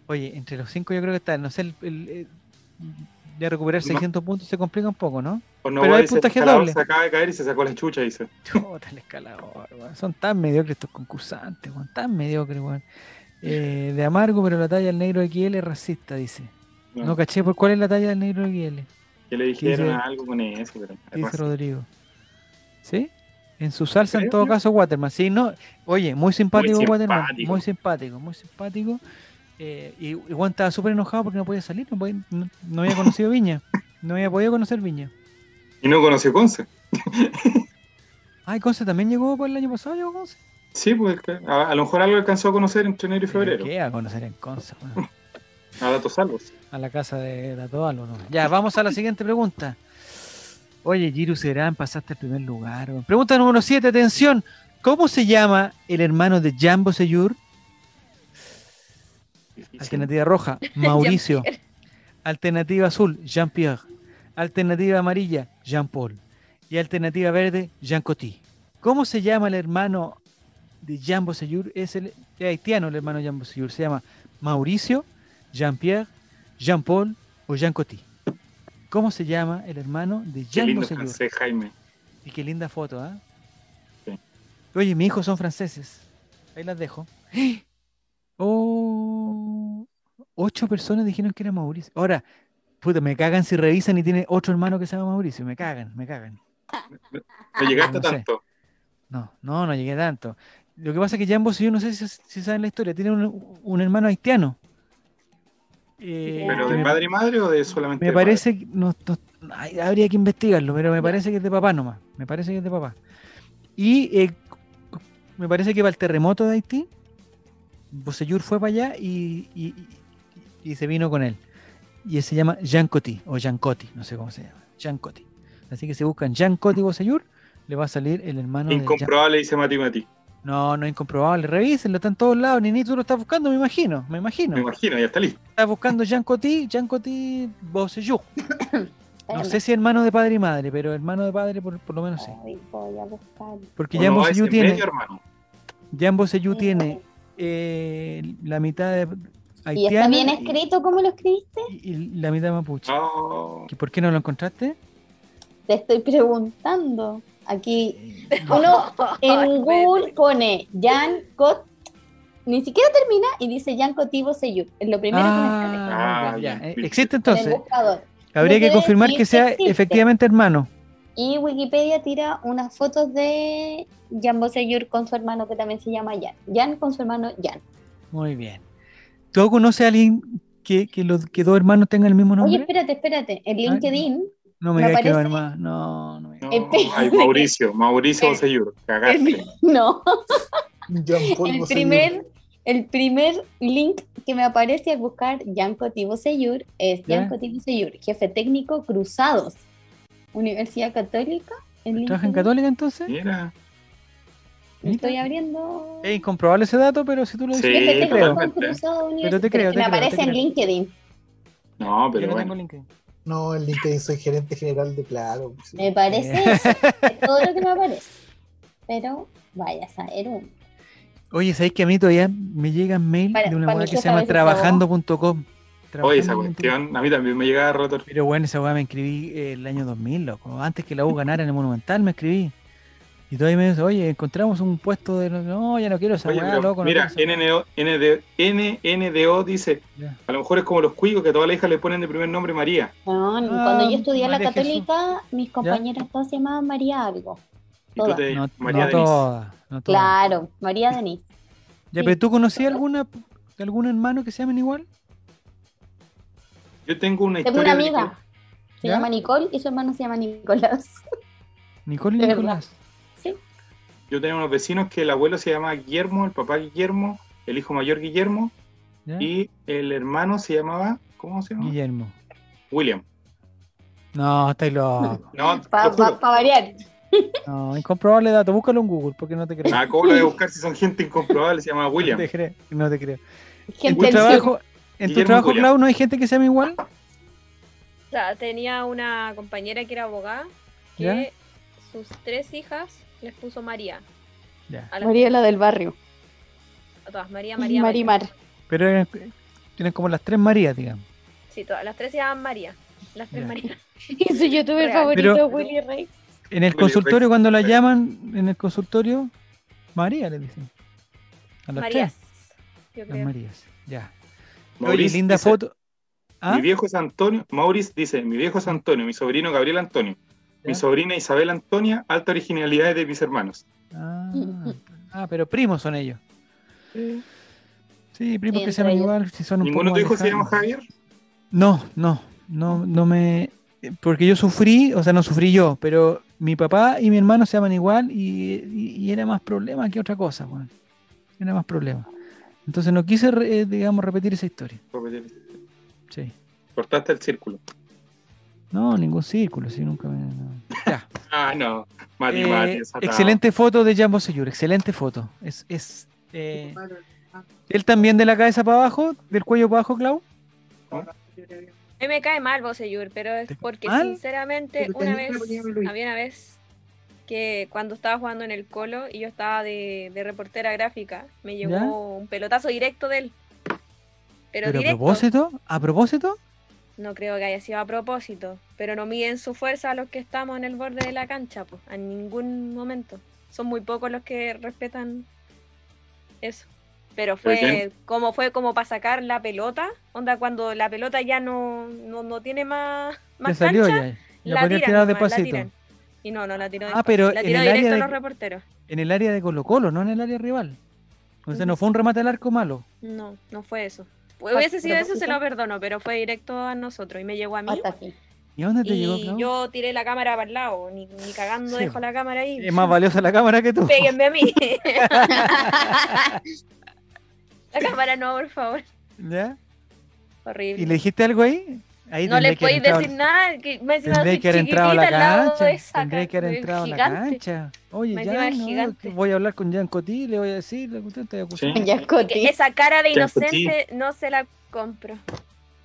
Speaker 1: Oye, entre los cinco yo creo que está. No sé, el, el, eh, ya recuperar
Speaker 4: No.
Speaker 1: 600 puntos se complica un poco, ¿no?
Speaker 4: O no,
Speaker 1: Pero hay
Speaker 4: dice,
Speaker 1: puntaje
Speaker 4: el escalador
Speaker 1: doble.
Speaker 4: Se acaba de caer y se sacó la chucha, dice.
Speaker 1: Chuta, el escalador, weón. Son tan mediocres estos concursantes, weón. Tan mediocres, weón. Eh, de amargo, pero la talla del negro de XL es racista, dice.
Speaker 4: No,
Speaker 1: No caché por cuál es la talla del negro de XL.
Speaker 4: que le dijeron
Speaker 1: dice-
Speaker 4: algo con eso, pero.
Speaker 1: Dice Rodrigo. ¿Sí? En su salsa, en
Speaker 4: Creo,
Speaker 1: todo
Speaker 4: creo.
Speaker 1: caso, Waterman. Sí, no. Oye, muy simpático, Waterman.
Speaker 4: simpático.
Speaker 1: Muy simpático, muy simpático. Eh, y y Juan estaba súper enojado porque no podía salir. No, podía- no- no había conocido Viña. No había podido conocer Viña.
Speaker 4: Y no conoció Conce.
Speaker 1: Ay, Ah, Conce también llegó por el año pasado, llegó Conce.
Speaker 4: Sí, pues que a, a lo mejor algo alcanzó a conocer entre enero y
Speaker 1: Pero
Speaker 4: febrero.
Speaker 1: ¿Qué a conocer en Conce? bueno,
Speaker 4: A datos salvos.
Speaker 1: a la casa de Dato Albo, ¿no? Ya, vamos a la siguiente pregunta. Oye, Giru Serán, pasaste al primer lugar. weón. Pregunta número 7, atención. ¿Cómo se llama el hermano de Jambo Seyur? Alternativa roja, Mauricio. Alternativa azul, Jean-Pierre. Alternativa amarilla, Jean-Paul. Y alternativa verde, Jean Coty. ¿Cómo se llama el hermano de Jean Bosseyur? Es el es haitiano el hermano de Jean Bosseyur. Se llama Mauricio, Jean-Pierre, Jean-Paul o Jean Coty. ¿Cómo se llama el hermano de
Speaker 4: Qué
Speaker 1: Jean
Speaker 4: lindo
Speaker 1: Bosseyur?
Speaker 4: francés, Jaime.
Speaker 1: Y qué linda foto, ¿ah?
Speaker 4: Sí.
Speaker 1: Oye, mis hijos son franceses. Ahí las dejo. ¡Eh! Oh, ocho personas dijeron que era Mauricio. Ahora, puta, me cagan si revisan y tiene otro hermano que se llama Mauricio. Me cagan, me cagan.
Speaker 4: No llegaste
Speaker 1: Ah, No sé.
Speaker 4: tanto.
Speaker 1: No, no, no llegué tanto. Lo que pasa es que Jambo, si yo no sé si, si saben la historia, tiene un, un hermano haitiano. Eh,
Speaker 4: ¿Pero
Speaker 1: que
Speaker 4: de
Speaker 1: me-
Speaker 4: padre y madre o de solamente
Speaker 1: Me
Speaker 4: de padre?
Speaker 1: parece que no- no- ay, habría que investigarlo, pero me parece que es de papá nomás. Me parece que es de papá. Y eh, me parece que para el terremoto de Haití, Bosellur fue para allá y, y- y- y se vino con él. Y él se llama Jean Coty o Jean Coty, no sé cómo se llama. Jean Coty. Así que si buscan Jean Coty Bosellur, le va a salir el hermano de Jean-
Speaker 4: Incomprobable, dice Mati Mati.
Speaker 1: No, no es incomprobable. Revísenlo, está en todos lados. Nini, tú lo estás buscando, me imagino. Me imagino.
Speaker 4: Me imagino, ya está listo.
Speaker 1: Estás buscando Jean Coty, Jean Coty Bosellur. No
Speaker 2: Espérame,
Speaker 1: sé si hermano de padre y madre, pero hermano de padre por, por lo menos sí.
Speaker 2: ay, Voy a buscar.
Speaker 1: Porque
Speaker 4: ¿O
Speaker 1: Jean
Speaker 4: no va
Speaker 1: Bosellur
Speaker 4: ese
Speaker 1: tiene,
Speaker 4: medio, hermano?
Speaker 1: Jean
Speaker 2: Mm.
Speaker 1: Bosellur tiene eh, la mitad de
Speaker 2: ¿Y está
Speaker 1: haitiana
Speaker 2: bien
Speaker 1: y-
Speaker 2: escrito como lo escribiste?
Speaker 1: y, y la mitad mapuche.
Speaker 4: Oh,
Speaker 1: ¿Que ¿Por qué no lo encontraste?
Speaker 2: Te estoy preguntando.
Speaker 1: Eh,
Speaker 2: Aquí
Speaker 3: No,
Speaker 2: uno en
Speaker 3: pues,
Speaker 2: Google pone Jan Cot, ni siquiera termina y dice Jan Cotivo Seyu. Es lo primero que me sale
Speaker 1: Ah,
Speaker 4: Ah,
Speaker 1: ya,
Speaker 4: ya.
Speaker 1: eh, Existe
Speaker 2: en el
Speaker 1: entonces.
Speaker 2: buscador.
Speaker 1: Habría que
Speaker 2: debe
Speaker 1: confirmar
Speaker 2: decir
Speaker 1: que
Speaker 2: que
Speaker 1: sea
Speaker 2: existe.
Speaker 1: efectivamente hermano.
Speaker 2: Y Wikipedia tira unas fotos de Jan Boseyur con su hermano que también se llama Jan. Jan con su hermano Jan.
Speaker 1: Muy bien. ¿Tú conoces a alguien que, que los, que dos hermanos tengan el mismo
Speaker 2: Oye,
Speaker 1: nombre?
Speaker 2: espérate, espérate. En LinkedIn,
Speaker 1: no me
Speaker 2: me
Speaker 1: digas que no,
Speaker 2: parece-
Speaker 1: hermano. No, no me digas.
Speaker 4: no,
Speaker 2: Espérate.
Speaker 4: ay, Mauricio, Mauricio Bosellur,
Speaker 2: Este-
Speaker 4: cagaste.
Speaker 2: no.
Speaker 5: Jean-Paul
Speaker 2: El
Speaker 5: Bosellur.
Speaker 2: primer, el primer link que me aparece al buscar Yanko Tibo Seyur es
Speaker 1: ¿Ya?
Speaker 2: Yanko Tibo Seyur, jefe técnico Cruzados, Universidad Católica. en
Speaker 1: ¿Trabaja en
Speaker 2: LinkedIn.
Speaker 1: Católica entonces?
Speaker 4: Mira,
Speaker 2: Estoy abriendo.
Speaker 1: Es incomprobable ese dato, pero si tú lo
Speaker 4: Sí,
Speaker 1: dices,
Speaker 2: Jefe
Speaker 1: te
Speaker 2: técnico
Speaker 1: creo.
Speaker 4: totalmente.
Speaker 2: Cruzados, Universidad-
Speaker 1: Pero te creo, te
Speaker 2: que me
Speaker 1: creo, te
Speaker 2: aparece en
Speaker 1: creo.
Speaker 2: LinkedIn.
Speaker 4: no,
Speaker 1: Yo
Speaker 4: pero
Speaker 1: no tengo
Speaker 4: bueno.
Speaker 1: LinkedIn.
Speaker 5: No, el LinkedIn soy gerente general de Claro. pues, sí.
Speaker 2: Me parece eso, es todo lo que me aparece. Pero vaya a saber uno.
Speaker 1: Oye, ¿sabéis que a mí todavía me llegan mail
Speaker 2: Para-
Speaker 1: de una
Speaker 2: para
Speaker 1: weá
Speaker 2: mi
Speaker 1: que se
Speaker 2: jefa a
Speaker 1: llama
Speaker 2: veces se ahoga.
Speaker 1: trabajando.com?
Speaker 4: Oye, esa
Speaker 1: Trabajando.com.
Speaker 4: cuestión, a mí también me llegaba a rotar.
Speaker 1: Pero bueno, esa weá me escribí eh, el año 2000, loco. Antes que la U ganara en el Monumental, me escribí. Y todavía me dice, oye, encontramos un puesto de. No, ya no quiero esa
Speaker 4: Oye,
Speaker 1: weá,
Speaker 4: pero
Speaker 1: loco. no
Speaker 4: mira,
Speaker 1: quiero esa
Speaker 4: NNO, ND NNDO dice,
Speaker 1: Ya.
Speaker 4: a lo mejor es como los cuicos que a todas las hijas le ponen de primer nombre María.
Speaker 2: No, no,
Speaker 1: Ah,
Speaker 2: cuando yo estudié en la
Speaker 1: María Jesús.
Speaker 2: Católica, mis compañeras todas se llamaban María algo.
Speaker 4: Y tú
Speaker 2: Todas.
Speaker 4: te-
Speaker 1: weá". No,
Speaker 4: eh, María
Speaker 1: no
Speaker 4: Denise.
Speaker 1: todas, no todas.
Speaker 2: Claro, María Denise.
Speaker 1: Ya, pero ¿tú conocías alguna, algún hermano que se llamen igual?
Speaker 4: Yo tengo una
Speaker 2: Tengo
Speaker 4: historia.
Speaker 2: una
Speaker 4: de-
Speaker 2: amiga. Se
Speaker 1: ¿Ya?
Speaker 2: llama Nicole y su hermano se llama Nicolás.
Speaker 1: Nicole y
Speaker 2: De verdad.
Speaker 1: Nicolás.
Speaker 4: Yo tenía unos vecinos que el abuelo se llamaba Guillermo, el papá Guillermo, el hijo mayor Guillermo
Speaker 1: ¿ya?
Speaker 4: y el hermano se llamaba, ¿cómo se llama?
Speaker 1: Guillermo.
Speaker 4: William.
Speaker 1: No, estáis loco.
Speaker 4: No, te lo
Speaker 2: Para
Speaker 4: juro.
Speaker 2: variar.
Speaker 1: No, incomprobable dato. Búscalo en Google porque no te creo.
Speaker 4: Ah, ¿cómo lo voy a buscar si son gente incomprobable? Se llama
Speaker 1: No
Speaker 4: William.
Speaker 1: te creo. No te creo. ¿En
Speaker 2: Gente
Speaker 1: tu
Speaker 2: del sur.
Speaker 1: trabajo, en tu
Speaker 4: Guillermo
Speaker 1: trabajo
Speaker 4: Julián.
Speaker 1: Clau, no hay gente que se llame igual?
Speaker 3: O sea, tenía una compañera que era abogada que
Speaker 1: ¿Ya?
Speaker 3: sus tres hijas les puso María.
Speaker 1: Ya.
Speaker 3: A, las-
Speaker 2: María la del barrio.
Speaker 3: a todas, María,
Speaker 2: Y
Speaker 3: María,
Speaker 2: Marimar.
Speaker 1: Pero eran- tienen como las tres Marías, digamos.
Speaker 3: Sí, todas, las tres se llaman María. Las tres
Speaker 1: Ya.
Speaker 3: María.
Speaker 2: Y su youtuber
Speaker 3: Real.
Speaker 2: favorito,
Speaker 1: Pero-
Speaker 2: Willy Rex.
Speaker 1: En el
Speaker 4: Julio,
Speaker 1: consultorio,
Speaker 4: Rex,
Speaker 1: cuando la
Speaker 4: Rex.
Speaker 1: llaman, en el consultorio, María le dicen. A las
Speaker 3: Marías.
Speaker 1: tres.
Speaker 3: Yo
Speaker 1: Las
Speaker 3: creo.
Speaker 1: Marías. Ya. Oye,
Speaker 4: Maurice
Speaker 1: linda
Speaker 4: dice,
Speaker 1: foto. ¿Ah?
Speaker 4: Mi viejo es Antonio. Maurice dice, mi viejo es Antonio, mi sobrino Gabriel Antonio, mi
Speaker 1: Ya.
Speaker 4: sobrina Isabel Antonia, alta originalidad de mis hermanos.
Speaker 1: Ah, ah, pero primos son ellos.
Speaker 5: Mm.
Speaker 1: Sí, primos
Speaker 2: Sí,
Speaker 1: que se llaman
Speaker 2: entre ellos.
Speaker 1: igual. Si son un
Speaker 4: ¿Ninguno de
Speaker 1: poco
Speaker 4: tus hijos se llama
Speaker 1: alejados.
Speaker 4: Javier?
Speaker 1: No, no, no, no me. Porque yo sufrí, o sea, no sufrí yo, pero mi papá y mi hermano se llaman igual y, y- y era más problema que otra cosa, weón. Era más problema. Entonces no quise, re- eh, digamos, repetir esa historia. Sí.
Speaker 4: Cortaste el círculo.
Speaker 1: No, ningún círculo, sí, nunca me. no. Ya.
Speaker 4: Ah, no. Mati,
Speaker 1: Eh,
Speaker 4: Mati, desatado.
Speaker 1: excelente foto de Jambo Seyur, excelente foto. Es. es eh, él también de la cabeza para abajo, del cuello para abajo, Clau.
Speaker 3: A mí me cae mal Boseyur, pero es
Speaker 1: ¿Te cae
Speaker 3: porque
Speaker 1: mal?
Speaker 3: sinceramente
Speaker 5: Pero
Speaker 3: una
Speaker 5: tenía
Speaker 3: vez,
Speaker 5: que ponerme Luis.
Speaker 3: había una vez que cuando estaba jugando en el Colo y yo estaba de, de reportera gráfica, me llegó
Speaker 1: ¿Ya?
Speaker 3: un pelotazo directo de él. Pero,
Speaker 1: Pero a
Speaker 3: directo.
Speaker 1: propósito, a propósito,
Speaker 3: No creo que haya sido a propósito, pero no miden su fuerza a los que estamos en el borde de la cancha, pues, en ningún momento. Son muy pocos los que respetan eso. Pero fue
Speaker 4: quién?
Speaker 3: como fue como para sacar la pelota, onda cuando la pelota ya no, no, no tiene más,
Speaker 1: le
Speaker 3: más
Speaker 1: salió ya.
Speaker 3: cancha,
Speaker 1: La,
Speaker 3: la,
Speaker 1: podría
Speaker 3: tiran
Speaker 1: tirar de
Speaker 3: nomás, la
Speaker 1: pasito.
Speaker 3: tiran. Y no, no la tiró
Speaker 1: Ah, pero
Speaker 3: la
Speaker 1: en
Speaker 3: tiró
Speaker 1: el área
Speaker 3: directo
Speaker 1: de-
Speaker 3: a los reporteros.
Speaker 1: en el área de Colo Colo, no en el área rival. O sea, no fue un remate al arco malo.
Speaker 3: No, no fue eso. Hubiese sido eso, se lo perdono, pero fue directo a nosotros y me llegó a mí.
Speaker 2: Hasta aquí.
Speaker 1: ¿Y a dónde te llegó,
Speaker 3: Y
Speaker 1: Clau?
Speaker 3: yo tiré la cámara para el lado, ni, ni cagando
Speaker 1: Sí.
Speaker 3: dejo la cámara ahí.
Speaker 1: Es más valiosa la cámara que tú.
Speaker 3: Péguenme a mí. la cámara no, por favor.
Speaker 1: ¿Ya?
Speaker 3: Horrible.
Speaker 1: ¿Y le dijiste algo ahí? Ahí
Speaker 3: no le
Speaker 1: tendría que haber
Speaker 3: podéis
Speaker 1: entrado-
Speaker 3: decir nada. Que me encima
Speaker 1: Tendría
Speaker 3: soy
Speaker 1: que haber entrado a la
Speaker 3: chiquitita al lado
Speaker 1: cancha.
Speaker 3: de esa
Speaker 1: Tendría que haber
Speaker 3: del
Speaker 1: entrado a la
Speaker 3: gigante.
Speaker 1: cancha. Oye,
Speaker 3: Más encima
Speaker 1: ya,
Speaker 3: del
Speaker 1: no,
Speaker 3: gigante.
Speaker 1: voy a hablar con Jean Cotí, le voy a decir, la cuestión te voy a acusar.
Speaker 4: Sí.
Speaker 2: Ya, Coti.
Speaker 3: Esa cara de
Speaker 4: Te escuché.
Speaker 3: inocente no se la compro.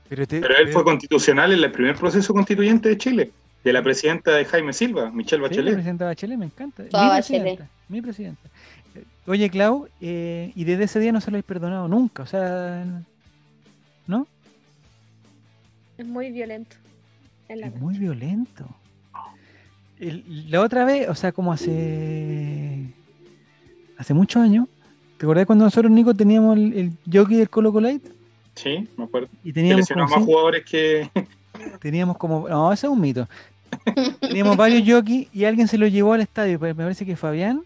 Speaker 1: Pero, te-
Speaker 4: Pero él fue
Speaker 1: pero-
Speaker 4: constitucional en el primer proceso constituyente de Chile, de la presidenta de Jaime Silva, Michelle
Speaker 1: Sí, la
Speaker 4: Bachelet.
Speaker 1: presidenta Bachelet, me encanta. Mi
Speaker 2: Toda Bachelet.
Speaker 1: presidenta, mi presidenta. Eh, Oye, Clau, eh, y desde ese día no se lo habéis perdonado nunca, o sea, ¿no?
Speaker 3: Es muy violento. Es la
Speaker 1: Es
Speaker 3: verdad.
Speaker 1: muy violento. El- la otra vez, o sea, como hace hace muchos años, ¿te acordás cuando nosotros, Nico, teníamos el, el jockey del Colo Colate?
Speaker 4: Sí, me acuerdo.
Speaker 1: Y
Speaker 4: Que
Speaker 1: teníamos
Speaker 4: lesionó
Speaker 1: como,
Speaker 4: a más
Speaker 1: cin-
Speaker 4: jugadores que.
Speaker 1: teníamos como... No, ese es un mito. Teníamos varios jockeys y alguien se lo llevó al estadio, pues, me parece que Fabián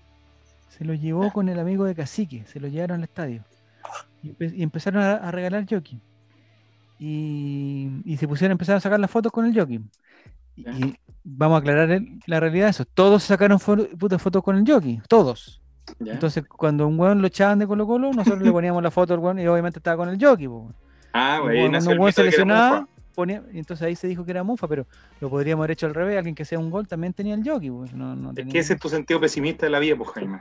Speaker 1: se lo llevó con el amigo de Cacique, se lo llevaron al estadio. Y, empe- y empezaron a, a regalar jockey. Y, y se pusieron, empezaron a sacar las fotos con el jockey. Y,
Speaker 4: Ya.
Speaker 1: y vamos a aclarar el- la realidad de eso. Todos sacaron fo- putas fotos con el jockey, todos.
Speaker 4: Ya.
Speaker 1: Entonces, cuando un weón lo echaban de Colo Colo, nosotros le poníamos la foto al weón y obviamente estaba con el jockey. po.
Speaker 4: ah,
Speaker 1: Cuando
Speaker 4: güey, ahí nació
Speaker 1: un
Speaker 4: el
Speaker 1: weón
Speaker 4: mito
Speaker 1: se
Speaker 4: de que era
Speaker 1: lesionaba,
Speaker 4: mufa.
Speaker 1: ponía- entonces ahí se dijo que era mufa, pero lo podríamos haber hecho al revés. Alguien que sea un gol también tenía el jockey. po. No, no
Speaker 4: Es
Speaker 1: tenía-
Speaker 4: que ese es tu sentido pesimista de la vida, pues, Jaime.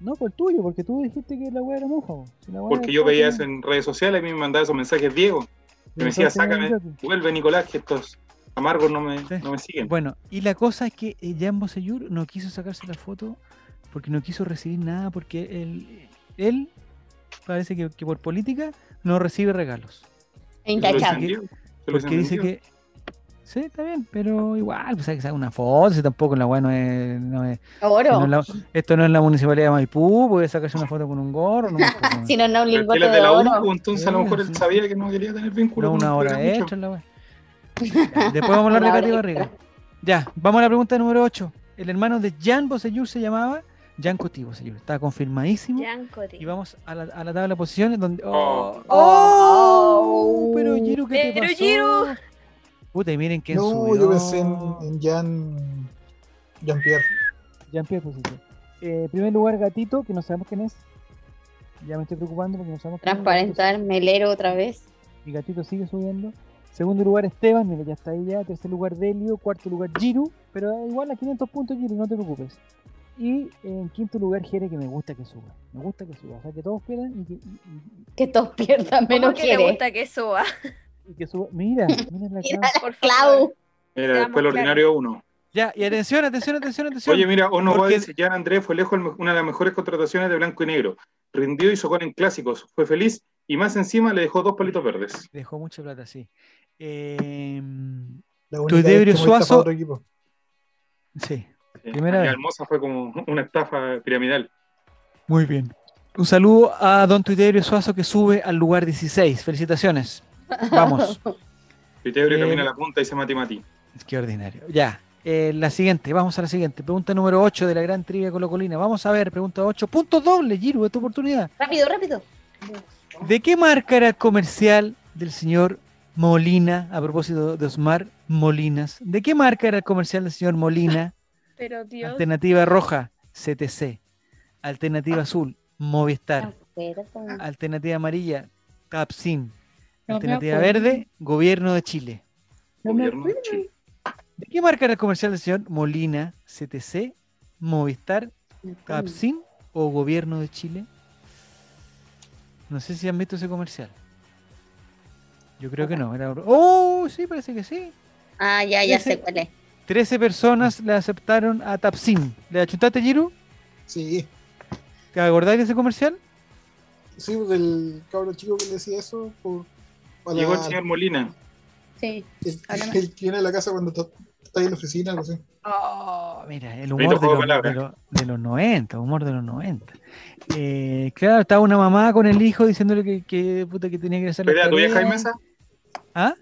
Speaker 1: No, por el tuyo, porque tú dijiste que la weá era mufa. po. Si la weá
Speaker 4: Porque
Speaker 1: era
Speaker 4: yo
Speaker 1: todo
Speaker 4: veía
Speaker 1: tenía-
Speaker 4: eso en redes sociales, a mí me mandaba esos mensajes Diego. me decía,
Speaker 1: todo tenía el
Speaker 4: "Sácame".
Speaker 1: jockey.
Speaker 4: Vuelve, Nicolás, que estos amargos no me,
Speaker 1: Sí.
Speaker 4: no me siguen.
Speaker 1: Bueno, y la cosa es que eh, Jan Bosellur no quiso sacarse la foto porque no quiso recibir nada, porque él, él parece que, que por política no recibe regalos.
Speaker 4: Se lo
Speaker 2: Intachable.
Speaker 4: encendió, se lo
Speaker 1: Porque dice
Speaker 4: encendió.
Speaker 1: que. Sí, está bien, pero igual, pues hay que sacar una foto, si tampoco la weá no es. no es- si no
Speaker 2: Oro.
Speaker 1: es la- esto no es la municipalidad de Maipú, puede sacarse una foto con un gorro, no, me acuerdo,
Speaker 2: Si no, no un
Speaker 4: Pero es que él
Speaker 2: lingote
Speaker 4: es de
Speaker 2: de
Speaker 4: la
Speaker 2: oro.
Speaker 4: U, entonces a lo
Speaker 1: Sí,
Speaker 4: mejor él
Speaker 1: sí.
Speaker 4: sabía que no quería tener vínculo.
Speaker 1: pues, no,
Speaker 4: con
Speaker 1: una
Speaker 4: un
Speaker 1: hora
Speaker 4: programa
Speaker 1: extra, la weá. Después vamos a hablar de
Speaker 2: Una
Speaker 1: Katy
Speaker 2: hora
Speaker 1: Barriga.
Speaker 2: extra.
Speaker 1: Ya, vamos a la pregunta número 8. El hermano de Jan Bosellur se llamaba Jan Cotí Bosellur, estaba confirmadísimo.
Speaker 3: Yanko, tío.
Speaker 1: Y vamos a la, a la tabla de posiciones donde.
Speaker 4: Oh.
Speaker 1: ¡Oh!
Speaker 2: Oh.
Speaker 1: ¡Oh! Pero Giro, ¿qué te
Speaker 3: Pero
Speaker 1: pasó?
Speaker 3: Giro.
Speaker 1: Puta, y miren quién
Speaker 5: No,
Speaker 1: subió.
Speaker 5: yo pensé en, en Jean. Jean-Pierre.
Speaker 1: Jean-Pierre Posición. Eh, primer lugar, Gatito, que no sabemos quién es. Ya me estoy preocupando porque no sabemos quién es.
Speaker 2: Transparentar, melero otra vez.
Speaker 1: Y Gatito sigue subiendo. Segundo lugar, Esteban, mira, ya está ahí ya. Tercer lugar, Delio. Cuarto lugar, Giro. Pero da igual a 500 puntos, Giro, no te preocupes. Y en quinto lugar, Jere, que me gusta que suba. Me gusta que suba. O sea, que todos pierdan y que, y- y-
Speaker 2: Que todos pierdan,
Speaker 3: ¿Cómo
Speaker 2: menos
Speaker 3: que le
Speaker 2: quiere.
Speaker 3: gusta que suba?
Speaker 1: y que suba. Mira, mira la
Speaker 2: Mira
Speaker 1: cara.
Speaker 3: Por
Speaker 2: Clau.
Speaker 3: favor.
Speaker 4: Era
Speaker 3: Seamos
Speaker 4: después el ordinario uno.
Speaker 1: Ya, y atención, atención, atención, atención.
Speaker 4: Oye, mira, Ono
Speaker 1: Porque-
Speaker 4: Guay dice, Jan Andrés fue lejos el me- una de las mejores contrataciones de blanco y negro. Rindió y hizo gol en clásicos. Fue feliz y más encima le dejó dos palitos verdes.
Speaker 1: Dejó mucha plata, sí. Eh,
Speaker 5: La única vez
Speaker 1: Tudebrio
Speaker 5: que molesta para
Speaker 1: Suazo.
Speaker 5: otro equipo.
Speaker 1: sí,
Speaker 4: Eh,
Speaker 1: Primera
Speaker 4: la
Speaker 1: vez.
Speaker 4: hermosa fue como una estafa piramidal.
Speaker 1: muy bien. Un saludo a Don Tuiterio Suazo que sube al lugar 16. Felicitaciones. Vamos.
Speaker 4: Vitebrio
Speaker 1: Eh.
Speaker 4: camina a la punta y se mati mati.
Speaker 1: Qué ordinario. Ya. eh, la siguiente, vamos a la siguiente. Pregunta número 8 de la gran trivia colocolina. Vamos a ver, pregunta 8. Punto doble, Giru, esta oportunidad.
Speaker 2: Rápido, rápido.
Speaker 1: ¿De qué marca era el comercial del señor Molina? A propósito de Osmar Molinas. ¿De qué marca era el comercial del señor Molina?
Speaker 3: Pero Dios.
Speaker 1: Alternativa roja, CTC. Alternativa azul, Movistar.
Speaker 2: Acuérdate.
Speaker 1: Alternativa amarilla, Tapsin.
Speaker 2: Ah. No me
Speaker 1: Alternativa
Speaker 2: acuerdo.
Speaker 1: verde, Gobierno de Chile.
Speaker 4: Gobierno de Chile.
Speaker 1: ¿De qué marca era el comercial del señor Molina, CTC, Movistar, Tapsin o Gobierno de Chile? No sé si han visto ese comercial. Yo creo que no. Era... ¡Oh! Sí, parece que sí.
Speaker 2: Ah, ya, ya sé cuál es.
Speaker 1: 13 personas le aceptaron a Tapsin. ¿Le achuntaste, Giru?
Speaker 5: Sí,
Speaker 1: ¿Te acordás de ese comercial?
Speaker 5: sí, del cabro chico que le decía eso. Por, para
Speaker 4: Llegó el señor Molina.
Speaker 2: Sí.
Speaker 5: el-
Speaker 2: háblame.
Speaker 5: el que viene a la casa cuando está, está ahí en la oficina, algo así.
Speaker 1: Oh, mira, el
Speaker 4: Bonito
Speaker 1: humor de
Speaker 4: juego de
Speaker 1: los,
Speaker 4: palabras.
Speaker 1: de los- de los 90, humor de los 90. Eh, claro, estaba una mamá con el hijo diciéndole que, que, puta, que tenía que hacer
Speaker 4: ¿Fue
Speaker 1: la
Speaker 4: idea tuya,
Speaker 1: tarea.
Speaker 4: Jaime? esa?
Speaker 1: ¿Ah?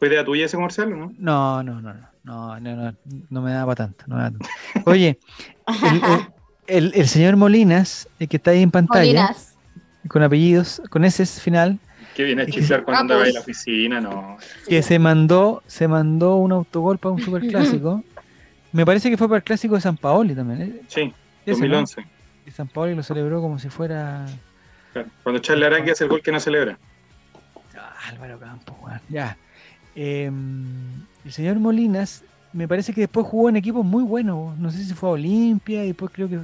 Speaker 4: ¿Fue idea tuya ese comercial o no?
Speaker 1: No, no, no, no, no, no, no, no me daba tanto, no me daba tanto. Oye, el, el- el señor Molinas, el que está ahí en pantalla,
Speaker 2: Molinas.
Speaker 1: con apellidos, con ese final,
Speaker 4: Que viene a chiflar cuando andaba en la oficina, no.
Speaker 1: que se mandó, se mandó un autogol para un superclásico. Me parece que fue para el clásico de San Paoli también. ¿eh?
Speaker 4: Sí,
Speaker 1: Ese, ¿no?
Speaker 4: 2011.
Speaker 1: Y San Paoli lo celebró como si fuera
Speaker 4: Claro. Cuando Charles Arangui hace el gol que no celebra.
Speaker 1: Ah, Álvaro Campos, weón. Ya. Eh, el señor Molinas, me parece que después jugó en equipos muy buenos. No sé si fue a Olimpia, y después creo que,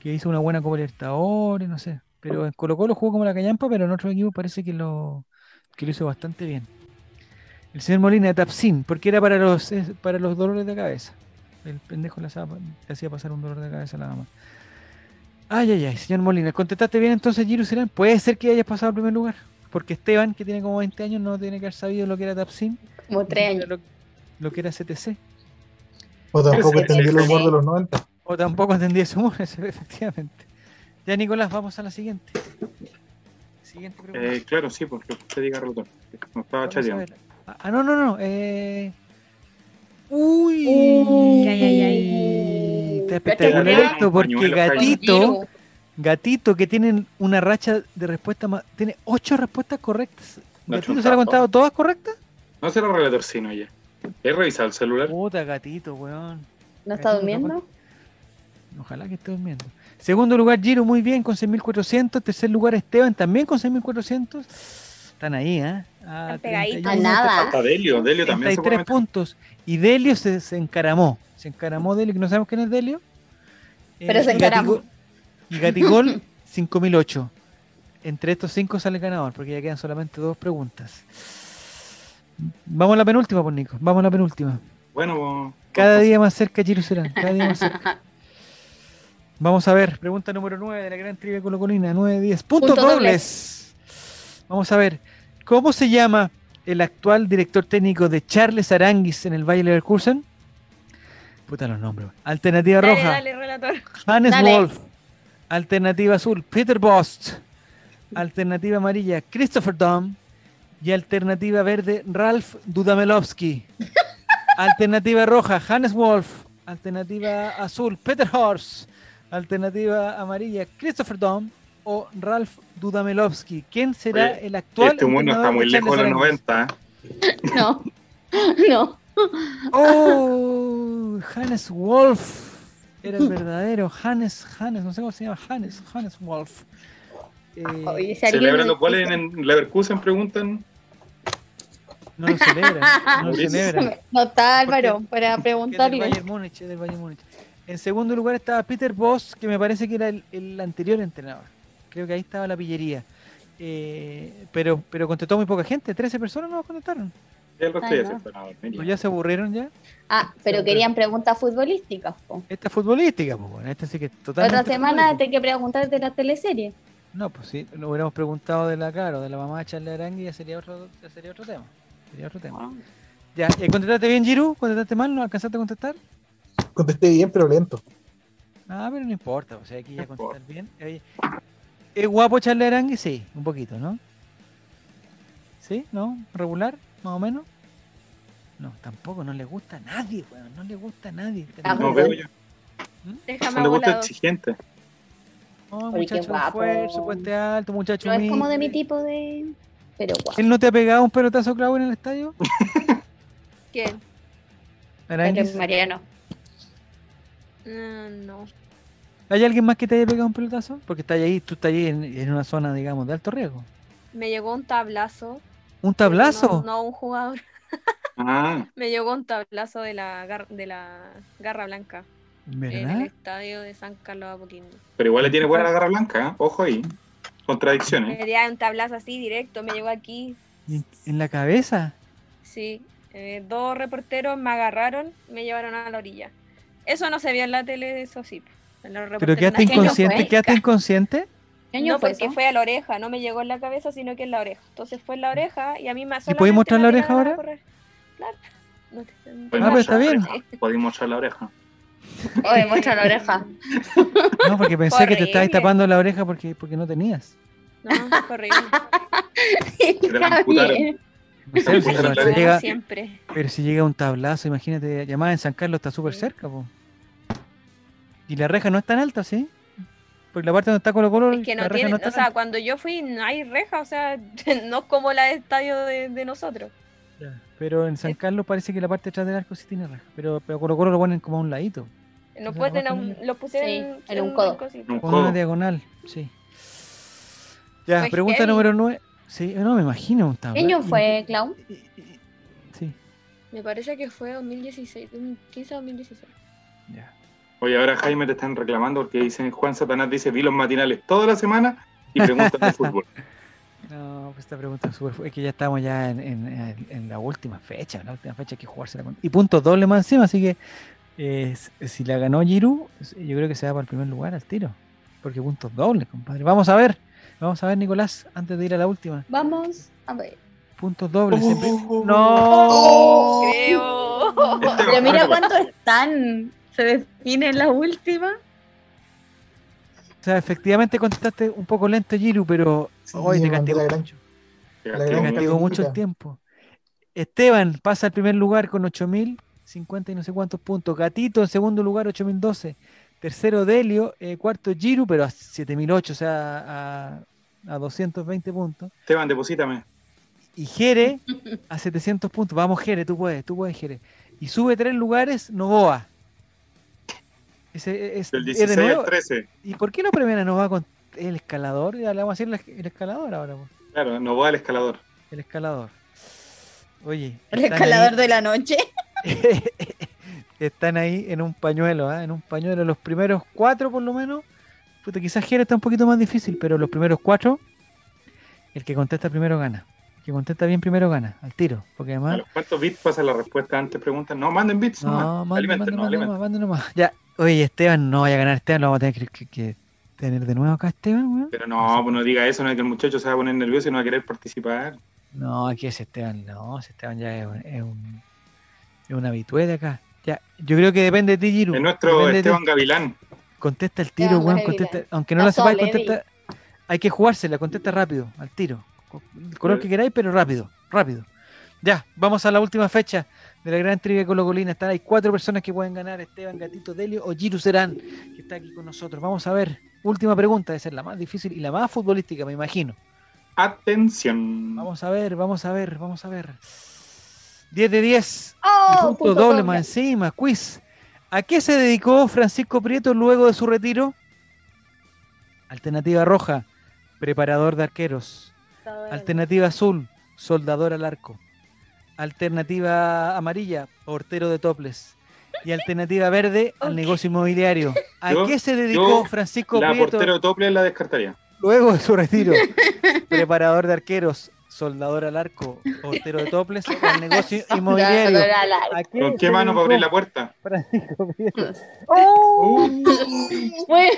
Speaker 1: que hizo una buena Copa Libertadores, no sé. Pero en Colo Colo jugó como la Callampa, pero en otro equipo parece que lo, que lo hizo bastante bien. El señor Molina de Tapsin, porque era para los, es- para los dolores de cabeza. El pendejo le hacía, le hacía pasar un dolor de cabeza a la mamá. Ay, ay, ay, señor Molina, ¿contestaste bien entonces, Giro Serán? Puede ser que hayas pasado al primer lugar. Porque Esteban, que tiene como 20 años, no tiene que haber sabido lo que era Tapsin,
Speaker 2: Como tres años.
Speaker 1: lo, lo que era CTC.
Speaker 5: O tampoco
Speaker 4: Ese-
Speaker 5: entendí
Speaker 4: ese-
Speaker 5: los humor de los 90.
Speaker 1: O tampoco entendí ese humor, eso, efectivamente. Ya, Nicolás, vamos a la siguiente. Siguiente pregunta.
Speaker 4: Eh, claro, sí, porque usted diga Roto. No estaba
Speaker 1: Vamos a
Speaker 4: chateando.
Speaker 1: ver. Ah, ah, no, no, no. eh. Uy.
Speaker 2: Uy,
Speaker 6: ay, ay, ay.
Speaker 1: Está
Speaker 4: Cacha,
Speaker 1: espectacular
Speaker 4: mira.
Speaker 1: esto porque
Speaker 4: Pañuelo, pañuelo.
Speaker 1: Gatito, Gatito que tiene una racha de respuesta más, tiene ocho respuestas correctas.
Speaker 4: No,
Speaker 1: ¿Gatito
Speaker 4: chunta,
Speaker 1: se le ha contado
Speaker 4: no.
Speaker 1: todas correctas?
Speaker 4: No será relatorcino ya. ¿He revisado el celular?
Speaker 1: Puta, Gatito, weón.
Speaker 2: ¿No está durmiendo?
Speaker 1: Ojalá que esté durmiendo. Segundo lugar, Giro, muy bien, con 6.400. Tercer lugar, Esteban, también con 6.400. Están ahí, ¿eh?
Speaker 3: Están pegaditos.
Speaker 2: A nada.
Speaker 4: Está Delio, Delio también se puede
Speaker 1: 33
Speaker 4: meter.
Speaker 1: puntos. Y Delio se, se encaramó. Se encaramó Delio, que no sabemos quién es Delio. Eh,
Speaker 2: Pero se
Speaker 1: y
Speaker 2: encaramó.
Speaker 1: Gatigol- Y Gatigol, 5008. Entre estos cinco sale el ganador, porque ya quedan solamente dos preguntas. Vamos a la penúltima, por Nico. Vamos a la penúltima.
Speaker 4: Bueno, este vos-
Speaker 1: Cada
Speaker 4: vos-
Speaker 1: día más cerca, Jerusalén. Cada día más cerca. Vamos a ver, pregunta número 9 de la gran trivia colocolina, 9-10. Puntos
Speaker 2: Puntos
Speaker 1: dobles. Vamos a ver, ¿cómo se llama el actual director técnico de Charles Aranguis en el Bayer Leverkusen? Puta los nombres. Alternativa
Speaker 3: Dale,
Speaker 1: roja,
Speaker 3: dale, relator.
Speaker 1: Hannes
Speaker 2: Dale.
Speaker 1: Wolf. Alternativa azul, Peter Bost. Alternativa amarilla, Christopher Daum. Y alternativa verde, Ralph Dudamelovsky. Alternativa roja, Hannes Wolf. Alternativa azul, Peter Horst. Alternativa amarilla, Christopher Daum. O Ralph Dudamelovsky. ¿Quién será
Speaker 4: Oye,
Speaker 1: el actual?
Speaker 4: este mundo está
Speaker 1: entrenador
Speaker 4: muy
Speaker 1: de
Speaker 4: lejos de los
Speaker 1: Charles
Speaker 4: 90. ¿eh?
Speaker 2: No. No.
Speaker 1: Aranguis? Oh, Hannes Wolf. Era el verdadero Hannes, Hannes, no sé cómo se llama, Hannes, Hannes Wolf. Eh,
Speaker 2: Oye, si alguien
Speaker 4: ¿Celebran
Speaker 2: lo
Speaker 4: los goles
Speaker 2: dice-
Speaker 4: en Leverkusen? Preguntan.
Speaker 1: No lo celebra, no lo
Speaker 4: Mauricio.
Speaker 1: celebra.
Speaker 2: No está
Speaker 1: Porque-
Speaker 2: Álvaro para
Speaker 1: Que es del
Speaker 2: preguntarle.
Speaker 1: Bayern Múnich, es del Bayern Múnich. En segundo lugar estaba Peter Boss, que me parece que era el, el anterior entrenador. Creo que ahí estaba la pillería. Eh, pero, pero contestó muy poca gente, 13 personas no contestaron.
Speaker 4: Ya Ah, lo
Speaker 2: Ay,
Speaker 4: estoy
Speaker 2: no.
Speaker 1: ¿O
Speaker 4: aceptando.
Speaker 1: ya se aburrieron ya?
Speaker 2: Ah, pero querían preguntas futbolísticas. po.
Speaker 1: Esta es futbolística, pues bueno, esta sí que es totalmente.
Speaker 2: Otra semana
Speaker 1: futbolística.
Speaker 2: te que preguntar de la teleserie.
Speaker 1: No, pues sí, lo hubiéramos preguntado de la claro, de la mamá de Charles Arangui, ya sería otro, ya sería otro tema. Sería otro tema. Ya, eh, ¿contestaste bien, Giru? ¿Contestaste mal? ¿No alcanzaste a contestar?
Speaker 5: Contesté bien, pero lento.
Speaker 1: Ah, pero no importa, o sea, aquí ya
Speaker 4: No importa.
Speaker 1: contestar bien. Oye, ¿Es guapo Charles Arangui? Sí, un poquito, ¿no? ¿Sí? ¿No? ¿Regular? ¿Más o menos? No, tampoco, no le gusta a nadie, weón, no le gusta a nadie.
Speaker 2: Ah,
Speaker 4: No
Speaker 2: bueno.
Speaker 4: veo yo.
Speaker 3: Déjame
Speaker 4: Son de gusto
Speaker 3: volado.
Speaker 4: exigente.
Speaker 1: No,
Speaker 2: Oye, qué
Speaker 1: Oh, muchacho de
Speaker 2: guapo.
Speaker 1: esfuerzo, puente alto, muchacho
Speaker 2: No es como de
Speaker 1: humilde.
Speaker 2: mi tipo de. Pero guau.
Speaker 1: ¿Él no te ha pegado un pelotazo clavo en el estadio?
Speaker 3: ¿Quién?
Speaker 2: Pero
Speaker 1: Aránguiz?
Speaker 2: Mariano.
Speaker 3: Ah, no.
Speaker 1: ¿Hay alguien más que te haya pegado un pelotazo? Porque está ahí, tú estás ahí en, en una zona, digamos, de alto riesgo.
Speaker 3: Me llegó un tablazo.
Speaker 1: ¿Un
Speaker 3: pero
Speaker 1: tablazo?
Speaker 3: No, no un jugador.
Speaker 4: Ah,
Speaker 3: Me llegó un tablazo de la, gar- de la garra blanca en el
Speaker 1: ¿Verdad?
Speaker 3: estadio de San Carlos de Apoquindo.
Speaker 4: pero igual le tiene buena la garra blanca. ¿eh? Ojo ahí.
Speaker 2: ¿Mm?
Speaker 4: Contradicciones.
Speaker 3: Me dieron un tablazo así directo, me llegó aquí.
Speaker 1: ¿Y ¿En, en la cabeza?
Speaker 3: Sí, eh, dos reporteros me agarraron, me llevaron a la orilla. Eso no se vio en la tele, eso sí. Los
Speaker 1: ¿Pero
Speaker 3: reporteros
Speaker 1: quedaste
Speaker 3: nacionales-
Speaker 1: inconsciente?
Speaker 2: fue?
Speaker 1: ¿Quedaste inconsciente?
Speaker 2: ¿Qué año
Speaker 3: No,
Speaker 2: fue
Speaker 3: porque
Speaker 2: eso?
Speaker 3: fue a la oreja, no me llegó en la cabeza, sino que en la oreja. Entonces fue en la oreja y a mí me
Speaker 1: podéis
Speaker 3: solamente
Speaker 1: mostrar
Speaker 3: me
Speaker 1: la oreja
Speaker 3: tiraron a
Speaker 1: ahora?
Speaker 3: correr. Claro. No te- no
Speaker 2: Pues
Speaker 3: te-
Speaker 1: Ah,
Speaker 4: Podemos
Speaker 1: pero está
Speaker 4: mostrar la
Speaker 1: bien.
Speaker 4: oreja, Podemos mostrar la oreja.
Speaker 2: Oye, muestra la oreja.
Speaker 1: No, porque pensé que te estabas
Speaker 3: Horrible.
Speaker 1: tapando la oreja porque, porque no tenías.
Speaker 3: No, fue horrible.
Speaker 4: te la amputaron.
Speaker 2: Javier.
Speaker 1: No sé, pues,
Speaker 4: Te
Speaker 1: pero,
Speaker 4: amputaron la
Speaker 1: si
Speaker 4: oreja.
Speaker 1: llega,
Speaker 3: Como siempre.
Speaker 1: pero si llega un tablazo, imagínate, llamada en San Carlos está súper
Speaker 3: Sí.
Speaker 1: cerca, po. Y la reja no es tan alta, ¿sí? Porque la parte donde está Colo Colo.
Speaker 3: Es que no
Speaker 1: la reja
Speaker 3: tienen,
Speaker 1: está
Speaker 3: o sea, cuando yo fui no hay reja, o sea, no es como la de estadio de, de nosotros.
Speaker 1: tanto. Pero en San Carlos parece que la parte de atrás del arco sí tiene reja. Pero, pero Colo Colo lo ponen como a un ladito.
Speaker 3: No
Speaker 1: Esa
Speaker 3: pueden,
Speaker 1: guata
Speaker 3: aún- los pusieron
Speaker 2: Sí, en un codo.
Speaker 3: cosito.
Speaker 4: Un
Speaker 1: Con una
Speaker 4: codo.
Speaker 1: diagonal, sí. Ya,
Speaker 3: Fue
Speaker 1: pregunta
Speaker 3: heavy.
Speaker 1: número 9. Sí, no me imagino. estaba-
Speaker 2: ¿Qué año fue, Clown?
Speaker 1: Sí,
Speaker 3: Me parece que fue 2016, 2015 o 2016.
Speaker 1: ya.
Speaker 4: Oye, ahora Jaime te están reclamando porque dicen Juan Satanás dice vi los matinales toda la semana y preguntan de fútbol.
Speaker 1: No, pues esta pregunta es súper fu- Es que ya estamos ya en, en- en- en la última fecha, la última fecha hay que jugársela. con- Y puntos doble más encima, así que eh, s- si la ganó Giru, s- yo creo que se va para el primer lugar al tiro. Porque puntos dobles, compadre. Vamos a ver, vamos a ver, Nicolás, antes de ir a la última.
Speaker 2: Vamos a ver.
Speaker 1: Este Puntos dobles. siempre-
Speaker 5: Oh.
Speaker 1: No.
Speaker 3: Creo.
Speaker 4: Este
Speaker 2: Pero
Speaker 4: bajó,
Speaker 2: mira
Speaker 4: pero-
Speaker 2: cuánto están. Se define la última.
Speaker 1: O sea, efectivamente contestaste un poco lento, Giru, pero
Speaker 5: Sí,
Speaker 1: hoy te
Speaker 5: mandé
Speaker 1: castigó
Speaker 5: la gran-
Speaker 1: mucho.
Speaker 4: Te
Speaker 1: Te
Speaker 5: la gran
Speaker 4: castigo,
Speaker 1: castigó
Speaker 5: castigo.
Speaker 1: mucho el tiempo. Esteban pasa al primer lugar con 8.050 y no sé cuántos puntos. Gatito en segundo lugar, 8.012. Tercero Delio, eh, cuarto Giru, pero a 7.008, o sea, a, a 220 puntos.
Speaker 4: Esteban, deposítame.
Speaker 1: Y Jere a 700 puntos. Vamos, Jere, tú puedes, tú puedes, Jere. Y sube tres lugares Novoa. Ese, es,
Speaker 4: Del
Speaker 1: es de
Speaker 4: 16
Speaker 1: nuevo.
Speaker 4: al 13.
Speaker 1: ¿Y por qué no premian a Novoa con el escalador? Ya le vamos a decir la- el escalador ahora. po.
Speaker 4: Claro, no va al escalador.
Speaker 1: El escalador. Oye. están
Speaker 2: El
Speaker 1: ahí-
Speaker 2: escalador de la noche.
Speaker 1: están ahí en un pañuelo, ¿ah? en un pañuelo. Los primeros cuatro, por lo menos. Puta, quizás Jere está un poquito más difícil, pero los primeros cuatro, el que contesta primero gana. El que contesta bien primero gana, al tiro. Porque
Speaker 4: A
Speaker 1: además.
Speaker 4: los cuantos bits pasa la respuesta antes, preguntan. No, manden bits.
Speaker 1: No,
Speaker 4: nomás.
Speaker 1: mande, mande,
Speaker 4: Alimenten, no,
Speaker 1: mande
Speaker 4: alimenten.
Speaker 1: nomás, mande nomás. Ya, oye, Esteban no vaya a ganar Esteban, lo vamos a tener que, que- que tener de nuevo acá, Esteban, weón.
Speaker 4: Pero no, pues no diga eso, no es que el muchacho se va a poner nervioso y no va a querer participar.
Speaker 1: No, aquí es Esteban, no, ese Esteban ya es un, es un, es un habitué de acá. Ya, yo creo que depende de ti, Giru.
Speaker 4: Es nuestro
Speaker 1: Depende de ti.
Speaker 4: Esteban Gavilán.
Speaker 1: Contesta el
Speaker 2: Esteban
Speaker 1: tiro, weón,
Speaker 2: Gavilán.
Speaker 1: contesta. Aunque no
Speaker 2: La
Speaker 1: la sepáis,
Speaker 2: Sole,
Speaker 1: contesta. Hay que jugársela, contesta rápido, al tiro. Co- El color que queráis, pero rápido, rápido. Ya, vamos a la última fecha de la gran trivia colocolina. Están hay cuatro personas que pueden ganar, Esteban, Gatito, Delio o Giru Serán, que está aquí con nosotros. Vamos a ver, última pregunta, debe ser la más difícil y la más futbolística, me imagino.
Speaker 4: Atención.
Speaker 1: Vamos a ver, vamos a ver, vamos a ver. 10 de 10.
Speaker 2: Oh,
Speaker 1: y punto,
Speaker 2: punto
Speaker 1: doble
Speaker 2: doble.
Speaker 1: más encima, quiz. ¿A qué se dedicó Francisco Prieto luego de su retiro? Alternativa roja, preparador de arqueros. Alternativa azul, soldador al arco. Alternativa amarilla, portero de toples. Y alternativa verde, al
Speaker 3: Ok.
Speaker 1: negocio inmobiliario. ¿A
Speaker 4: Yo-
Speaker 1: qué se dedicó
Speaker 4: yo
Speaker 1: Francisco
Speaker 4: La
Speaker 1: Prieto?
Speaker 4: portera de Tople la descartaría.
Speaker 1: Luego de su retiro, preparador de arqueros, soldador al arco, portero de toples, el negocio inmobiliario.
Speaker 2: Soldador al arco.
Speaker 1: ¿A qué
Speaker 4: ¿Con qué
Speaker 1: se
Speaker 4: mano para abrir la
Speaker 1: dedicó
Speaker 4: puerta?
Speaker 1: Francisco ¡Oh! Prieto?
Speaker 2: Bueno,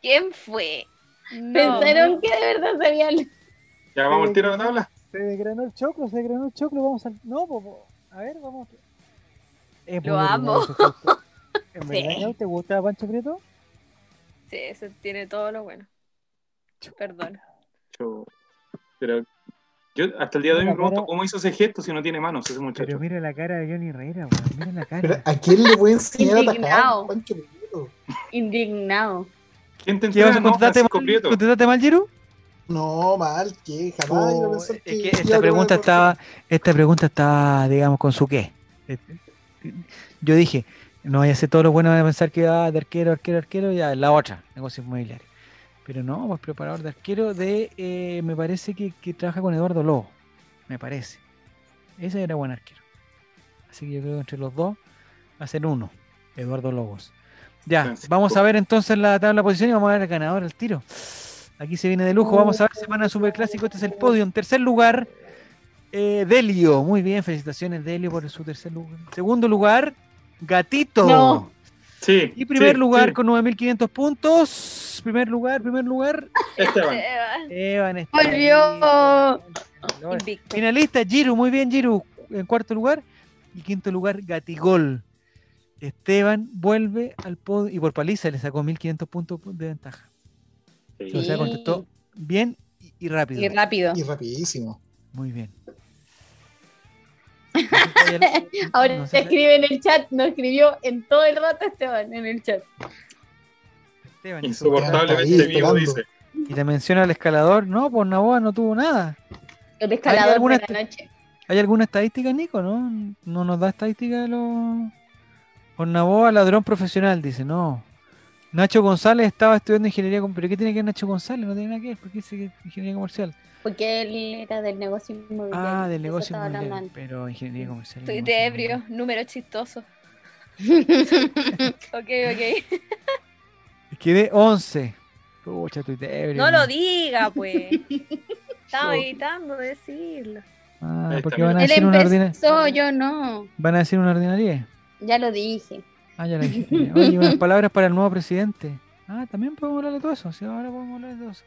Speaker 3: ¿Quién fue?
Speaker 2: Pensaron que de verdad sabían.
Speaker 4: Ya vamos al tiro de la tabla.
Speaker 1: Se desgranó el choclo, se desgranó el choclo, vamos al... No, po, po. a ver, vamos. Es
Speaker 3: Lo
Speaker 1: muy
Speaker 3: amo.
Speaker 1: orgulloso, Francisco. ¿En
Speaker 3: Sí.
Speaker 1: verdad, Lau, ¿Te gusta Pancho Prieto?
Speaker 3: Sí, ese tiene todo lo bueno. Perdón.
Speaker 4: Yo- Pero yo hasta el día de hoy me pregunto cómo hizo ese gesto si no tiene manos ese
Speaker 1: Pero
Speaker 4: muchacho.
Speaker 1: mira la cara de Johnny Herrera, weón, mira la
Speaker 5: Pero,
Speaker 1: cara.
Speaker 5: ¿A quién le voy a enseñar a
Speaker 2: Indignado.
Speaker 5: atacar? Pancho Prieto?
Speaker 2: Indignado.
Speaker 4: ¿Quién te
Speaker 1: ¿Qué vas a
Speaker 4: entrena? No,
Speaker 1: contestarte
Speaker 4: Francisco
Speaker 1: mal,
Speaker 4: Prieto.
Speaker 1: contestarte mal, Giru?
Speaker 5: No, mal, que jamás iba a
Speaker 1: Oh,
Speaker 5: pensar
Speaker 1: es que
Speaker 5: iba a
Speaker 1: esta
Speaker 5: lograr
Speaker 1: pregunta
Speaker 5: algo.
Speaker 1: estaba, esta pregunta estaba, digamos, con su qué. Este, Yo dije, no vaya a ser todo lo bueno de pensar que va de arquero, arquero, arquero, ya la otra, negocio inmobiliario. Pero no, pues preparador de arquero de, eh, me parece que, que trabaja con Eduardo Lobo, me parece. Ese era buen arquero. Así que yo creo que entre los dos va a ser uno, Eduardo Lobos. Ya,
Speaker 4: Francisco.
Speaker 1: vamos a ver entonces la tabla de posición y vamos a ver el ganador al tiro. Aquí se viene de lujo, vamos a ver semana superclásico, este es el podio. En tercer lugar, eh, Delio. Muy bien, felicitaciones Delio por su tercer lugar. Segundo lugar, Gatito.
Speaker 2: No.
Speaker 4: Sí.
Speaker 1: Y primer
Speaker 4: sí,
Speaker 1: lugar
Speaker 4: sí.
Speaker 1: con 9.500 puntos. Primer lugar, primer lugar.
Speaker 4: Esteban.
Speaker 1: Eh,
Speaker 3: Esteban.
Speaker 1: Evan está
Speaker 2: Volvió.
Speaker 1: ahí.
Speaker 3: Invicto.
Speaker 1: Finalista, Giru, muy bien, Giru, en cuarto lugar. Y quinto lugar, Gatigol. Esteban vuelve al podio y por paliza le sacó 1500 puntos de ventaja.
Speaker 4: Sí.
Speaker 1: O sea, contestó bien y- y rápido.
Speaker 2: Y rápido.
Speaker 5: Y rapidísimo.
Speaker 1: Muy bien.
Speaker 2: Ahora
Speaker 1: No
Speaker 2: se
Speaker 1: sé-
Speaker 2: escribe en el chat, no escribió en todo el rato Esteban en el chat.
Speaker 1: Esteban.
Speaker 4: Insoportablemente
Speaker 5: Ahí, esperando.
Speaker 4: vivo, dice.
Speaker 1: Y te menciona al escalador. No, pues Naboa no tuvo nada.
Speaker 2: El escalador
Speaker 1: alguna
Speaker 2: de la noche.
Speaker 1: ¿Hay alguna estadística, Nico? ¿No? ¿No nos da estadística de los. Naboa, ladrón profesional, dice, no. Nacho González estaba estudiando ingeniería comercial. ¿Pero qué tiene que ver Nacho González? No tiene nada que ver. ¿Por qué dice que ingeniería comercial?
Speaker 2: Porque él era del negocio inmobiliario.
Speaker 1: Ah, del
Speaker 2: eso
Speaker 1: negocio
Speaker 2: estaba hablando
Speaker 1: inmobiliario. Pero ingeniería comercial.
Speaker 3: Estoy
Speaker 1: negocio
Speaker 3: de
Speaker 1: inmobiliario.
Speaker 3: ebrio, número chistoso.
Speaker 2: antes.
Speaker 3: Ok, ok.
Speaker 1: Quedé 11. Pucha, estoy de ebrio.
Speaker 3: No
Speaker 1: man.
Speaker 3: lo diga, pues. Estaba evitando decirlo.
Speaker 1: Ah,
Speaker 4: Ahí
Speaker 1: porque
Speaker 4: está,
Speaker 1: van a,
Speaker 2: él
Speaker 1: decir una ordina-
Speaker 2: empezó, yo no.
Speaker 1: van a decir una ordinaria.
Speaker 2: Ya lo dije.
Speaker 1: Ah, ya la dijiste. Oye, unas palabras para el nuevo presidente. Ah, también podemos hablar de todo eso. Sí, ahora podemos hablar de todo eso.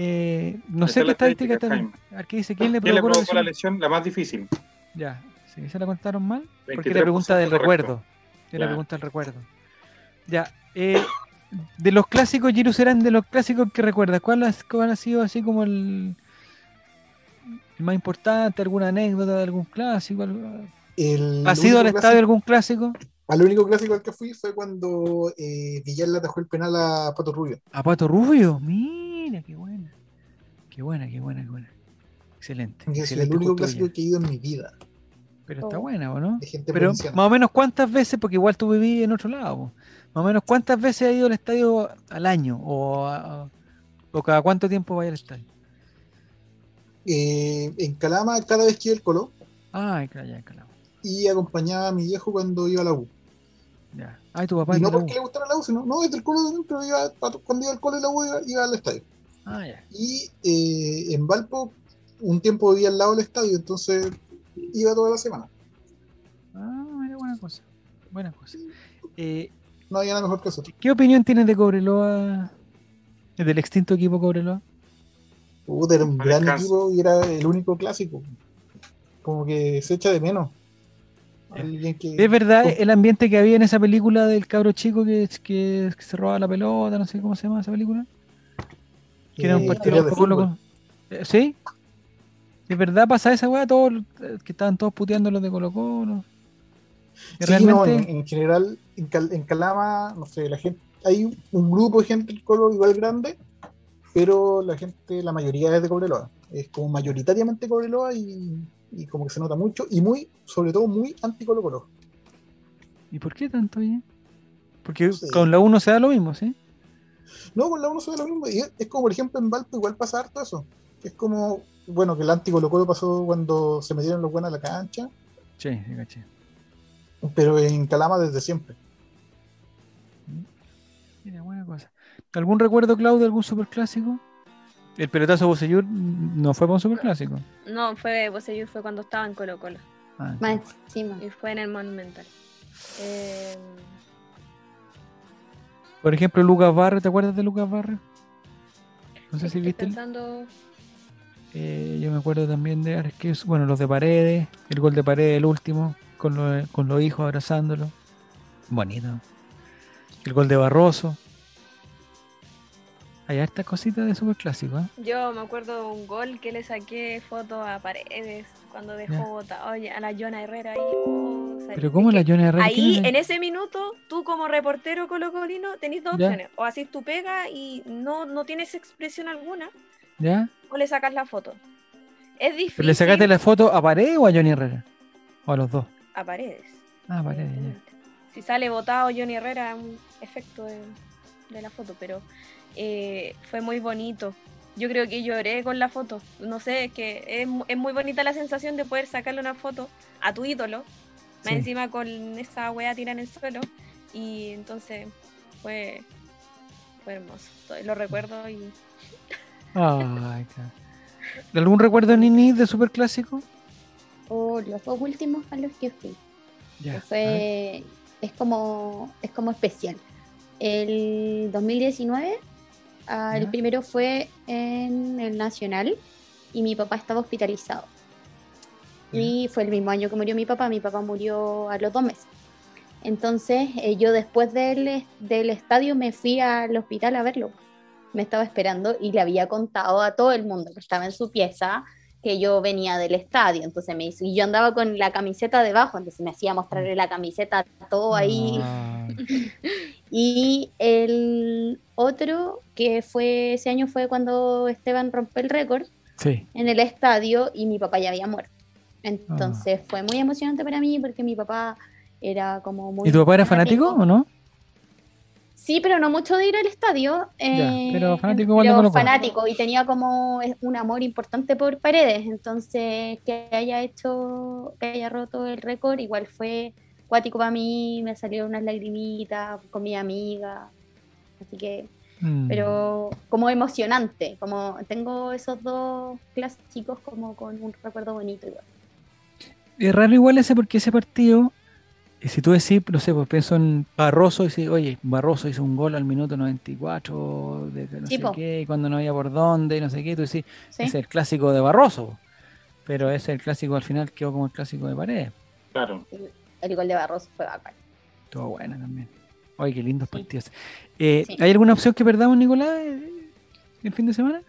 Speaker 1: Eh, no
Speaker 4: Ahí
Speaker 1: sé
Speaker 4: está
Speaker 1: qué
Speaker 4: la
Speaker 1: estadística
Speaker 4: estadística,
Speaker 1: están. Aquí dice quién le
Speaker 4: ¿Quién le
Speaker 1: provocó, la
Speaker 4: provocó la
Speaker 1: lesión?
Speaker 4: lesión? La más difícil.
Speaker 1: Ya, sí, se la contaron mal. Porque
Speaker 4: 23%
Speaker 1: la pregunta del
Speaker 4: correcto.
Speaker 1: recuerdo. Era la
Speaker 4: Claro.
Speaker 1: pregunta del recuerdo. Ya. eh, de los clásicos, Giru serán de los clásicos que recuerdas. ¿Cuál, has- cuál ha sido así como el, el más importante? ¿Alguna anécdota de algún clásico? algo?
Speaker 5: El
Speaker 1: ¿Has ido al
Speaker 5: único
Speaker 1: estadio de
Speaker 5: clásico-
Speaker 1: algún clásico?
Speaker 5: al único clásico al que fui fue cuando eh, Villar le atajó el penal a Pato Rubio.
Speaker 1: A Pato Rubio. Mira, qué buena. Qué buena, qué buena, qué buena. Excelente.
Speaker 5: Y Es el
Speaker 1: excelente
Speaker 5: único
Speaker 1: justo
Speaker 5: clásico
Speaker 1: Villar.
Speaker 5: que he ido en mi vida.
Speaker 1: Pero está buena, ¿o no?
Speaker 5: De gente
Speaker 1: Pero
Speaker 5: provinciana.
Speaker 1: más o menos cuántas veces, porque igual tú vivís en otro lado, po. más o menos cuántas veces has ido al estadio al año o, a- o cada cuánto tiempo vaya al estadio.
Speaker 5: Eh, en Calama, cada vez que iba el Colo,
Speaker 1: Ay, calla, ya, calabo.
Speaker 5: y acompañaba a mi viejo cuando iba a la U.
Speaker 1: Ya. Ay, tu papá
Speaker 5: y
Speaker 1: es
Speaker 5: no
Speaker 1: de la U.
Speaker 5: porque le gustara la U, sino no, desde el Colo también, pero iba, Pato- cuando iba al Colo y la U iba, iba al estadio.
Speaker 1: Ah, ya.
Speaker 5: Y eh, en Valpo, un tiempo vivía al lado del estadio, entonces iba toda la semana.
Speaker 1: Ah, era buena cosa. Buena cosa. Eh,
Speaker 5: No había nada mejor que eso.
Speaker 1: ¿Qué opinión tienes de Cobreloa? Del extinto equipo Cobreloa.
Speaker 5: Puta, era un
Speaker 4: No
Speaker 5: gran
Speaker 4: descansa.
Speaker 5: equipo y era el único clásico. Como que se echa de menos. Alguien que.
Speaker 1: Es verdad el ambiente que había en esa película del cabro chico que, que, que se robaba la pelota, no sé cómo se llama esa película. que era un
Speaker 5: eh,
Speaker 1: partido
Speaker 5: historias
Speaker 1: de
Speaker 5: de
Speaker 1: Colo
Speaker 5: fútbol.
Speaker 1: Colo. Eh, ¿Sí? ¿De verdad pasa esa weá? Todos, eh, que estaban todos puteando los de Colo Colo. Que
Speaker 5: Sí, no,
Speaker 1: realmente,
Speaker 5: en, en general, en, Cal- en Calama, no sé, la gente. Hay un- un grupo de gente del Colo igual grande, pero la gente, la mayoría es de Cobreloa. Es como mayoritariamente Cobreloa y, y como que se nota mucho y muy, sobre todo, muy anti-Colo Colo.
Speaker 1: ¿Y por qué tanto, oye? Porque
Speaker 5: Sí.
Speaker 1: con la 1 se da lo mismo, ¿sí?
Speaker 5: No, con la uno se ve lo mismo. Y es, es como, por ejemplo, en Valpo igual pasa harto eso. Es como, bueno, que el anti-Colo Colo pasó cuando se metieron los buenos a la cancha.
Speaker 1: Sí, sí, caché.
Speaker 5: Pero en Calama desde siempre.
Speaker 1: Mira, buena cosa. ¿Algún recuerdo, Claudio, de algún superclásico? El pelotazo de Bocellur no fue para un superclásico.
Speaker 3: No, fue, pues, ellos fue cuando estaba en Colo Colo.
Speaker 1: Ah,
Speaker 2: Más encima.
Speaker 3: Y fue en el Monumental. Eh,
Speaker 1: Por ejemplo, Lucas Barrio, ¿te acuerdas de Lucas Barrio? No sé si
Speaker 3: estoy
Speaker 1: viste. el-
Speaker 3: pensando-
Speaker 1: Eh, yo me acuerdo también de Arqueus, bueno, los de Paredes, el gol de Paredes, el último, con, lo- con los hijos abrazándolo. Bonito. El gol de Barroso. Hay hartas cositas de superclásico, ¿eh?
Speaker 3: Yo me acuerdo de un gol que le saqué foto a Paredes cuando dejó
Speaker 1: Ya.
Speaker 3: botado oye, a la Jonah Herrera ahí. oh, o sea,
Speaker 1: Pero ¿cómo
Speaker 3: es
Speaker 1: la
Speaker 3: que
Speaker 1: Johnny Herrera? ¿Quién
Speaker 3: Ahí,
Speaker 1: era?
Speaker 3: en ese minuto, tú como reportero colocolino tenés dos
Speaker 1: Ya.
Speaker 3: opciones. O haces tu pega y no, no tienes expresión alguna,
Speaker 1: ¿Ya?
Speaker 3: o le sacas la foto. Es difícil.
Speaker 1: ¿Pero ¿Le sacaste la foto a Paredes o a Johnny Herrera? O a los dos.
Speaker 3: A Paredes.
Speaker 1: Ah, Paredes, ya.
Speaker 3: evidentemente. Eh, Si sale votado Johnny Herrera, un efecto de, de la foto, pero eh, fue muy bonito. Yo creo que lloré con la foto. No sé, es que es, mu- es muy bonita la sensación de poder sacarle una foto a tu ídolo,
Speaker 1: Sí.
Speaker 3: más encima con esa wea tirada en el suelo. Y entonces fue, fue hermoso. To- Lo recuerdo y
Speaker 1: Ay, claro. ¿Algún recuerdo, Nini, de superclásico?
Speaker 2: Oh, los dos últimos a los que fui.
Speaker 1: Ya. a ver.
Speaker 2: Fue, es como es como especial. El 2019, ah, el
Speaker 1: Ya.
Speaker 2: primero fue en el Nacional y mi papá estaba hospitalizado. Y fue el mismo año que murió mi papá. Mi papá murió a los dos meses. Entonces eh, yo después del, del estadio me fui al hospital a verlo. Me estaba esperando y le había contado a todo el mundo que estaba en su pieza que yo venía del estadio, entonces me hizo, y yo andaba con la camiseta debajo, entonces me hacía mostrarle la camiseta todo oh, ahí.
Speaker 7: Ah,
Speaker 2: Y el otro que fue ese año fue cuando Esteban rompió el récord
Speaker 7: sí.
Speaker 2: en el estadio y mi papá ya había muerto.
Speaker 1: Ah.
Speaker 2: Entonces fue muy emocionante para mí porque mi papá era como muy...
Speaker 1: ¿Y tu papá era fanático o no?
Speaker 2: Sí, pero no mucho de ir al estadio. eh,
Speaker 1: pero fanático igual de
Speaker 2: pero
Speaker 1: Colo Colo.
Speaker 2: fanático, y tenía como es- un amor importante por Paredes. Entonces, que haya hecho, que haya roto el récord, igual fue cuático para mí. Me salieron unas lagrimitas con mi amiga. Así que,
Speaker 1: Mm.
Speaker 2: pero como emocionante. Como tengo esos dos clásicos como con un recuerdo bonito igual.
Speaker 1: Es raro igual ese porque ese partido, eh, si tú decís, no sé, pues pienso en Barroso y decís, oye, Barroso hizo un gol al minuto 94, de que no
Speaker 2: Sí,
Speaker 1: sé
Speaker 2: po.
Speaker 1: qué, y cuando no había por dónde, y no sé qué, tú decís,
Speaker 2: ¿sí?
Speaker 1: es el clásico de Barroso. Pero ese el clásico al final quedó como el clásico de paredes.
Speaker 4: Claro.
Speaker 2: El gol de Barroso fue bacán.
Speaker 1: Estuvo buena también. Oye, qué lindos partidos. Eh,
Speaker 2: Sí.
Speaker 1: ¿Hay alguna opción que perdamos, Nicolás, eh, el fin de semana?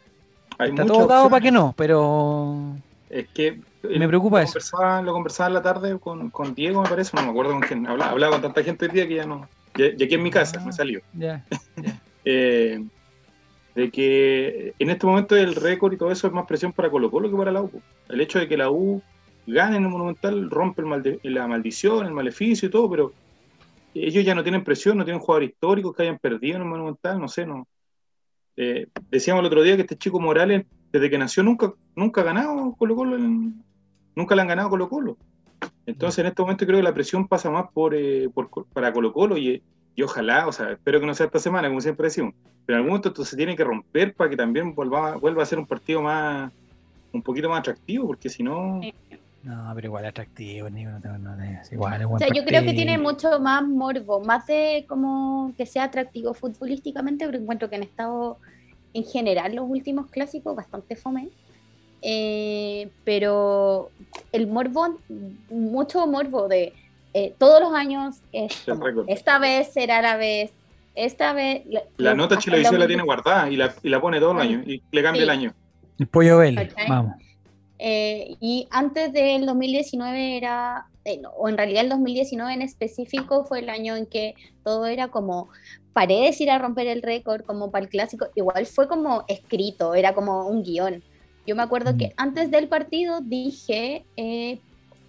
Speaker 4: Hay
Speaker 1: Está
Speaker 4: muchas
Speaker 1: todo dado
Speaker 4: opciones.
Speaker 1: para que no, pero
Speaker 4: Es que
Speaker 1: me preocupa
Speaker 4: lo
Speaker 1: eso.
Speaker 4: Conversaba, lo conversaba en la tarde con, con Diego, me parece, no me acuerdo con quién. Hablaba, hablaba con tanta gente hoy día que ya no. Ya, ya aquí en mi casa,
Speaker 1: Ah.
Speaker 4: me salió.
Speaker 1: ya.
Speaker 4: Eh, de que en este momento el récord y todo eso es más presión para Colo Colo que para la U. po. El hecho de que la U gane en el Monumental rompe el malde- la maldición, el maleficio y todo, pero ellos ya no tienen presión, no tienen jugadores históricos que hayan perdido en el Monumental, no sé, no. Eh, decíamos el otro día que este chico Morales, desde que nació, nunca, nunca ha ganado Colo Colo, en- nunca le han ganado Colo Colo. Entonces, en este momento creo que la presión pasa más por, eh, por Col- para Colo Colo y, y ojalá, o sea, espero que no sea esta semana, como siempre decimos, pero en algún momento esto se tiene que romper para que también vuelva, vuelva a ser un partido más, un poquito más atractivo, porque si no,
Speaker 2: Sí.
Speaker 1: No, pero igual atractivo, Nico, no, te- no te- es igual, es buen
Speaker 2: O sea, yo creo que
Speaker 1: partido.
Speaker 2: tiene mucho más morbo, más de como que sea atractivo futbolísticamente, pero encuentro que han estado en general los últimos clásicos bastante fome. Eh, pero el morbo, mucho morbo de eh, todos los años, es
Speaker 4: El
Speaker 2: como,
Speaker 4: récord.
Speaker 2: esta vez será la vez, esta vez...
Speaker 4: la
Speaker 2: lo-
Speaker 4: nota
Speaker 2: hasta
Speaker 4: Chilevisión
Speaker 2: lo-
Speaker 4: la tiene guardada y la, y la pone todo el
Speaker 2: Sí.
Speaker 4: año y le cambia
Speaker 2: Sí.
Speaker 4: el año.
Speaker 1: El pollo Vélez,
Speaker 2: ¿Cachai?
Speaker 1: vamos.
Speaker 2: Eh, y antes del 2019 era, eh, no, o en realidad el 2019 en específico fue el año en que todo era como Paredes ir a romper el récord, como para el clásico, igual fue como escrito, era como un guión. Yo me acuerdo que antes del partido dije, eh,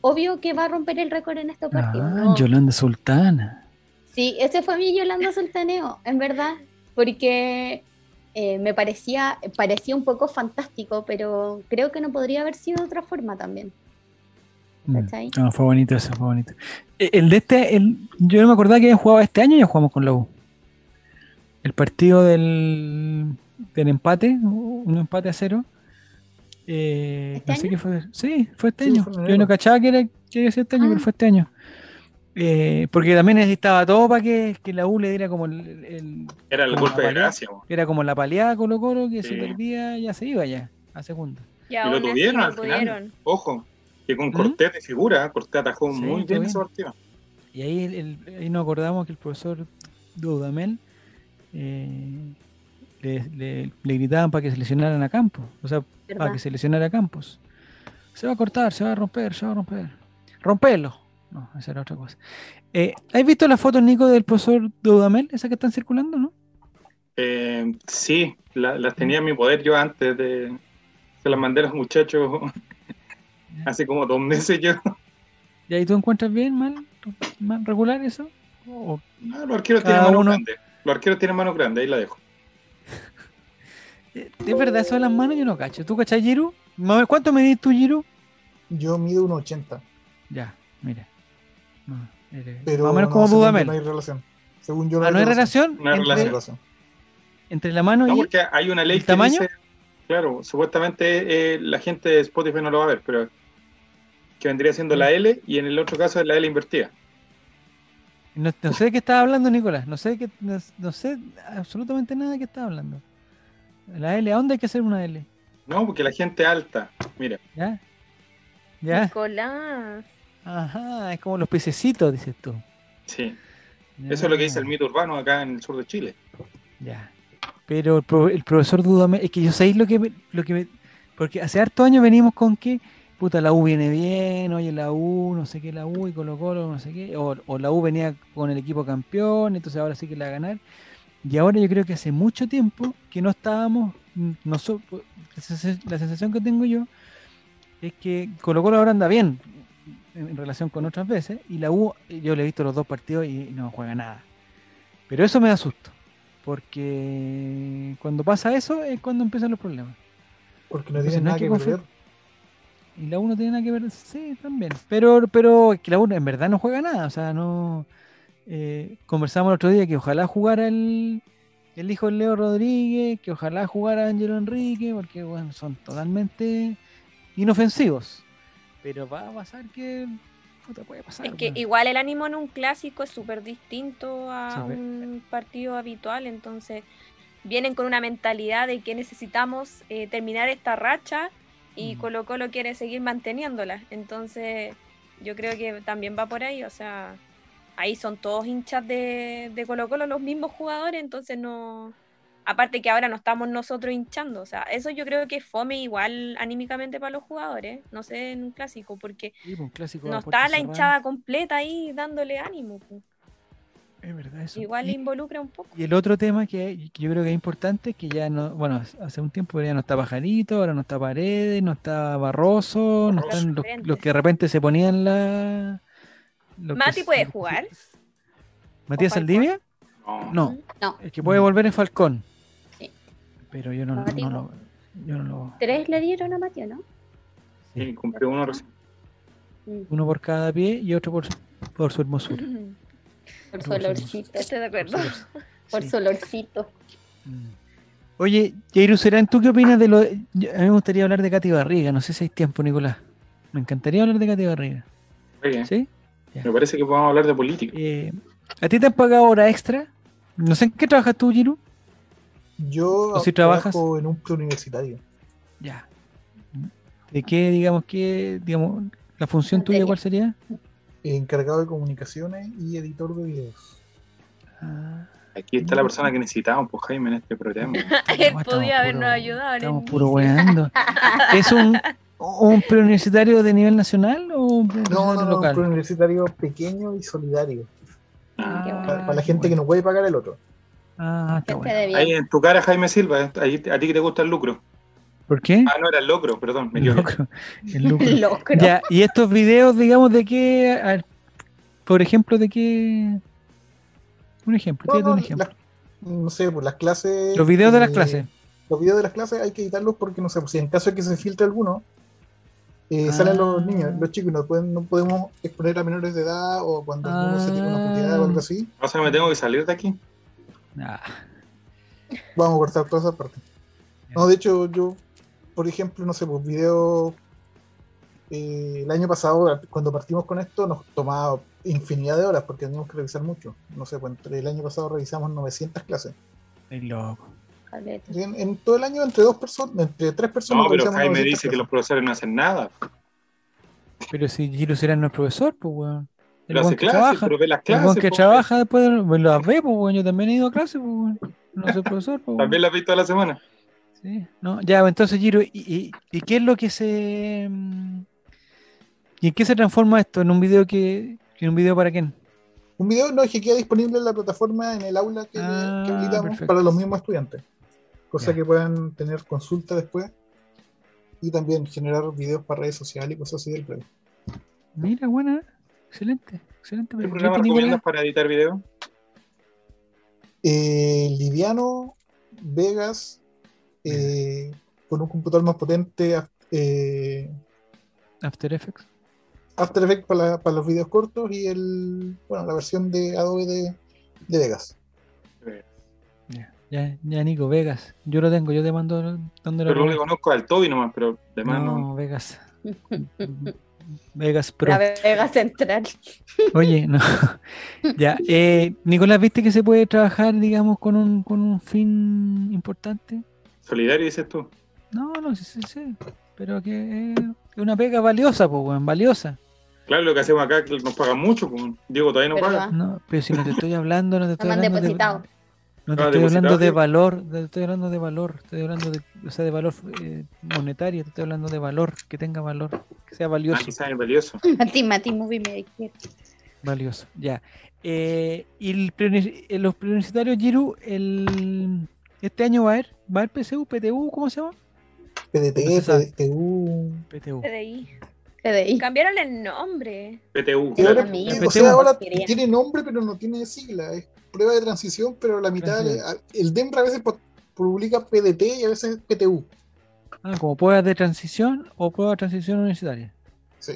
Speaker 2: obvio que va a romper el récord en este partido.
Speaker 1: Ah,
Speaker 2: ¿no?
Speaker 1: Yolanda Sultana.
Speaker 2: Sí, ese fue mi Yolanda Sultaneo, en verdad, porque eh, me parecía, parecía un poco fantástico, pero creo que no podría haber sido de otra forma también.
Speaker 1: Mm.
Speaker 2: ¿Cachai?
Speaker 1: No, fue bonito eso, fue bonito. Eh, El de este, el- yo no me acordaba que habían jugado este año y ya jugamos con la U. El partido del, del empate, un empate a cero. Eh,
Speaker 2: ¿Este
Speaker 1: no sé
Speaker 2: año?
Speaker 1: qué fue. Sí, fue este
Speaker 5: Sí,
Speaker 1: año.
Speaker 5: fue en
Speaker 1: yo
Speaker 5: enero.
Speaker 1: no cachaba que era que iba a ser este año,
Speaker 2: Ah.
Speaker 1: pero fue este año. Eh, porque también necesitaba todo para que, que la U le diera como el- el,
Speaker 4: Era el
Speaker 1: Como
Speaker 4: golpe de
Speaker 1: la
Speaker 4: gracia. po.
Speaker 1: Era como la paleada Colo Colo que se
Speaker 4: Sí.
Speaker 1: perdía, ya se iba ya, a segunda.
Speaker 3: Y
Speaker 4: Y
Speaker 3: aún
Speaker 4: lo
Speaker 3: así
Speaker 4: tuvieron
Speaker 3: lo
Speaker 4: al final.
Speaker 3: tuvieron.
Speaker 4: Ojo, que con
Speaker 1: ¿Mm?
Speaker 4: Cortés de figura, Cortés atajó
Speaker 1: Sí,
Speaker 4: muy
Speaker 1: todo
Speaker 4: bien ese
Speaker 1: bien.
Speaker 4: partido.
Speaker 1: Y ahí, el- el- ahí nos acordamos que el profesor Dudamel eh, le, le- le gritaban para que se lesionaran a Campos, o sea, para
Speaker 2: ¿verdad?
Speaker 1: que se lesionara a Campos. Se va a cortar, se va a romper, se va a romper. Rompelo. No, esa era otra cosa. Eh, ¿Has visto las fotos, Nico, del profesor Dudamel? Esas que están circulando, ¿no?
Speaker 4: Eh, sí, la- las tenía en mi poder yo antes de. Se las mandé a los muchachos hace como dos meses yo.
Speaker 1: ¿Y ahí tú encuentras bien, mal, mal regular eso? ¿O
Speaker 4: No, los arqueros
Speaker 1: Cada
Speaker 4: tienen manos
Speaker 1: uno.
Speaker 4: grandes. Los arqueros tienen manos grandes, ahí la dejo.
Speaker 1: Eh, Es verdad, eso de las manos yo no cacho. ¿Tú cachas, Giru? Mame, ¿Cuánto medís tú, Giru?
Speaker 5: Yo mido 1,80.
Speaker 1: Ya, mira. No, eres-
Speaker 5: Pero
Speaker 1: más o menos
Speaker 5: no,
Speaker 1: como
Speaker 5: según yo
Speaker 1: Dudamel.
Speaker 5: No hay relación. Según yo
Speaker 1: ah, no hay relación
Speaker 4: No
Speaker 1: entre,
Speaker 4: hay
Speaker 5: No hay
Speaker 4: relación.
Speaker 5: relación.
Speaker 1: entre la mano
Speaker 4: No,
Speaker 1: y.
Speaker 4: porque hay una ley
Speaker 1: ¿El
Speaker 4: que
Speaker 1: tamaño?
Speaker 4: dice- claro, supuestamente eh, la gente de Spotify no lo va a ver, pero que vendría siendo
Speaker 1: Mm.
Speaker 4: la L y en el otro caso es la L invertida.
Speaker 1: No, no sé de qué estás hablando, Nicolás. No sé, de qué, no, no sé absolutamente nada de qué estás hablando. La L, ¿a dónde hay que hacer una L?
Speaker 4: No, porque la gente alta, mira,
Speaker 1: ¿Ya? ¿Ya?
Speaker 3: Nicolás.
Speaker 1: Ajá, es como los pececitos, dices tú.
Speaker 4: sí. Eso es lo que
Speaker 1: Mm.
Speaker 4: dice el mito urbano acá en el sur de Chile.
Speaker 1: Ya. Pero el, pro- el profesor Dudamel, es que yo sabéis lo que me, lo que me- Porque hace hartos años venimos con que, puta, la U viene bien, oye, la U, no sé qué, la U y Colo Colo, no sé qué, o, o la U venía con el equipo campeón, entonces ahora sí que la va a ganar. Y ahora yo creo que hace mucho tiempo que no estábamos, no so- la sensa- la sensación que tengo yo es que Colo Colo ahora anda bien en, en relación con otras veces, y la U, yo le he visto los dos partidos y no juega nada. Pero eso me asusta, porque cuando pasa eso es cuando empiezan los problemas.
Speaker 5: Porque no
Speaker 1: Entonces, Pues no
Speaker 5: tienen nada
Speaker 1: hay
Speaker 5: que
Speaker 1: que confiar.
Speaker 5: perder.
Speaker 1: Y la U no tiene nada que ver, sí, también. Pero, pero es que la U en verdad no juega nada. O sea, no. eh, conversamos el otro día que ojalá jugara el, el hijo de Leo Rodríguez, que ojalá jugara Ángelo Enrique, porque bueno, son totalmente inofensivos. Pero va a pasar que. Puta, puede pasar.
Speaker 3: Es que
Speaker 1: weón.
Speaker 3: igual el ánimo en un clásico es súper distinto a
Speaker 1: Sí, pues. ve-
Speaker 3: un partido habitual, entonces vienen con una mentalidad de que necesitamos eh, terminar esta racha y
Speaker 1: Mm.
Speaker 3: Colo Colo quiere seguir manteniéndola. Entonces yo creo que también va por ahí, o sea, ahí son todos hinchas de, de Colo Colo los mismos jugadores, entonces no... Aparte que ahora no estamos nosotros hinchando, o sea, eso yo creo que es fome igual anímicamente para los jugadores, no sé, en un clásico, porque
Speaker 1: Sí, pues, un clásico a
Speaker 3: no
Speaker 1: puerta
Speaker 3: está la
Speaker 1: cerrada.
Speaker 3: hinchada completa ahí dándole ánimo. po.
Speaker 1: Es verdad eso.
Speaker 3: Igual
Speaker 1: Y-
Speaker 3: involucra un poco.
Speaker 1: Y el otro tema que, que yo creo que es importante es que ya no, bueno, hace un tiempo ya no está Pajarito, ahora no está Paredes, no está Barroso, no
Speaker 3: Barroso,
Speaker 1: están los,
Speaker 3: diferente.
Speaker 1: los que de repente se ponían la. los que
Speaker 3: Mati
Speaker 1: se-
Speaker 3: puede jugar.
Speaker 1: ¿Matías
Speaker 3: o Falcón.
Speaker 1: Saldivia?
Speaker 4: No,
Speaker 1: No,
Speaker 2: No,
Speaker 1: el que puede volver es Falcón.
Speaker 2: Sí.
Speaker 1: Pero yo no, no
Speaker 2: Mati no.
Speaker 1: lo. Yo no lo.
Speaker 2: tres le dieron a Mateo, ¿no?
Speaker 4: sí, compré uno recién.
Speaker 2: Mm,
Speaker 1: Uno por cada pie y otro por, su- por su hermosura.
Speaker 2: Por su
Speaker 1: Por su
Speaker 2: olorcito,
Speaker 3: Estoy de acuerdo.
Speaker 2: por
Speaker 1: Sí.
Speaker 2: su olorcito.
Speaker 1: Mm. Oye, Jair Serán, ¿tú qué opinas de lo.? yo- A mí me gustaría hablar de Katy Barriga, no sé si hay tiempo, Nicolás. Me encantaría hablar de Katy Barriga.
Speaker 4: Oye,
Speaker 1: ¿Sí?
Speaker 4: Me parece que podemos hablar de política.
Speaker 1: Eh, ¿A ti te han pagado hora extra? No sé en qué trabajas tú, Giru.
Speaker 5: Yo
Speaker 1: ¿O Pues si trabajas?
Speaker 5: trabajo en un preuniversitario.
Speaker 1: Ya. ¿De qué, digamos, qué, digamos, la función tuya
Speaker 2: Materia.
Speaker 1: cuál sería?
Speaker 5: Encargado de comunicaciones y editor de videos.
Speaker 1: Ah,
Speaker 4: Aquí está la persona que necesitábamos, pues Jaime, en este programa.
Speaker 3: Él
Speaker 1: Ah, estamos
Speaker 3: podía habernos
Speaker 1: puro-
Speaker 3: ayudado. en el
Speaker 1: Estamos
Speaker 3: inicio.
Speaker 1: puro weando. ¿Es un, un preuniversitario de nivel nacional o un preuniversitario
Speaker 5: No, no, no, un
Speaker 1: Ah, local?
Speaker 5: preuniversitario pequeño y solidario.
Speaker 4: Ah,
Speaker 2: Qué bueno.
Speaker 5: para, para la gente que no puede pagar el otro.
Speaker 1: Ah, está
Speaker 2: Gente
Speaker 1: bueno.
Speaker 3: Este
Speaker 2: de bien.
Speaker 4: Ahí en tu cara, Jaime Silva, eh, ahí- a ti que te gusta el lucro.
Speaker 1: ¿Por qué?
Speaker 4: Ah, no, era el locro, perdón, me
Speaker 1: El
Speaker 4: equivoqué.
Speaker 1: lucro. El lucro.
Speaker 2: Locro.
Speaker 1: Ya, y estos videos, digamos, de qué. a ver, por ejemplo, de qué. Un ejemplo,
Speaker 5: No,
Speaker 1: tírate
Speaker 5: no,
Speaker 1: un ejemplo.
Speaker 5: las- no sé, pues las clases.
Speaker 1: Los videos de las
Speaker 5: eh,
Speaker 1: clases.
Speaker 5: Los videos de las clases hay que editarlos porque, no sé, pues, si en caso de que se filtre alguno, eh,
Speaker 1: Ah.
Speaker 5: salen los niños, los chicos, y no, pueden, no podemos exponer a menores de edad o cuando alguno se tenga una oportunidad o algo así.
Speaker 4: O sea, me tengo que salir de aquí.
Speaker 1: Ah,
Speaker 5: Vamos a cortar toda esa parte. No, de hecho, yo, por ejemplo, no sé, pues video. eh, el año pasado, cuando partimos con esto, nos tomaba infinidad de horas porque teníamos que revisar mucho. No sé, pues entre el año pasado revisamos 900 clases.
Speaker 1: estoy loco.
Speaker 2: Caleta.
Speaker 5: En, en todo el año, entre dos personas, entre tres personas.
Speaker 4: No, pero
Speaker 5: revisamos
Speaker 4: Jaime
Speaker 5: 900
Speaker 4: dice que los
Speaker 5: clases.
Speaker 4: profesores no hacen nada.
Speaker 1: Pero si Giro Serán no es profesor, pues, weón. El
Speaker 4: Pero
Speaker 1: weón
Speaker 4: hace
Speaker 1: que
Speaker 4: clases,
Speaker 1: trabaja.
Speaker 4: pero ve las
Speaker 1: El
Speaker 4: clases.
Speaker 1: weón que
Speaker 4: pues.
Speaker 1: trabaja después de- pues, las ve, pues, weón. Yo también he ido a clases, pues, weón. No soy profesor, pues, weón.
Speaker 4: eh. También las vi toda la semana.
Speaker 1: Sí, no, ya, pues, entonces Giro, ¿y, y, y qué es lo que se mm, y en qué se transforma esto? ¿En un video que en un video para quién?
Speaker 5: Un video no es que queda disponible en la plataforma, en el aula que,
Speaker 1: Ah,
Speaker 5: que habilitamos
Speaker 1: perfecto.
Speaker 5: para los mismos estudiantes. Cosa
Speaker 1: Ya.
Speaker 5: que puedan tener consulta después. Y también generar videos para redes sociales y cosas así del plan.
Speaker 1: Mira, buena, excelente, excelente.
Speaker 4: ¿Qué
Speaker 1: pero
Speaker 4: programa
Speaker 1: ¿viste, Nicolás?
Speaker 4: recomiendas para editar video?
Speaker 5: Eh, Liviano, Vegas, eh, con un computador más potente, af- eh,
Speaker 1: After Effects.
Speaker 5: After Effects para, la- para los videos cortos y el, bueno, la versión de Adobe de, de Vegas.
Speaker 4: Eh,
Speaker 1: Ya, ya, ya, Nico, Vegas. Yo lo tengo, yo te mando donde lo
Speaker 4: Pero lo
Speaker 1: tengo.
Speaker 4: conozco al Toby nomás, pero además no.
Speaker 1: No, Vegas. Vegas Pro.
Speaker 2: La Vega Central.
Speaker 1: Oye, no. Ya, eh, Nicolás, ¿viste que se puede trabajar, digamos, con un, con un fin importante?
Speaker 4: Solidario dices tú.
Speaker 1: No, no, sí, sí, sí. Pero que es una pega valiosa, pues, weón, valiosa.
Speaker 4: Claro, lo que hacemos acá que nos pagan mucho. pues. Diego todavía no
Speaker 2: ¿Verdad?
Speaker 4: paga.
Speaker 1: No, pero si no te estoy hablando, no te
Speaker 2: No
Speaker 1: estoy
Speaker 2: Ah. me han
Speaker 1: hablando de-
Speaker 2: depositado.
Speaker 1: No te
Speaker 4: Ah,
Speaker 1: estoy hablando de
Speaker 4: depositario.
Speaker 1: valor, no te estoy hablando de valor, estoy hablando de, o sea, de valor eh, monetario, te estoy hablando de valor, que tenga valor, que sea
Speaker 4: Ah,
Speaker 1: valioso.
Speaker 4: quizás es valioso.
Speaker 2: Mati, Mati, Movie Maker.
Speaker 1: Valioso, ya. Eh, y el preuni- eh, los preuniversitarios, Giru, el, este año va a haber, va a haber PSU, PTU, ¿cómo se llama?
Speaker 5: PDT,
Speaker 1: Entonces,
Speaker 5: PDTU.
Speaker 1: PTU.
Speaker 3: PDI.
Speaker 2: PDI.
Speaker 3: Cambiaron el nombre.
Speaker 4: PTU.
Speaker 5: Y ahora-
Speaker 4: claro.
Speaker 2: mí.
Speaker 5: o sea, ahora
Speaker 2: Quería.
Speaker 5: tiene nombre, pero no tiene sigla. Es prueba de transición, pero la mitad.
Speaker 1: Transición.
Speaker 5: a- el DEMRA a veces po- publica PDT y a veces PTU.
Speaker 1: Ah, como pruebas de transición o pruebas de transición universitaria.
Speaker 5: Sí.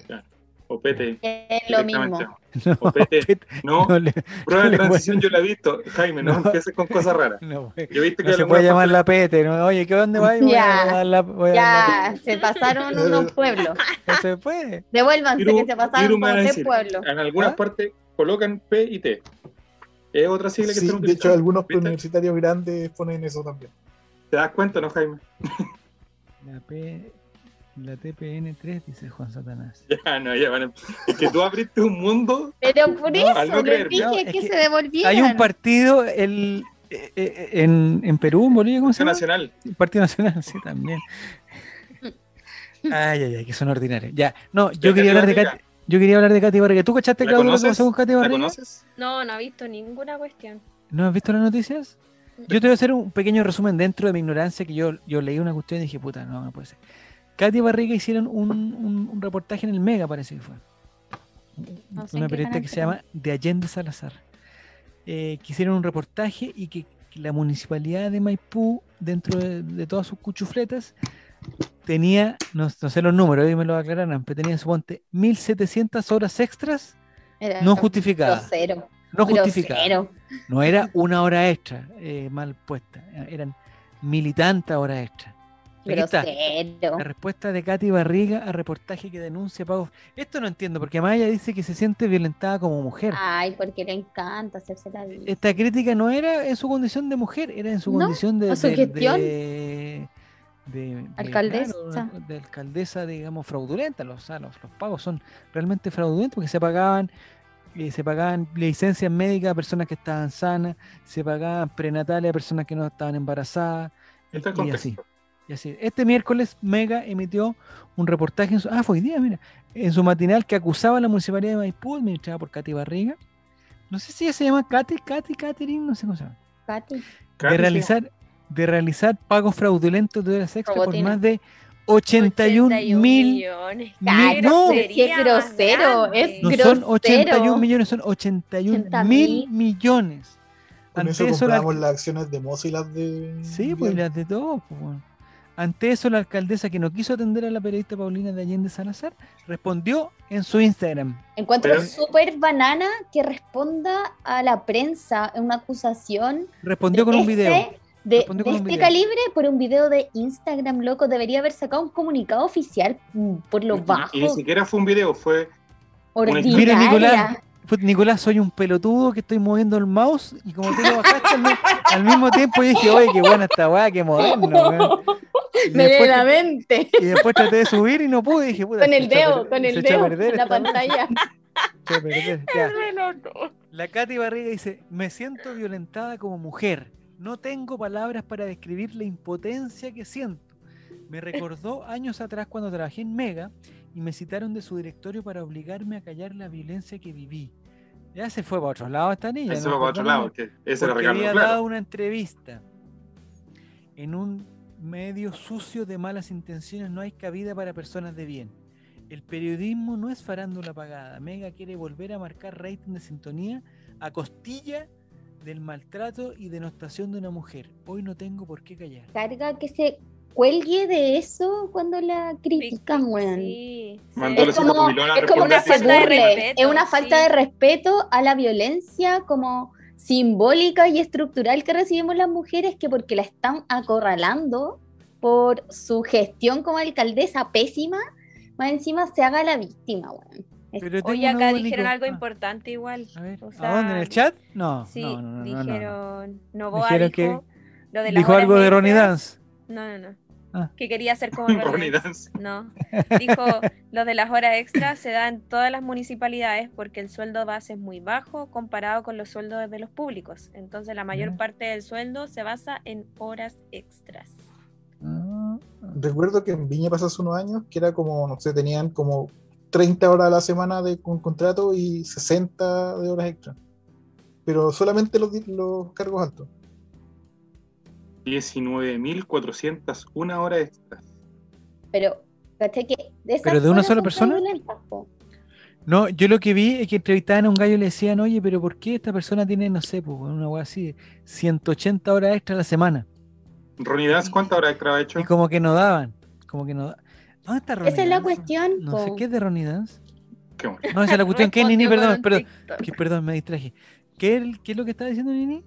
Speaker 4: O PT.
Speaker 2: Es lo mismo.
Speaker 4: directamente.
Speaker 1: No,
Speaker 4: O PT. No,
Speaker 1: no le-
Speaker 4: prueba de
Speaker 1: le voy a-
Speaker 4: transición yo la he visto. Jaime, no,
Speaker 1: No.
Speaker 4: empieces con cosas raras.
Speaker 1: no, güey.
Speaker 4: Yo viste Este que
Speaker 1: No se
Speaker 4: alguna
Speaker 1: puede
Speaker 4: parte-
Speaker 1: llamar la pete, ¿no? Oye, ¿qué dónde va? Voy
Speaker 2: Ya.
Speaker 1: a dar la- voy a dar la-
Speaker 2: Ya, se pasaron
Speaker 1: Eh,
Speaker 2: unos pueblos.
Speaker 1: No se puede.
Speaker 2: Devuélvanse
Speaker 4: Iru-
Speaker 2: que se pasaron
Speaker 4: Iru me
Speaker 2: como
Speaker 4: va a
Speaker 2: tres
Speaker 4: decir.
Speaker 2: pueblos.
Speaker 4: En algunas
Speaker 1: ¿Ah?
Speaker 4: partes colocan P y T. Es otra sigla que
Speaker 5: Sí,
Speaker 4: están
Speaker 5: de hecho,
Speaker 4: utilizando.
Speaker 5: algunos
Speaker 4: ¿Viste?
Speaker 5: universitarios grandes ponen eso también.
Speaker 4: ¿Te das cuenta, no, Jaime?
Speaker 1: La, P, la TPN3, dice Juan Satanás.
Speaker 4: Ya, Ah, no, ya van. a- Es que tú abriste un mundo.
Speaker 2: Pero por
Speaker 4: No, al no
Speaker 2: eso les
Speaker 4: creer,
Speaker 2: dije
Speaker 1: no, es
Speaker 2: que,
Speaker 1: que
Speaker 2: se devolvieran.
Speaker 1: Hay un partido el, eh, eh, en, en Perú, en Bolivia, ¿cómo se llama?
Speaker 4: nacional.
Speaker 1: Partido Nacional, sí, también. Ay, ay, ay, que son ordinarios. Ya, no, yo quería hablar de Katy,
Speaker 4: Barriga.
Speaker 1: yo quería hablar de Katy Barriga. ¿Tú cachaste,
Speaker 4: ¿La
Speaker 1: Claudio, lo que
Speaker 4: conoces?
Speaker 1: pasó con Katy
Speaker 4: ¿La
Speaker 1: Barriga?
Speaker 4: conoces?
Speaker 3: No, no he visto ninguna cuestión.
Speaker 1: ¿No has visto las noticias?
Speaker 3: No.
Speaker 1: Yo te voy a hacer un pequeño resumen dentro de mi ignorancia, que yo, yo leí una cuestión y dije, puta, no, no puede ser. Katy Barriga hicieron un, un- un reportaje en el Mega, parece que fue.
Speaker 2: No sé en
Speaker 1: una
Speaker 2: qué
Speaker 1: periodista que se
Speaker 2: canal,
Speaker 1: llama De Allende Salazar. Eh, que hicieron un reportaje y que la municipalidad de Maipú, dentro de, de todas sus cuchufletas, tenía, no, no sé los números, ahí me lo aclararán, pero tenía, suponte, 1.700 horas extras
Speaker 2: Era
Speaker 1: no justificadas.
Speaker 2: Grosero.
Speaker 1: No justificadas.
Speaker 2: Grosero.
Speaker 1: No era una hora extra eh, mal puesta, eh, eran mil y tantas horas extra. Aquí está,
Speaker 2: Grosero.
Speaker 1: la respuesta de Katy Barriga a reportaje que denuncia pagos. Esto no entiendo, porque además ella dice que se siente violentada como mujer.
Speaker 2: Ay, porque le encanta hacerse la vida.
Speaker 1: Esta crítica no era en su condición de mujer, era en su
Speaker 2: No,
Speaker 1: condición de.
Speaker 2: a su
Speaker 1: de-
Speaker 2: gestión.
Speaker 1: de- de- de-
Speaker 2: Alcaldesa.
Speaker 1: claro, una- de alcaldesa, digamos, fraudulenta. Los, o sea, los, los pagos son realmente fraudulentos porque se pagaban, eh, se pagaban licencias médicas a personas que estaban sanas, se pagaban prenatales a personas que no estaban embarazadas. y-
Speaker 4: Este es el
Speaker 1: y así.
Speaker 4: contexto.
Speaker 1: Y así, este miércoles Mega emitió un reportaje, en su, ah, fue hoy día, mira, en su matinal que acusaba a la municipalidad de Maipú, administrada por Katy Barriga. No sé si ella se llama Katy, Katy, Catherine, no sé cómo se llama.
Speaker 2: Katy.
Speaker 1: De
Speaker 4: Katy,
Speaker 1: realizar, de realizar pagos fraudulentos de horas extra por
Speaker 2: Robotina.
Speaker 1: más de 81 mil.
Speaker 3: millones.
Speaker 1: Mil-
Speaker 2: Cállate,
Speaker 1: no.
Speaker 2: qué grosero, es
Speaker 1: No
Speaker 2: grosero.
Speaker 1: son 81 millones, son 81
Speaker 2: 80
Speaker 1: mil
Speaker 2: mil.
Speaker 1: millones.
Speaker 5: Con
Speaker 1: Ante
Speaker 5: eso
Speaker 1: eso la-
Speaker 5: compramos las acciones de Mozo y las de.
Speaker 1: Sí, pues y las de todos. pues, weón. Ante eso, la alcaldesa que no quiso atender a la periodista Paulina de Allende Salazar respondió en su Instagram.
Speaker 2: Encuentro
Speaker 4: Pero-
Speaker 2: súper banana que responda a la prensa en una acusación
Speaker 1: Respondió con un
Speaker 2: este-
Speaker 1: video.
Speaker 2: De,
Speaker 1: Respondió con
Speaker 2: de
Speaker 1: un
Speaker 2: este
Speaker 1: video.
Speaker 2: calibre por un video de Instagram, loco, debería haber sacado un comunicado oficial mm, por lo bajo.
Speaker 4: Y ni siquiera fue un video, fue.
Speaker 2: ordinaria.
Speaker 1: Mira, Nicolás, Fue, Nicolás, soy un pelotudo que estoy moviendo el mouse y como tú lo bajaste al, mi- al mismo tiempo, yo dije, oye, qué buena esta weá, qué moderno. weón". Y
Speaker 2: Me
Speaker 1: después,
Speaker 2: viene la mente.
Speaker 1: y después traté de subir y no pude. y dije, puta,
Speaker 2: Con
Speaker 1: se
Speaker 2: el
Speaker 1: echó a
Speaker 2: dedo,
Speaker 1: perder-
Speaker 2: con
Speaker 1: se
Speaker 2: el
Speaker 1: echó a
Speaker 2: dedo,
Speaker 1: perder
Speaker 2: en la
Speaker 1: esta weá,
Speaker 2: pantalla.
Speaker 1: se echó a perder, ya.
Speaker 3: No, no.
Speaker 1: La Katy Barriga dice, me siento violentada como mujer. No tengo palabras para describir la impotencia que siento. Me recordó años atrás cuando trabajé en Mega y me citaron de su directorio para obligarme a callar la violencia que viví. Ya se fue para otro lado esta niña.
Speaker 4: Eso
Speaker 1: ¿no?
Speaker 4: va para otro lado. Que ese era
Speaker 1: Porque
Speaker 4: Ricardo,
Speaker 1: había
Speaker 4: claro.
Speaker 1: dado una entrevista en un medio sucio de malas intenciones no hay cabida para personas de bien. El periodismo no es farándula pagada. Mega quiere volver a marcar rating de sintonía a costilla del maltrato y denostación de una mujer. Hoy no tengo por qué callar.
Speaker 2: Carga que se cuelgue de eso cuando la critican, weón.
Speaker 3: Sí.
Speaker 4: Mandó
Speaker 2: Es
Speaker 4: los
Speaker 3: como-
Speaker 2: como,
Speaker 4: Milona
Speaker 2: es como
Speaker 4: responde
Speaker 2: que
Speaker 4: así
Speaker 2: se
Speaker 4: como-
Speaker 2: burle, es una
Speaker 3: respeto,
Speaker 2: falta
Speaker 3: sí.
Speaker 2: de respeto a la violencia como simbólica y estructural que recibimos las mujeres que porque la están acorralando por su gestión como alcaldesa pésima, más encima se haga la víctima, weón. Es-
Speaker 1: Pero tengo
Speaker 3: Oye,
Speaker 1: una
Speaker 3: acá
Speaker 1: duda,
Speaker 3: dijeron
Speaker 1: Nico.
Speaker 3: algo
Speaker 1: Ah,
Speaker 3: importante igual.
Speaker 1: A ver,
Speaker 3: O
Speaker 1: ¿a dónde? ¿En
Speaker 3: sea,
Speaker 1: el chat? No,
Speaker 3: Sí,
Speaker 1: no, no, no, no, no, no.
Speaker 3: dijeron. Novoa
Speaker 1: Dijeron
Speaker 3: dijo lo de las
Speaker 1: Dijo
Speaker 3: horas
Speaker 1: algo de
Speaker 3: extras.
Speaker 1: Ronnie Dance.
Speaker 3: No, no, no.
Speaker 1: Ah.
Speaker 3: que quería hacer como
Speaker 4: Ronnie
Speaker 3: Ronnie Dance.
Speaker 4: Dance.
Speaker 3: No, dijo, los de las horas extras se dan en todas las municipalidades porque el sueldo base es muy bajo comparado con los sueldos de los públicos. Entonces la mayor
Speaker 1: Mira.
Speaker 3: parte del sueldo se basa en horas extras.
Speaker 1: Ah,
Speaker 5: Recuerdo que en Viña pasó hace unos años que era como, no sé, tenían como 30 horas a la semana de con contrato y 60 de horas extra. Pero solamente los, di- los cargos altos.
Speaker 4: 19.401 horas extras.
Speaker 2: Pero, ¿cachai? Que de esas
Speaker 1: ¿Pero de una
Speaker 2: horas
Speaker 1: sola
Speaker 2: son
Speaker 1: persona?
Speaker 2: fraudulentas, po.
Speaker 1: No, yo lo que vi es que entrevistaban a un gallo y le decían, oye, pero ¿por qué esta persona tiene, no sé, pues, una weá así, de 180 horas extra a la semana?
Speaker 4: Ronnie Dance, ¿cuántas horas extra ha hecho?
Speaker 1: Y como que no daban, como que no da- ¿Dónde está Ronnie
Speaker 2: Esa es la
Speaker 1: Dance?
Speaker 2: cuestión.
Speaker 1: Ah, No sé
Speaker 2: po.
Speaker 1: qué es de Ronnie Dance.
Speaker 4: Qué bueno.
Speaker 1: No, esa es la cuestión que es Nini, perdón,
Speaker 3: Respondió con un
Speaker 1: perdón,
Speaker 3: TikTok.
Speaker 1: que- perdón, me distraje. ¿Qué, es- ¿Qué es lo que estaba diciendo Nini?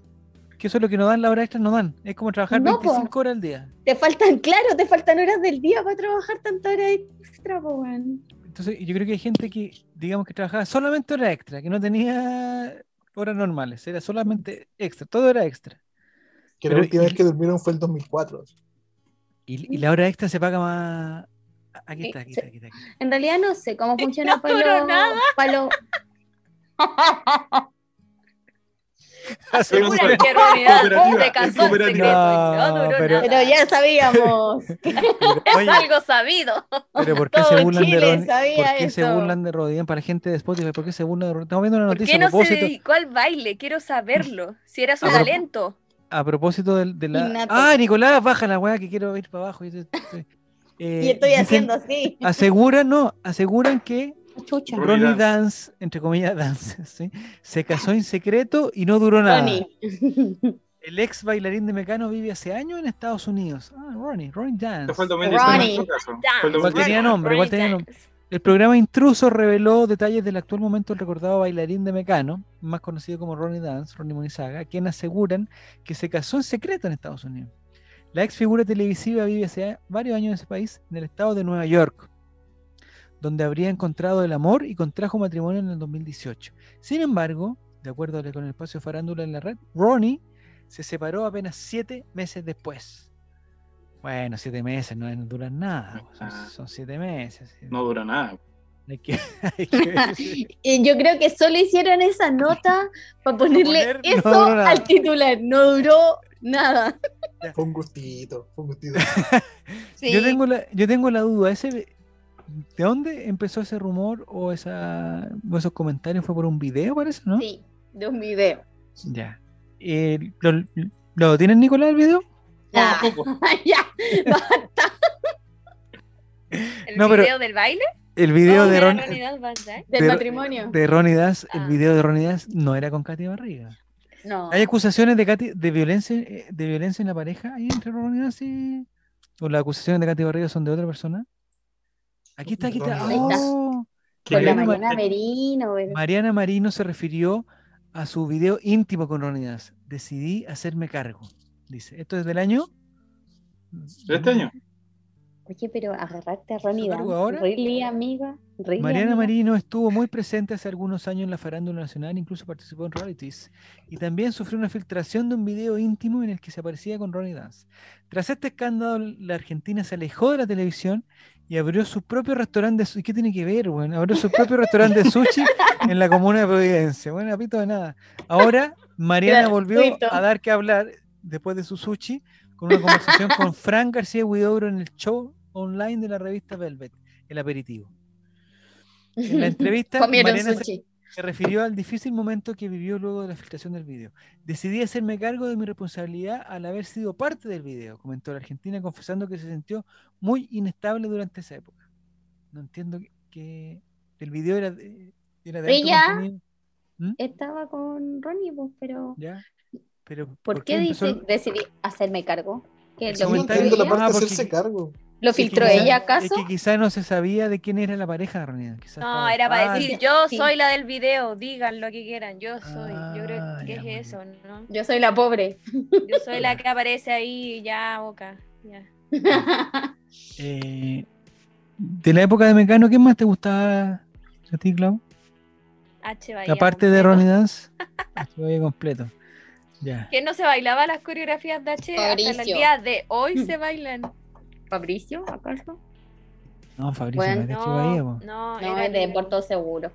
Speaker 1: Que eso es lo que no dan, la hora extra no dan. Es como trabajar
Speaker 2: No, po.
Speaker 1: 25 horas al día.
Speaker 2: Te faltan, claro, te faltan horas del día para trabajar tantas horas extra, po, weón.
Speaker 1: Entonces, yo creo que hay gente que, digamos, que trabajaba solamente hora extra, que no tenía horas normales, era solamente extra, todo era extra.
Speaker 5: Que
Speaker 1: Pero,
Speaker 5: la última
Speaker 1: ¿y-
Speaker 5: vez que durmieron fue el 2004.
Speaker 1: Y, y la hora extra se paga más. Aquí
Speaker 2: Sí,
Speaker 1: está, aquí
Speaker 2: sí.
Speaker 1: está, aquí está. aquí está.
Speaker 2: En realidad no sé cómo funciona
Speaker 3: No
Speaker 2: para
Speaker 3: duró
Speaker 2: los-
Speaker 3: nada.
Speaker 2: para los-
Speaker 4: Pero
Speaker 3: Segura
Speaker 4: no-
Speaker 3: que Ronnie Dance
Speaker 4: cooperativa,
Speaker 3: se casó en
Speaker 4: cooperativa.
Speaker 3: secreto y no
Speaker 1: No,
Speaker 3: duró
Speaker 1: pero-
Speaker 3: nada.
Speaker 2: Pero ya sabíamos.
Speaker 1: Pero,
Speaker 3: Es
Speaker 1: oye,
Speaker 3: algo sabido.
Speaker 1: pero ¿por qué
Speaker 2: todo
Speaker 1: se burlan de
Speaker 2: Chile
Speaker 1: Ronnie?
Speaker 2: sabía
Speaker 1: ¿Por qué se
Speaker 2: eso.
Speaker 1: burlan de Rodríguez? Para la gente de Spotify, ¿por qué se burlan de Ronnie? Estamos viendo una
Speaker 3: ¿Por
Speaker 1: noticia
Speaker 3: qué no
Speaker 1: a
Speaker 3: se
Speaker 1: propósito,
Speaker 3: dedicó al baile? Quiero saberlo. Si era su
Speaker 1: Ah, pero-
Speaker 3: talento.
Speaker 1: a propósito de, de la.
Speaker 2: Innato.
Speaker 1: Ah, Nicolás, baja la weá que quiero ir para abajo. Yo estoy- estoy- eh,
Speaker 2: Y estoy
Speaker 1: dicen-
Speaker 2: haciendo así.
Speaker 1: Aseguran, no, aseguran que
Speaker 2: Chucha.
Speaker 4: Ronnie
Speaker 1: Ronnie Dance, entre comillas Dance, ¿sí? se casó en secreto y no duró nada.
Speaker 2: Ronnie.
Speaker 1: El ex bailarín de Mecano vive hace años en Estados Unidos. Ah, Ronnie, Ronnie
Speaker 4: Esto
Speaker 1: Dance.
Speaker 4: fue el 2019 en
Speaker 2: Ronnie.
Speaker 4: todo caso.
Speaker 3: Dance,
Speaker 4: Fue el
Speaker 1: Igual tenía
Speaker 4: 2019.
Speaker 1: nombre, igual
Speaker 3: Ronnie
Speaker 1: tenía
Speaker 3: Dance.
Speaker 1: El programa Intruso reveló detalles del actual momento del recordado bailarín de Mecano, más conocido como Ronnie Dance, Ronnie Monizaga, quien aseguran que se casó en secreto en Estados Unidos. La ex figura televisiva vive hace varios años en ese país, en el estado de Nueva York, donde habría encontrado el amor y contrajo matrimonio en el 2018. Sin embargo, de acuerdo con el espacio Farándula en la red, Ronnie se separó apenas siete meses después. Bueno, siete meses no no duran nada, son, son siete meses.
Speaker 4: No dura nada.
Speaker 1: Hay que, hay que
Speaker 2: Y yo creo que solo hicieron esa nota para ponerle
Speaker 1: poner, no
Speaker 2: eso
Speaker 1: duró nada.
Speaker 2: al titular. No duró nada.
Speaker 5: Fue un gustito, fue un gustito.
Speaker 2: Sí.
Speaker 1: yo, tengo la, yo tengo la duda, ese, ¿de dónde empezó ese rumor o, esa, o esos comentarios? ¿Fue por un video, parece, no?
Speaker 2: Sí, de un video.
Speaker 1: Ya. Eh, ¿lo, lo tienes, Nicolás, el video?
Speaker 2: Ah,
Speaker 4: Tampoco.
Speaker 2: ya.
Speaker 3: ¿El
Speaker 1: No, pero-
Speaker 3: video del baile?
Speaker 1: El video
Speaker 3: No,
Speaker 1: de,
Speaker 3: era
Speaker 1: Ron-
Speaker 3: Ronnie Dance Band Dance.
Speaker 2: Del
Speaker 1: Pero-
Speaker 2: matrimonio.
Speaker 1: de Ronnie Das, el
Speaker 3: Ah.
Speaker 1: video de Ronnie Das no era con Katy Barriga.
Speaker 2: No.
Speaker 1: ¿Hay acusaciones de Katy, de violencia eh, de violencia en la pareja ahí entre Ronnie Das y... ¿O las acusaciones de Katy Barriga son de otra persona? Aquí está, aquí está.
Speaker 5: Ahí
Speaker 2: está.
Speaker 1: ¡Oh!
Speaker 2: Con la
Speaker 1: Mariana Mar-
Speaker 2: Mariana Merino. güey.
Speaker 1: Mariana Marino se refirió a su video íntimo con Ronnie Dance. Decidí hacerme cargo. Dice, esto es del año.
Speaker 4: ¿De este año?
Speaker 2: Oye, pero agarrarte a Ronnie
Speaker 1: ¿Hizo cargo
Speaker 2: Dance.
Speaker 1: ahora?
Speaker 2: Really, amiga. Really,
Speaker 1: Mariana
Speaker 2: amiga.
Speaker 1: Marino estuvo muy presente hace algunos años en la farándula nacional, incluso participó en realities, y también sufrió una filtración de un video íntimo en el que se aparecía con Ronnie Dance. Tras este escándalo, la Argentina se alejó de la televisión y abrió su propio restaurante de sushi. ¿Qué tiene que ver, weón? Abrió su propio restaurante de sushi en la comuna de Providencia. Bueno, pito de nada. Ahora, Mariana volvió
Speaker 2: Gratuito.
Speaker 1: a dar que hablar después de su sushi con una conversación con Frank García Huidobro en el show online de la revista Velvet, El Aperitivo. En la entrevista,
Speaker 2: Comieron
Speaker 1: Mariana se-
Speaker 2: sushi.
Speaker 1: se refirió al difícil momento que vivió luego de la filtración del video. Decidí hacerme cargo de mi responsabilidad al haber sido parte del video, comentó la argentina confesando que se sintió muy inestable durante esa época. No entiendo que, que el video era de... Era de alto
Speaker 2: Ella-
Speaker 1: contenido,
Speaker 2: Estaba con Ronnie, pues, pero.
Speaker 1: ¿ya? Pero,
Speaker 2: ¿Por, qué,
Speaker 1: empezó
Speaker 2: dice,
Speaker 1: el-
Speaker 2: decidí hacerme cargo? ¿Que
Speaker 1: Ese
Speaker 2: lo,
Speaker 5: Yo no
Speaker 1: comentario-
Speaker 2: filtró
Speaker 5: entiendo la
Speaker 2: ella?
Speaker 5: parte de
Speaker 1: Ah, porque-
Speaker 5: hacerse cargo.
Speaker 2: ¿Lo
Speaker 1: es que
Speaker 2: filtró
Speaker 1: quizá-
Speaker 2: ella
Speaker 1: Es
Speaker 2: acaso?
Speaker 1: que quizás no se sabía de quién era la pareja de Ronnie Dance, quizás
Speaker 3: No,
Speaker 1: estaba-
Speaker 3: era para
Speaker 1: Ah,
Speaker 3: decir, yo
Speaker 2: sí.
Speaker 3: soy la del video, digan lo que quieran, yo soy. Yo creo
Speaker 1: Ah,
Speaker 3: que
Speaker 1: ya, muy
Speaker 3: es eso, ¿no?
Speaker 2: Yo soy la pobre.
Speaker 3: Yo soy la que aparece ahí, ya, boca. Ya.
Speaker 1: eh, de la época de Mecano, ¿qué más te gustaba a ti, Clau?
Speaker 3: H Bahía
Speaker 1: Aparte de
Speaker 3: completo.
Speaker 1: Ronnie Dance, este baile completo. Ya.
Speaker 3: Que no se bailaba las coreografías de H hasta el
Speaker 2: Fabricio.
Speaker 3: día de hoy se bailan.
Speaker 2: Fabricio, ¿acaso?
Speaker 1: No, Fabricio,
Speaker 2: Bueno,
Speaker 1: no es de Chivo Bahía,
Speaker 3: No,
Speaker 1: po.
Speaker 3: no,
Speaker 2: No,
Speaker 3: era
Speaker 2: es de
Speaker 3: Bruno.
Speaker 2: Puerto Seguro.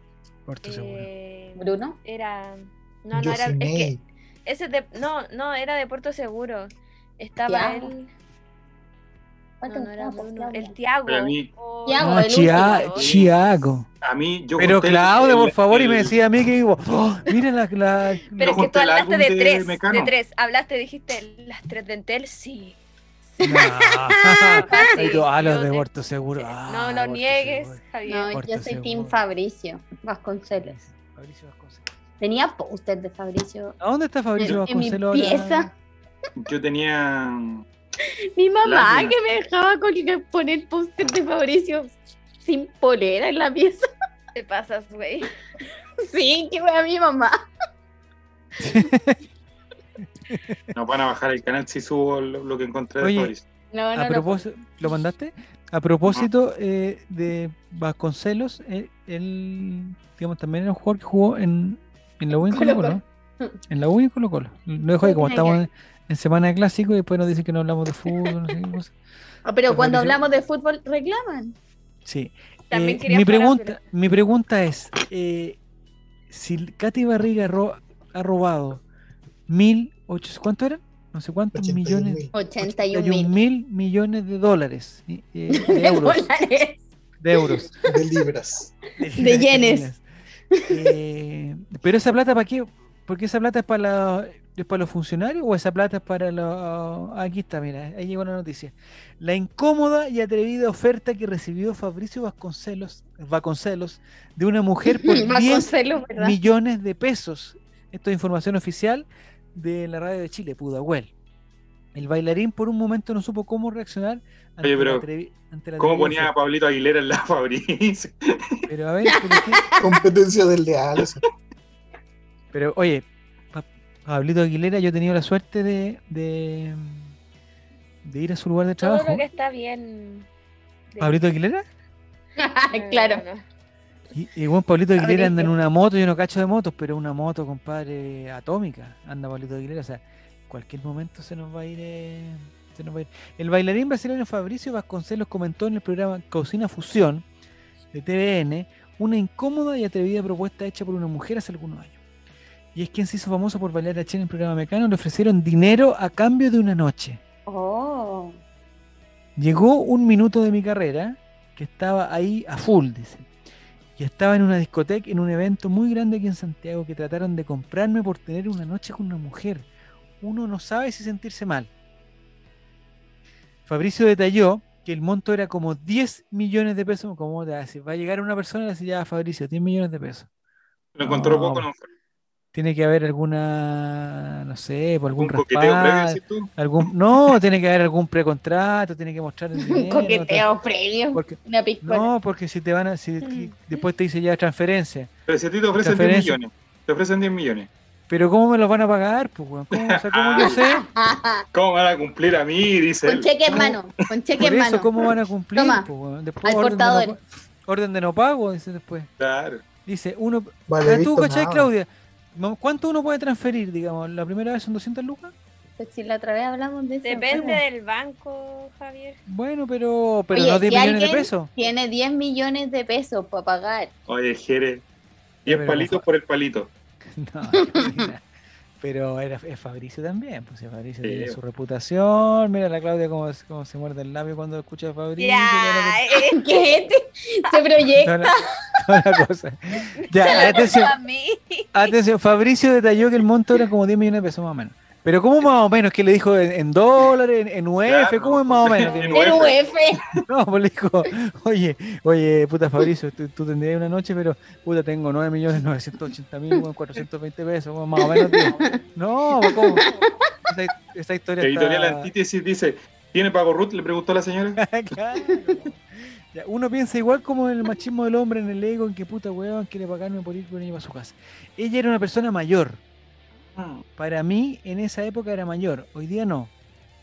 Speaker 1: Puerto Seguro.
Speaker 3: Eh,
Speaker 2: ¿Bruno?
Speaker 3: Era. No, no era. Es que
Speaker 5: Yosemite.
Speaker 3: ese de, no, no, era de Puerto Seguro. Estaba
Speaker 2: Tiago.
Speaker 3: él. No,
Speaker 2: ¿Cuánto
Speaker 3: no era
Speaker 2: Tiago,
Speaker 3: Bruno,
Speaker 2: Tiago?
Speaker 3: El Tiago.
Speaker 4: Para mí-
Speaker 3: Oh,
Speaker 2: Tiago,
Speaker 1: No,
Speaker 2: el
Speaker 1: Chia-
Speaker 2: último.
Speaker 1: Chiaco.
Speaker 4: A mí, yo
Speaker 1: Pero
Speaker 4: conté el-
Speaker 1: Claudio,
Speaker 4: el-
Speaker 1: por favor, y me
Speaker 4: el-
Speaker 1: decía a mí que digo, "Oh, mira la... la-
Speaker 3: Pero
Speaker 4: Yo
Speaker 3: es que tú
Speaker 4: junté el
Speaker 3: hablaste
Speaker 4: álbum
Speaker 3: de,
Speaker 4: de
Speaker 3: tres.
Speaker 4: Mecano.
Speaker 3: De tres. Hablaste, dijiste las tres de Entel, sí.
Speaker 1: No.
Speaker 3: Papá, sí.
Speaker 1: Ahí tú, ah, los
Speaker 3: Yo
Speaker 1: de
Speaker 3: te-
Speaker 1: Puerto Seguro. Ah,
Speaker 3: No lo
Speaker 1: Puerto
Speaker 3: niegues,
Speaker 1: Seguro.
Speaker 3: Javier.
Speaker 2: No, yo
Speaker 1: Puerto
Speaker 2: soy Team
Speaker 1: Seguro.
Speaker 2: Fabricio Vasconcelos.
Speaker 1: Fabricio Vasconcelos.
Speaker 2: Tenía póster de Fabricio
Speaker 1: ¿A dónde está Fabricio
Speaker 2: en, en mi
Speaker 1: Vasconcelos? ahora?
Speaker 2: pieza.
Speaker 4: Yo tenía.
Speaker 2: Mi mamá
Speaker 4: Lástima.
Speaker 2: que me dejaba colgar- poner póster de Fabricio sin polera en la pieza.
Speaker 3: Te pasas, güey.
Speaker 2: Sí, que wea mi mamá.
Speaker 4: Nos van a bajar el canal si subo lo, lo que encontré de
Speaker 1: Oye,
Speaker 4: Fabricio.
Speaker 2: No, no,
Speaker 1: A
Speaker 2: no. Ah.
Speaker 1: propósito, ¿lo mandaste? A propósito eh, de Vasconcelos, él, él, digamos, también era un jugador que jugó en, en la U y en Colo
Speaker 2: Colo-Colo.
Speaker 1: Colo. En la U y en Colo Colo. Lo dejo ahí, como
Speaker 2: Nada
Speaker 1: estamos
Speaker 2: que
Speaker 1: en, en semana de clásico y después nos dicen que no hablamos de fútbol, no sé qué cosa.
Speaker 2: Ah, Pero cuando
Speaker 1: Pues Fabricio-
Speaker 2: hablamos de fútbol, reclaman.
Speaker 1: Sí.
Speaker 3: También
Speaker 1: Eh,
Speaker 3: quería
Speaker 1: mi,
Speaker 3: parar,
Speaker 1: pregunta,
Speaker 3: pero-
Speaker 1: mi pregunta es, eh, si Katy Barriga ro- ha robado mil ocho- ¿cuánto era? No sé cuántos
Speaker 5: 81
Speaker 1: millones.
Speaker 5: mil.
Speaker 2: 81
Speaker 1: 81
Speaker 2: mil
Speaker 1: mil millones de dólares. eh, de euros.
Speaker 2: dólares.
Speaker 1: De euros.
Speaker 5: de libras.
Speaker 2: De yenes.
Speaker 1: Eh, pero esa plata para qué? Porque esa plata es para, la- es para los funcionarios o esa plata es para los... Aquí está, mira, ahí llegó la noticia. La incómoda y atrevida oferta que recibió Fabricio Vasconcelos, Vasconcelos de una mujer por 10
Speaker 2: Vasconcelos, ¿verdad?
Speaker 1: millones de pesos. Esto es información oficial de la radio de Chile, Pudahuel. El bailarín por un momento no supo cómo reaccionar ante
Speaker 4: Oye,
Speaker 1: la
Speaker 4: pero,
Speaker 1: atrevi- ante la
Speaker 4: ¿Cómo
Speaker 1: atrevida
Speaker 4: ponía a Pablito Aguilera en la Fabricio?
Speaker 1: oferta. Pero a ver, ¿por qué?
Speaker 5: Competencia desleal. eso.
Speaker 1: Pero oye, Pa- Pablito Aguilera, yo he tenido la suerte de, de, de ir a su lugar de
Speaker 3: Todo
Speaker 1: trabajo.
Speaker 3: lo que está bien. de-
Speaker 1: ¿Pablito Aguilera?
Speaker 3: No,
Speaker 2: Ah, claro.
Speaker 3: no, no.
Speaker 1: Y, y bueno, Pablito Aguilera anda en
Speaker 2: Pablito.
Speaker 1: una moto, yo no cacho de motos, pero una moto, compadre, atómica. Anda Pablito Aguilera, o sea, cualquier momento se nos va a ir. eh, se nos va a ir. El bailarín brasileño Fabricio Vasconcelos comentó en el programa Cocina Fusión de TVN una incómoda y atrevida propuesta hecha por una mujer hace algunos años. Y es quien se hizo famoso por bailar a Chen en el programa Mecano, le ofrecieron dinero a cambio de una noche.
Speaker 2: Oh.
Speaker 1: Llegó un minuto de mi carrera que estaba ahí a full, dice. Y estaba en una discoteca, en un evento muy grande aquí en Santiago que trataron de comprarme por tener una noche con una mujer. Uno no sabe si sentirse mal. Fabricio detalló que el monto era como 10 millones de pesos. Como te hace? Va a llegar una persona y le dice, ya, Fabricio, 10 millones de pesos.
Speaker 4: Lo encontró
Speaker 1: No,
Speaker 4: poco, ¿no?
Speaker 1: Tiene que haber alguna, no sé, por algún
Speaker 4: Un coqueteo previo,
Speaker 1: respaldo.
Speaker 4: decís tú.
Speaker 1: Algún, no, tiene que haber algún precontrato, tiene que mostrar el
Speaker 2: Un
Speaker 1: dinero,
Speaker 2: coqueteo previo.
Speaker 1: porque-
Speaker 2: Una piscola.
Speaker 1: no, porque si te van a. Si, que
Speaker 2: Mm.
Speaker 1: después te dice ya transferencia.
Speaker 4: Pero si a ti te ofrecen 10
Speaker 1: Transferencia.
Speaker 4: millones. Te ofrecen 10 millones.
Speaker 1: Pero ¿cómo me los van a pagar? Pues, weón? ¿Cómo, o sea, ¿cómo yo sé?
Speaker 4: ¿Cómo van a cumplir a mí? Dice
Speaker 2: Con
Speaker 4: él.
Speaker 2: cheque en mano. Con cheque
Speaker 1: Por
Speaker 2: en mano.
Speaker 1: eso, ¿cómo van a cumplir?
Speaker 2: Toma,
Speaker 1: pues, weón? Después,
Speaker 2: al
Speaker 1: orden de, no,
Speaker 2: portador.
Speaker 1: pa- orden de no pago, dice después.
Speaker 4: Claro.
Speaker 1: Dice, uno.
Speaker 5: Vale,
Speaker 1: Ah, ¿Tú,
Speaker 5: visto
Speaker 1: cachai,
Speaker 5: nada.
Speaker 1: Claudia? No, ¿Cuánto uno puede transferir, digamos? ¿La primera vez son 200 lucas?
Speaker 2: Pues si la otra vez hablamos de eso.
Speaker 3: Depende del banco, Javier.
Speaker 1: Bueno, pero, pero
Speaker 2: Oye,
Speaker 1: no 10
Speaker 2: si
Speaker 1: millones de
Speaker 2: alguien-
Speaker 1: pesos.
Speaker 2: Tiene 10 millones de pesos para pagar.
Speaker 4: Oye, Jere.
Speaker 1: Ya,
Speaker 4: 10
Speaker 1: pero
Speaker 4: palitos
Speaker 1: mejor.
Speaker 4: por el palito.
Speaker 1: No, mira, pero era, es Fabricio también, pues si Fabricio
Speaker 4: Sí.
Speaker 1: tiene su reputación. Mira la Claudia cómo, cómo se muerde el labio cuando escucha a Fabricio. toda la
Speaker 3: Ya, eh,
Speaker 2: ¿Qué este? Se proyecta.
Speaker 1: Toda la- toda la cosa. Ya, atención,
Speaker 3: a mí.
Speaker 1: atención. Fabricio detalló que el monto era como 10 millones de pesos más o menos. Pero ¿cómo más o menos? ¿Qué le dijo en, en dólares, en, en UF?
Speaker 4: Claro,
Speaker 1: ¿Cómo es más o menos?
Speaker 4: en
Speaker 2: Pero UF.
Speaker 1: No, pues le dijo, oye, oye, puta Fabricio, tú, tú tendrías una noche, pero puta, tengo 9 millones 980 mil, weón, 420 pesos, weón, más o menos. tío. No, pues, ¿cómo? Esa, esa historia
Speaker 4: Editorial
Speaker 1: está...
Speaker 4: Antítesis dice: ¿Tiene pago Ruth? Le preguntó a la señora.
Speaker 1: Claro. Ya, uno piensa igual como en el machismo del hombre, en el ego, en que puta weón quiere pagarme por ir con ella a su casa. Ella era una persona mayor.
Speaker 4: Mm,
Speaker 1: Para mí, en esa época era mayor. Hoy día no.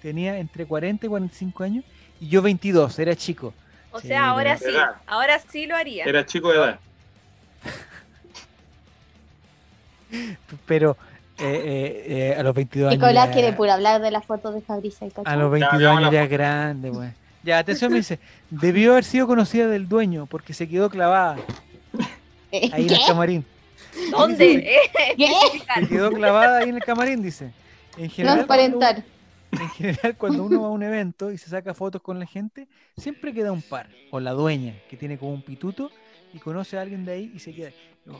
Speaker 1: Tenía entre 40 y 45 años y yo 22, era chico.
Speaker 3: eh, O
Speaker 1: Sí,
Speaker 3: sea, ahora sí.
Speaker 4: ¿verdad?
Speaker 3: Ahora sí lo haría.
Speaker 4: Era chico de edad.
Speaker 1: P- Pero eh, eh, eh, a los 22 años.
Speaker 2: Nicolás
Speaker 1: ya-
Speaker 2: quiere pura hablar de las fotos de Fabricio. ¿cachai?
Speaker 1: A los 22
Speaker 4: veamos
Speaker 1: años
Speaker 4: la
Speaker 1: ya es grande, weón. Ya, atención, me dice, debió haber sido conocida del dueño porque se quedó clavada ahí en el camarín.
Speaker 3: ¿Dónde? Eh,
Speaker 2: ¿Qué?
Speaker 3: explicar.
Speaker 1: Se quedó clavada ahí en el camarín, dice. En general, cuando,
Speaker 2: Transparentar.
Speaker 1: en general, cuando uno va a un evento y se saca fotos con la gente, siempre queda un par, o la dueña, que tiene como un pituto y conoce a alguien de ahí y se queda.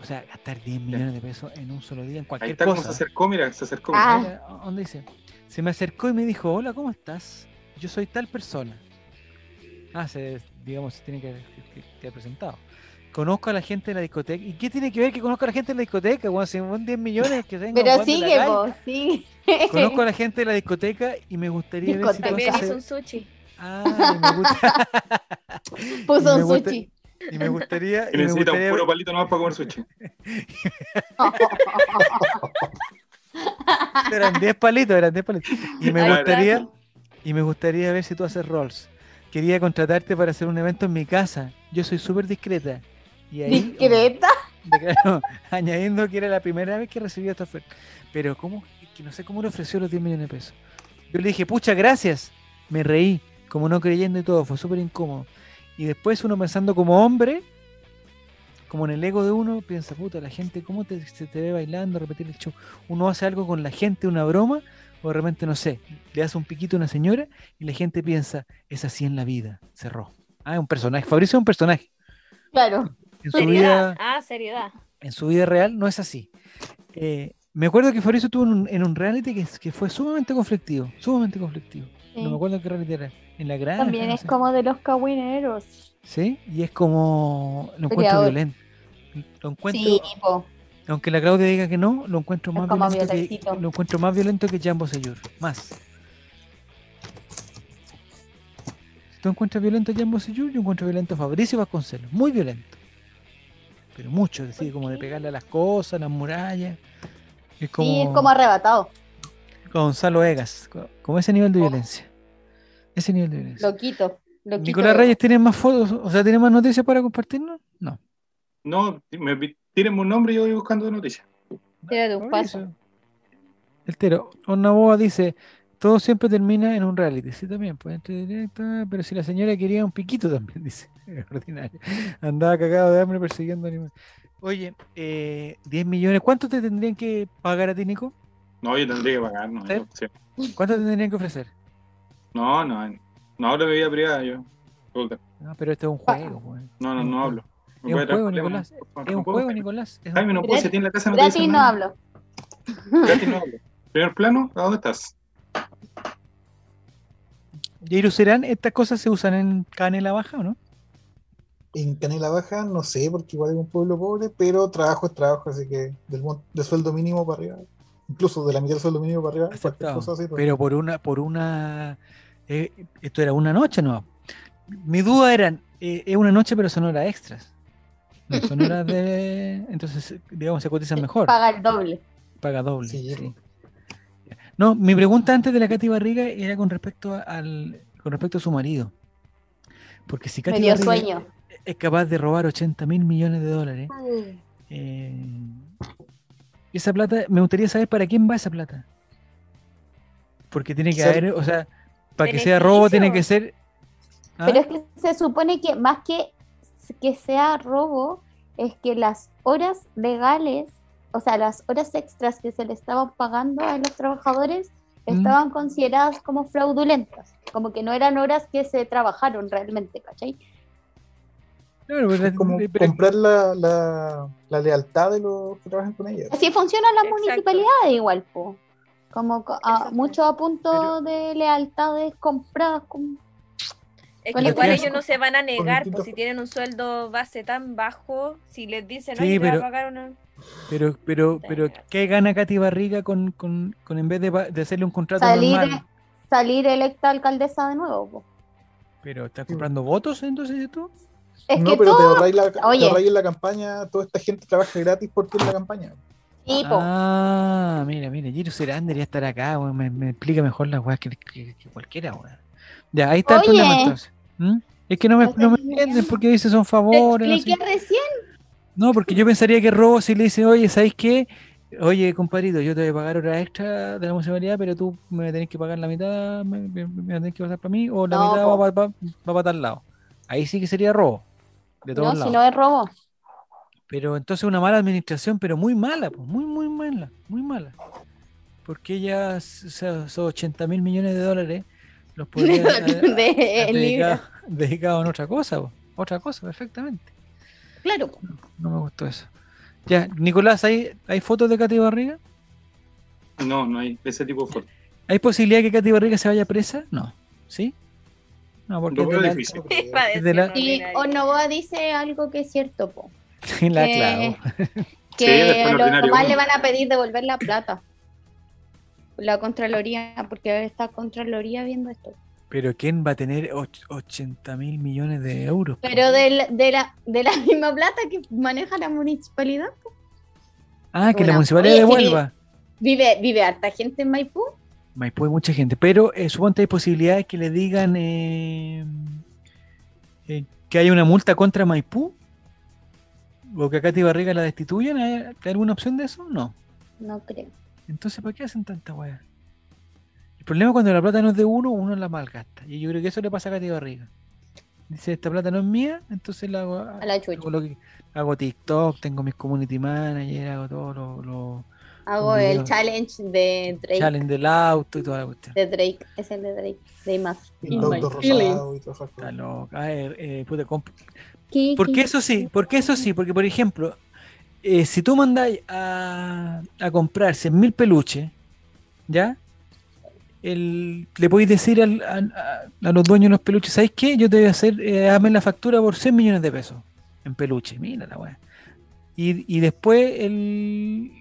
Speaker 1: O sea, gastar 10 millones de pesos en un solo día en
Speaker 4: Ahí
Speaker 1: cualquier
Speaker 4: está como se
Speaker 1: cosa.
Speaker 4: acercó, mira, se acercó.
Speaker 2: Ah.
Speaker 1: Mira, ¿Dónde dice? Se me acercó y me dijo, hola, ¿cómo estás? Yo soy tal persona. Ah, se, digamos, se tiene que, que- que haber presentado. Conozco a la gente de la discoteca. ¿Y qué tiene que ver que conozco a la gente de la discoteca? Bueno, si son 10 millones que tengo.
Speaker 2: Pero sigue, vos, sigue.
Speaker 1: Conozco a la gente de la discoteca y me gustaría ver si
Speaker 2: Discoteca.
Speaker 3: También
Speaker 1: conoce-
Speaker 3: hizo un sushi.
Speaker 1: Ah, y me gusta-
Speaker 2: Puso
Speaker 1: me
Speaker 2: un
Speaker 1: gusta-
Speaker 2: sushi.
Speaker 1: y me gustaría... Y
Speaker 4: Que
Speaker 1: me
Speaker 4: necesita un
Speaker 1: gustaría
Speaker 4: puro palito nomás para comer sushi.
Speaker 1: Eran 10 palitos, eran 10 palitos. Y me
Speaker 3: Ay,
Speaker 1: gustaría,
Speaker 3: gracias.
Speaker 1: y me gustaría ver si tú haces rolls. Quería contratarte para hacer un evento en mi casa. Yo soy súper discreta. Y ahí,
Speaker 2: Discreta.
Speaker 1: oh, declaró, añadiendo que era la primera vez que recibía esta oferta. Pero cómo, que no sé cómo le ofreció los 10 millones de pesos. Yo le dije, pucha, gracias. Me reí, como no creyendo y todo, fue súper incómodo. Y después uno pensando como hombre, como en el ego de uno, piensa, puta, la gente, ¿cómo te, se te ve bailando, repetir el show? Uno hace algo con la gente, una broma, o de repente, no sé, le hace un piquito a una señora y la gente piensa, es así en la vida, cerró. Ah, es un personaje, Fabricio es un personaje.
Speaker 2: Claro.
Speaker 1: En su
Speaker 3: Seriedad.
Speaker 1: vida,
Speaker 3: Ah, seriedad.
Speaker 1: en su vida real no es así. Eh, me acuerdo que Fabricio estuvo en un, en un reality que, que fue sumamente conflictivo, sumamente conflictivo.
Speaker 2: sí.
Speaker 1: No me acuerdo en qué reality era. En la granja.
Speaker 2: También
Speaker 1: no
Speaker 2: es
Speaker 1: sé.
Speaker 2: como de los cabineros.
Speaker 1: Sí, y es como. Lo encuentro
Speaker 2: Peleador.
Speaker 1: violento. Lo encuentro,
Speaker 2: Sí, po.
Speaker 1: aunque la Claudia diga que no, lo encuentro
Speaker 2: Es
Speaker 1: más
Speaker 2: como
Speaker 1: violento que,
Speaker 2: violentito.
Speaker 1: lo encuentro más violento que Jambo Seyur. Más. Si tú encuentras violento a Jambo Seyur, yo encuentro violento a Fabricio Vasconcelos. Muy violento. Pero mucho, es decir, como de pegarle a las cosas, a las murallas. Es como,
Speaker 2: Sí, es como arrebatado.
Speaker 1: Gonzalo Egas. co- Como ese
Speaker 2: Oh.
Speaker 1: nivel de violencia. Ese nivel de violencia.
Speaker 2: Loquito. Loquito.
Speaker 1: Nicolás Reyes, ¿tienes más fotos? O sea, ¿tienes más noticias para compartirnos? No.
Speaker 4: No, me, tírenme un nombre y yo voy buscando noticias.
Speaker 2: Tírate un paso.
Speaker 1: Fabricio. El Tero, una boba dice, todo siempre termina en un reality. Sí, también, pues entre directa, pero si la señora quería un piquito también, dice. Ordinario. Andaba cagado de hambre persiguiendo animales. Oye, eh, 10 millones, ¿cuánto te tendrían que pagar a ti, Nico?
Speaker 4: No, yo tendría que pagar, no.
Speaker 1: ¿Sí?
Speaker 4: yo- sí.
Speaker 1: ¿Cuánto te tendrían que ofrecer?
Speaker 4: No, no, no hablo de vida privada yo. Puta,
Speaker 1: No, pero esto es un juego, pues.
Speaker 4: No, no, no hablo. Me
Speaker 1: Es un
Speaker 4: puede
Speaker 1: juego,
Speaker 4: traer
Speaker 1: Nicolás.
Speaker 4: problemas, por favor,
Speaker 1: Es
Speaker 4: no
Speaker 1: un
Speaker 4: puedo.
Speaker 1: juego, Nicolás. Es un
Speaker 4: Jaime, no
Speaker 1: juego.
Speaker 4: puedo, si tiene la casa no te
Speaker 2: Gratis
Speaker 4: dice
Speaker 2: no
Speaker 4: nada.
Speaker 2: hablo.
Speaker 4: Gratis no hablo. Primer plano, ¿a dónde estás?
Speaker 1: Jairo Serán, estas cosas se usan en canela baja, ¿o no?
Speaker 5: En Canela Baja, no sé, porque igual es un pueblo pobre, pero trabajo es trabajo, así que del, mon- de sueldo mínimo para arriba, incluso de la mitad del sueldo mínimo para arriba, cualquier
Speaker 1: Aceptado.
Speaker 5: cosa así. pues.
Speaker 1: Pero por una, por una, eh, esto era una noche, ¿no? Mi duda eran, eh, es una noche, pero son horas extras. No, son horas de, entonces, digamos, se cotizan mejor,
Speaker 2: Paga el doble.
Speaker 1: paga doble.
Speaker 5: Sí.
Speaker 1: sí. No, mi pregunta antes de la Katy Barriga era con respecto a- al, con respecto a su marido, porque si
Speaker 2: Me
Speaker 1: Katy
Speaker 2: dio
Speaker 1: Barriga
Speaker 2: sueño.
Speaker 1: es capaz de robar 80 mil millones de dólares, eh, esa plata, me gustaría saber para quién va esa plata. Porque tiene que
Speaker 5: Ser-
Speaker 1: haber, o sea, para que sea robo
Speaker 3: Beneficio.
Speaker 1: tiene que ser. ¿Ah?
Speaker 2: Pero es que se supone que más que que sea robo, es que las horas legales, o sea, las horas extras que se le estaban pagando a los trabajadores
Speaker 1: Mm.
Speaker 2: estaban consideradas como fraudulentas, como que no eran horas que se trabajaron realmente, ¿cachai?
Speaker 1: Claro, pues, la-
Speaker 5: Es como
Speaker 1: pero-
Speaker 5: comprar la, la, la lealtad de los que trabajan con ella.
Speaker 2: Así funcionan las
Speaker 3: Exacto.
Speaker 2: municipalidades igual, po. como co- a-
Speaker 3: Exacto.
Speaker 2: muchos a punto de lealtades compradas con
Speaker 3: Es
Speaker 2: Con
Speaker 3: que
Speaker 2: el
Speaker 3: igual
Speaker 1: tiempo.
Speaker 3: ellos no se van a negar,
Speaker 5: distintos-
Speaker 3: pues si tienen un sueldo base tan bajo, si les dicen,
Speaker 1: Sí,
Speaker 3: oye, te
Speaker 1: pero-
Speaker 3: voy a pagar una...
Speaker 1: pero, pero, pero, ¿qué gana Katy Barriga con, con, con en vez de, pa- de hacerle un contrato
Speaker 2: Salir-
Speaker 1: normal?
Speaker 2: salir electa alcaldesa de nuevo. po.
Speaker 1: Pero está comprando votos entonces dices tú.
Speaker 2: Es
Speaker 5: no,
Speaker 2: que
Speaker 5: pero te
Speaker 2: todo...
Speaker 5: ahorráis, la, te
Speaker 2: Oye.
Speaker 5: ahorráis en la campaña, toda esta gente trabaja gratis porque es la campaña.
Speaker 2: Sí, po.
Speaker 1: Ah, mira, mira, Giro Serán debería estar acá, weón, me, me explica mejor las weas que, que- que cualquiera, weón. Ya, ahí está el
Speaker 2: Oye.
Speaker 1: problema entonces. ¿Mm? Es que no me,
Speaker 2: Lo
Speaker 1: no me
Speaker 2: estoy
Speaker 1: entienden
Speaker 2: engañando.
Speaker 1: porque dice son
Speaker 2: Te
Speaker 1: favores. no sé
Speaker 2: expliqué recién.
Speaker 1: No, porque yo pensaría que robo si le dice, oye, ¿sabéis qué? Oye, compadrito, yo te voy a pagar hora extra de la municipalidad, pero tú me vas a tener que pagar la mitad, me, me- me vas a tener que pasar para mí, o la
Speaker 2: No,
Speaker 1: mitad
Speaker 2: po.
Speaker 1: va, pa- va, va para tal lado. Ahí sí que sería robo, de todos
Speaker 2: No,
Speaker 1: lados.
Speaker 2: si no es robo.
Speaker 1: Pero entonces una mala administración, pero muy mala, pues, muy, muy mala, muy mala. Porque ya o sea, esos 80 mil millones de dólares los podría haber-
Speaker 2: De-
Speaker 1: haber
Speaker 2: en
Speaker 1: dedicado,
Speaker 2: libras.
Speaker 1: dedicado en otra cosa, po. otra cosa, perfectamente.
Speaker 2: Claro.
Speaker 1: No me gustó eso. Ya, Nicolás, ¿hay, ¿hay fotos de Katy Barriga?
Speaker 4: No, no hay de ese tipo de fotos.
Speaker 1: ¿Hay posibilidad que Katy Barriga se vaya presa? No. ¿Sí? No, porque
Speaker 4: Lo
Speaker 1: es de
Speaker 4: veo
Speaker 1: la-
Speaker 4: difícil.
Speaker 3: Va a
Speaker 1: Es de
Speaker 3: decir
Speaker 1: la-
Speaker 3: no,
Speaker 2: Y
Speaker 3: ordinario.
Speaker 2: Onoboa dice algo que es cierto, po.
Speaker 1: en la
Speaker 2: Eh,
Speaker 1: clavo.
Speaker 2: que
Speaker 4: Sí, después
Speaker 2: a
Speaker 4: lo
Speaker 2: los
Speaker 4: ordinario,
Speaker 2: papás
Speaker 4: ¿no?
Speaker 2: le van a pedir devolver la plata. La Contraloría, porque ahora está Contraloría viendo esto.
Speaker 1: Pero ¿quién va a tener och- 80 mil millones de euros? po?
Speaker 2: Pero de la, de la, de la misma plata que maneja la municipalidad.
Speaker 1: ah, que la
Speaker 2: Una-
Speaker 1: municipalidad
Speaker 2: Oye, sí.
Speaker 1: devuelva.
Speaker 2: Vive, vive harta gente en Maipú.
Speaker 1: Maipú hay mucha gente, pero eh, suponte hay posibilidades que le digan eh, eh, que hay una multa contra Maipú o que a Katy Barriga la destituyan. ¿Hay, hay alguna opción de eso? No.
Speaker 2: No creo.
Speaker 1: Entonces, ¿para qué hacen tanta weá? El problema es cuando la plata no es de uno, uno la malgasta. Y yo creo que eso le pasa a Katy Barriga. Dice, esta plata no es mía, entonces la hago,
Speaker 2: A la chucha.
Speaker 1: hago, lo que- hago TikTok, tengo mis community manager, hago todo lo, lo
Speaker 2: Hago
Speaker 1: Mira.
Speaker 2: el challenge de Drake.
Speaker 1: challenge del auto y toda la cuestión.
Speaker 2: De Drake. Es el de Drake. De Imaz.
Speaker 5: Y
Speaker 1: In
Speaker 5: productos
Speaker 2: my feelings.
Speaker 5: rosados y todas esas
Speaker 1: Está
Speaker 5: cosas.
Speaker 1: loca. Ah, eh, eh, puta, comp-
Speaker 2: Kiki.
Speaker 1: Porque eso sí, porque eso sí, porque por ejemplo, eh, si tú mandáis a, a comprar 100 mil peluches, ¿ya? El, le podéis decir al- al- a, a los dueños de los peluches, ¿sabéis qué? Yo te voy a hacer, eh, hazme la factura por 100 millones de pesos en peluche, mira la weá. Y, y después el,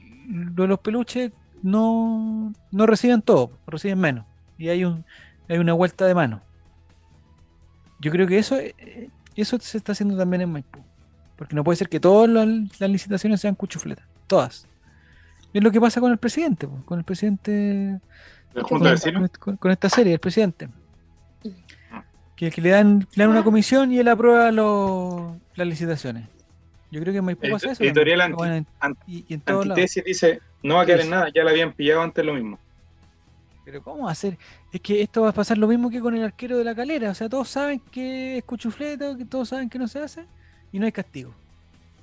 Speaker 1: lo de los peluches no, no reciben todo, reciben menos. Y hay, un, hay una vuelta de mano. Yo creo que eso eh, eso se está haciendo también en Maipú. Porque no puede ser que todas las, las licitaciones sean cuchufletas. Todas. Es lo que pasa con el presidente, po, con el presidente.
Speaker 2: Yo
Speaker 4: La
Speaker 1: Con,
Speaker 4: Junta de Vecinos.
Speaker 1: con- con esta serie, el presidente. Que, que le, dan, le dan una comisión y él aprueba lo- las licitaciones. Yo creo que en Maipú
Speaker 4: Edito-
Speaker 1: pasa eso.
Speaker 4: editorial
Speaker 1: también.
Speaker 4: anti-
Speaker 1: Bueno,
Speaker 4: anti-
Speaker 1: y, y en todos lados.
Speaker 4: Antitesis dice, no va a quedar en
Speaker 1: Sí.
Speaker 4: nada, ya la habían pillado antes lo mismo.
Speaker 1: Pero ¿cómo va a ser? Es que esto va a pasar lo mismo que con el arquero de la calera. O sea, todos saben que es cuchufleta, que todos saben que no se hace y no hay castigo.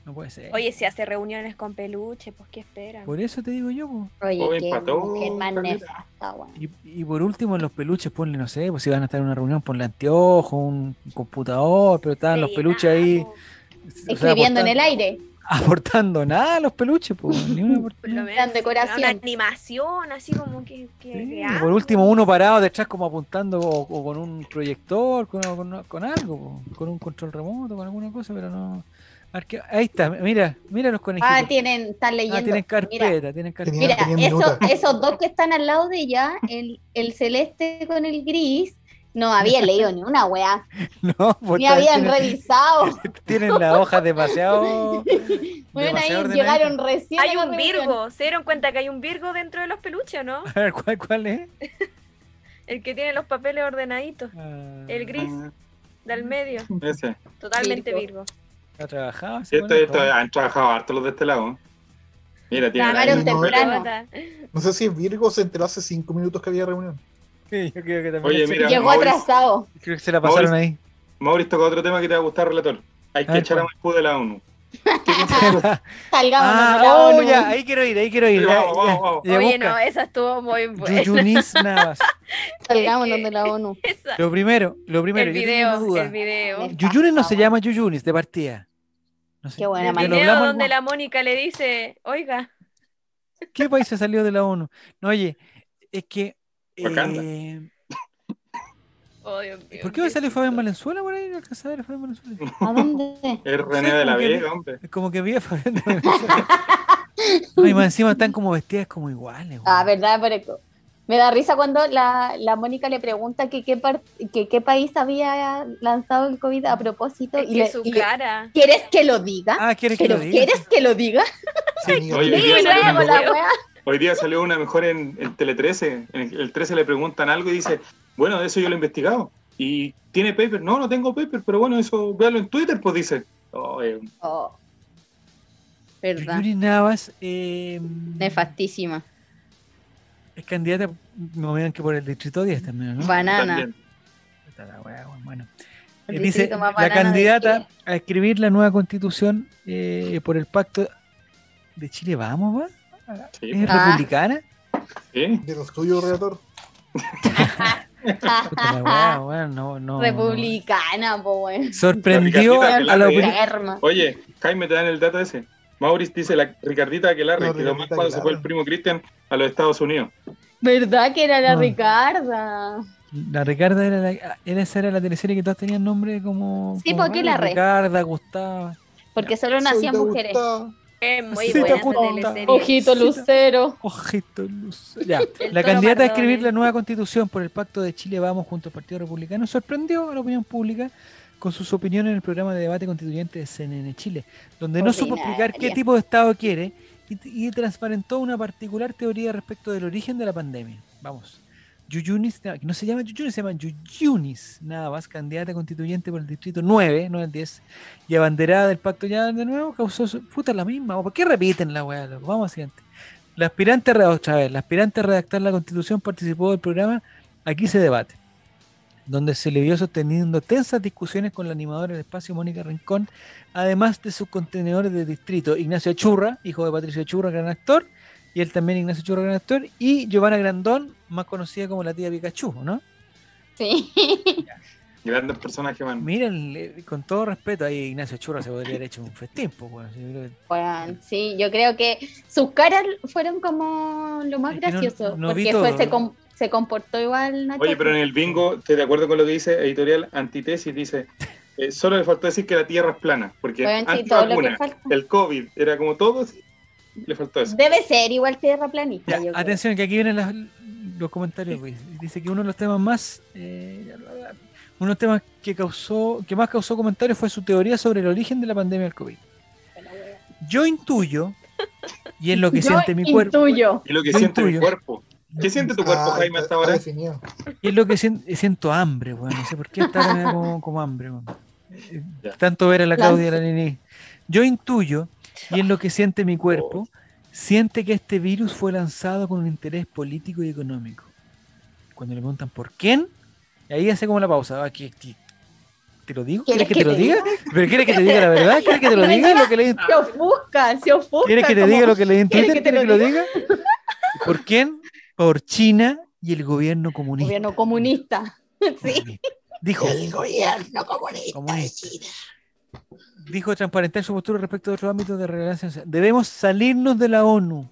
Speaker 1: No puede ser.
Speaker 3: Oye, si hace reuniones con peluche, pues qué esperan.
Speaker 1: Por eso te digo yo, po.
Speaker 2: Oye,
Speaker 4: Joven
Speaker 2: qué
Speaker 4: pató,
Speaker 2: mujer más
Speaker 4: Calera.
Speaker 2: nefasta, weón.
Speaker 1: Y, y por último, en los peluches, ponle, no sé, pues si van a estar en una reunión, ponle anteojos, un computador, pero estaban ah, los peluches ahí.
Speaker 3: pues,
Speaker 1: o sea,
Speaker 2: Escribiendo en el
Speaker 1: aportando-
Speaker 2: aire.
Speaker 1: Aportando nada a los peluches, pues, ni una aportación.
Speaker 2: Gran decoración.
Speaker 3: Una animación, así como que. que-
Speaker 1: Sí,
Speaker 3: que
Speaker 1: y
Speaker 3: algo.
Speaker 1: por último, uno parado detrás, como apuntando, o, o con un proyector, con, con- con algo, po, con un control remoto, con alguna cosa, pero no. Arque- Ahí está, mira, mira los conejitos.
Speaker 2: Ah, tienen, están
Speaker 1: Ah,
Speaker 2: leyendo.
Speaker 1: tienen carpeta,
Speaker 2: Mira,
Speaker 1: tienen carpeta.
Speaker 2: Mira,
Speaker 5: Tenían
Speaker 2: eso-
Speaker 5: minutas.
Speaker 2: esos dos que están al lado de ella, el, el celeste con el gris, no habían leído ni una weá,
Speaker 1: no, pues,
Speaker 2: ni habían
Speaker 1: tienen,
Speaker 2: revisado.
Speaker 1: tienen la hoja demasiado.
Speaker 2: Bueno, ahí
Speaker 1: demasiado ordenadita.
Speaker 2: llegaron recién.
Speaker 3: Hay
Speaker 2: a la
Speaker 3: un
Speaker 2: reunión.
Speaker 3: Virgo. ¿Se dieron cuenta que hay un Virgo dentro de los peluches, no?
Speaker 1: A ver, ¿cuál, cuál es?
Speaker 3: El que tiene los papeles ordenaditos.
Speaker 1: Ah,
Speaker 3: El gris
Speaker 4: Ah,
Speaker 3: del medio.
Speaker 4: ese.
Speaker 3: Totalmente
Speaker 2: Virgo.
Speaker 3: Virgo.
Speaker 1: ¿Ha trabajado? ese
Speaker 4: Esto,
Speaker 1: weón?
Speaker 4: esto, han trabajado harto los de este lado. ¿eh? Mira, tiene
Speaker 2: Llamaron
Speaker 5: Claro,
Speaker 4: la-
Speaker 2: temprano.
Speaker 3: Bota.
Speaker 5: No sé si Virgo se enteró hace cinco minutos que había reunión.
Speaker 1: Sí, yo creo que también.
Speaker 4: Oye,
Speaker 1: se-
Speaker 4: mira,
Speaker 2: Llegó
Speaker 4: Mauricio.
Speaker 2: atrasado.
Speaker 1: Creo que se la pasaron ahí.
Speaker 4: Mauricio toca otro tema que te va a gustar, relator. Hay
Speaker 1: A
Speaker 4: que
Speaker 1: ver,
Speaker 4: echar a
Speaker 1: ¿cuál?
Speaker 4: Maipú de la ONU.
Speaker 2: Salgamos
Speaker 1: ah,
Speaker 2: de la
Speaker 1: oh,
Speaker 2: ONU.
Speaker 1: ya, ahí quiero ir, ahí quiero ir.
Speaker 4: Sí,
Speaker 1: ya,
Speaker 4: vamos,
Speaker 1: ya,
Speaker 4: vamos, vamos.
Speaker 1: ya,
Speaker 3: Oye,
Speaker 1: busca.
Speaker 3: no, pues. esa estuvo muy buena.
Speaker 1: Yuyunis Navas.
Speaker 2: Salgámonos
Speaker 3: que-
Speaker 2: de la ONU.
Speaker 3: Esa.
Speaker 1: Lo primero, lo primero.
Speaker 3: El
Speaker 1: yo tenía una
Speaker 3: video,
Speaker 1: duda.
Speaker 3: el video.
Speaker 2: El
Speaker 1: Yuyunis no se
Speaker 2: Ah,
Speaker 1: llama Yuyunis de partida. No sé.
Speaker 2: Qué buena
Speaker 3: El
Speaker 1: Ya lo
Speaker 2: manera.
Speaker 3: video
Speaker 1: hablamos
Speaker 3: donde
Speaker 1: igual.
Speaker 3: la Mónica le dice, oiga,
Speaker 1: ¿Qué país se salió de la ONU? No, oye, es que.
Speaker 4: Wakanda.
Speaker 1: eh,
Speaker 3: oh, Dios mío,
Speaker 1: ¿Por qué va a salir
Speaker 3: Jesús.
Speaker 1: Fabián Valenzuela por ahí? No alcanzaba a ver Fabián Valenzuela.
Speaker 2: ¿A dónde?
Speaker 4: Es René
Speaker 1: Sí,
Speaker 4: de la
Speaker 1: porque-
Speaker 4: Vega, hombre.
Speaker 1: Es Como que vi a Fabián de Valenzuela. No, y más encima están como vestidas como iguales.
Speaker 2: Ah,
Speaker 1: weón.
Speaker 2: verdad, pero me da risa cuando la, la Mónica le pregunta que qué, par- que qué país había lanzado el COVID a propósito.
Speaker 3: Es
Speaker 2: Y
Speaker 3: que
Speaker 2: le-
Speaker 3: su
Speaker 2: y le-
Speaker 3: cara.
Speaker 2: ¿Quieres que lo diga?
Speaker 1: Ah, ¿quieres que
Speaker 2: ¿Pero
Speaker 1: lo diga?
Speaker 2: quieres que lo diga?
Speaker 5: Tenía
Speaker 4: Oye,
Speaker 2: Sí,
Speaker 4: Sí,
Speaker 5: Virgo.
Speaker 4: yo creo
Speaker 2: luego
Speaker 4: que
Speaker 2: la
Speaker 3: no.
Speaker 2: weá.
Speaker 4: Hoy día salió una mejor en, en Tele 13. En el, el 13 le preguntan algo y dice, bueno, de eso yo lo he investigado. ¿Y tiene paper? No, no tengo paper, pero bueno, eso véalo en Twitter, pues dice. Oh, eh,
Speaker 2: Oh. ¿verdad?
Speaker 1: Yuri Navas eh,
Speaker 2: Nefastísima.
Speaker 1: es candidata, no me digan que por el distrito 10 también, ¿no?
Speaker 2: Banana.
Speaker 4: También.
Speaker 1: Puta la wea, weón, bueno.
Speaker 2: El
Speaker 1: Eh, dice,
Speaker 2: distrito más
Speaker 1: la
Speaker 2: banana de
Speaker 1: candidata
Speaker 2: Chile.
Speaker 1: a escribir la nueva constitución eh, por el pacto de Chile, vamos, va?
Speaker 4: Sí, pues.
Speaker 1: ¿Es
Speaker 2: Ah.
Speaker 1: republicana?
Speaker 4: sí.
Speaker 5: De los tuyos, relator.
Speaker 1: Puta la wea, weón, no, no, no.
Speaker 2: Republicana, po, weón.
Speaker 1: Sorprendió a
Speaker 4: Republicana,
Speaker 1: la
Speaker 4: que
Speaker 1: opinión.
Speaker 4: la
Speaker 2: Enferma.
Speaker 4: Oye, Jaime, te dan el dato ese. Maurice dice la Ricardita Aguilarre,
Speaker 5: No,
Speaker 4: que lo más
Speaker 5: Ricardita
Speaker 4: cuando se fue el
Speaker 5: Aguilarre.
Speaker 4: primo Cristian a los Estados Unidos.
Speaker 2: ¿Verdad que era la
Speaker 1: No.
Speaker 2: Ricarda?
Speaker 1: La Ricarda era, la, era esa era la teleserie que todos tenían nombre como.
Speaker 2: Sí,
Speaker 1: como
Speaker 2: porque
Speaker 1: raro,
Speaker 2: la re.
Speaker 1: Ricarda, Gustavo.
Speaker 2: Porque solo
Speaker 5: Soy
Speaker 2: nacían
Speaker 5: de
Speaker 2: mujeres.
Speaker 5: Gustavo.
Speaker 3: Es muy
Speaker 1: Sí, te
Speaker 3: buena esa
Speaker 1: gusta.
Speaker 3: teleserie.
Speaker 2: Ojito Lucero.
Speaker 1: Ojito, luz. Ya.
Speaker 3: El
Speaker 1: La
Speaker 3: Toro
Speaker 1: candidata a escribir
Speaker 3: Mardones.
Speaker 1: la nueva constitución por el pacto de Chile Vamos junto al Partido Republicano sorprendió a la opinión pública con sus opiniones en el programa de debate constituyente de CNN Chile, donde no supo explicar qué
Speaker 2: Ordinaria.
Speaker 1: tipo de Estado quiere y, y transparentó una particular teoría respecto del origen de la pandemia. Vamos. Yuyunis, que no se llama Yuyunis, se llama Yuyunis, nada más, candidata constituyente por el distrito 9, no el 10, y abanderada del pacto ya de nuevo, causó su- puta la misma. ¿Por qué repiten la weá? loco? Vamos al siguiente. La aspirante, a re- otra vez, la aspirante a redactar la constitución participó del programa Aquí se debate, donde se le vio sosteniendo tensas discusiones con la animadora del espacio Mónica Rincón, además de sus contenedores de distrito, Ignacio Churra, hijo de Patricio Churra, gran actor, y él también Ignacio Churra, gran actor, y Giovanna Grandón, más conocida como la tía Pikachu, ¿no?
Speaker 2: Sí.
Speaker 4: Grandes personajes, man.
Speaker 1: Miren, le- con todo respeto, ahí Ignacio Churra se podría haber hecho un festín, pues, weón. Yo creo que-
Speaker 2: Weón, sí, yo creo que sus caras fueron como lo más
Speaker 1: Es que no-
Speaker 2: gracioso.
Speaker 1: no vi
Speaker 2: porque
Speaker 1: todo.
Speaker 2: fue- se, com- se comportó igual Nacho.
Speaker 4: Oye, pero en el bingo, estoy de acuerdo con lo que dice editorial Antitesis, dice, eh, solo le faltó decir que la Tierra es plana, porque
Speaker 2: Weón, sí, todo lo que
Speaker 4: antivacuna,
Speaker 2: falta.
Speaker 4: el COVID, era como todos, le faltó eso.
Speaker 2: Debe ser igual tierra planista.
Speaker 1: Ya,
Speaker 2: yo creo.
Speaker 1: atención, que aquí vienen las- los comentarios. pues. Dice que uno de los temas más. eh, uno de los temas que, causó, que más causó comentarios fue su teoría sobre el origen de la pandemia del COVID. Yo intuyo, y es lo que
Speaker 2: Yo
Speaker 1: siente mi cuerpo,
Speaker 2: intuyo.
Speaker 4: Y lo que
Speaker 1: Yo
Speaker 4: siente mi
Speaker 1: intuyo.
Speaker 4: cuerpo. ¿Qué siente tu
Speaker 5: Ah,
Speaker 4: cuerpo, Jaime,
Speaker 5: está-
Speaker 4: hasta ahora?
Speaker 5: está definido.
Speaker 1: y es lo que sien- siento, hambre, weón. No sé por qué hasta ahora me da como, como hambre, weón. Eh,
Speaker 4: Ya.
Speaker 1: Tanto ver a la
Speaker 2: Lanza.
Speaker 1: Claudia y a la Nini. Yo intuyo, y es lo que siente mi
Speaker 4: Oh.
Speaker 1: cuerpo, siente que este virus fue lanzado con un interés político y económico. Cuando le preguntan por quién, y ahí hace como la pausa. ah, ¿qué- qué- ¿Te lo digo? ¿Quieres que te lo diga? ¿Pero quieres que te diga la verdad? ¿Quieres que te lo diga? Lo que leí en-
Speaker 2: Se ofusca, se ofusca.
Speaker 1: ¿Quieres que te
Speaker 2: como-
Speaker 1: diga lo que leí en Twitter?
Speaker 2: ¿quieres
Speaker 1: ¿Quieres que te lo diga? ¿Por quién? Por China y el gobierno comunista.
Speaker 2: Gobierno comunista. Sí.
Speaker 1: Comunista. Dijo.
Speaker 5: El gobierno comunista.
Speaker 1: Comunista. Dijo transparentar su postura respecto de otros ámbitos de relaciones. Debemos salirnos de la ONU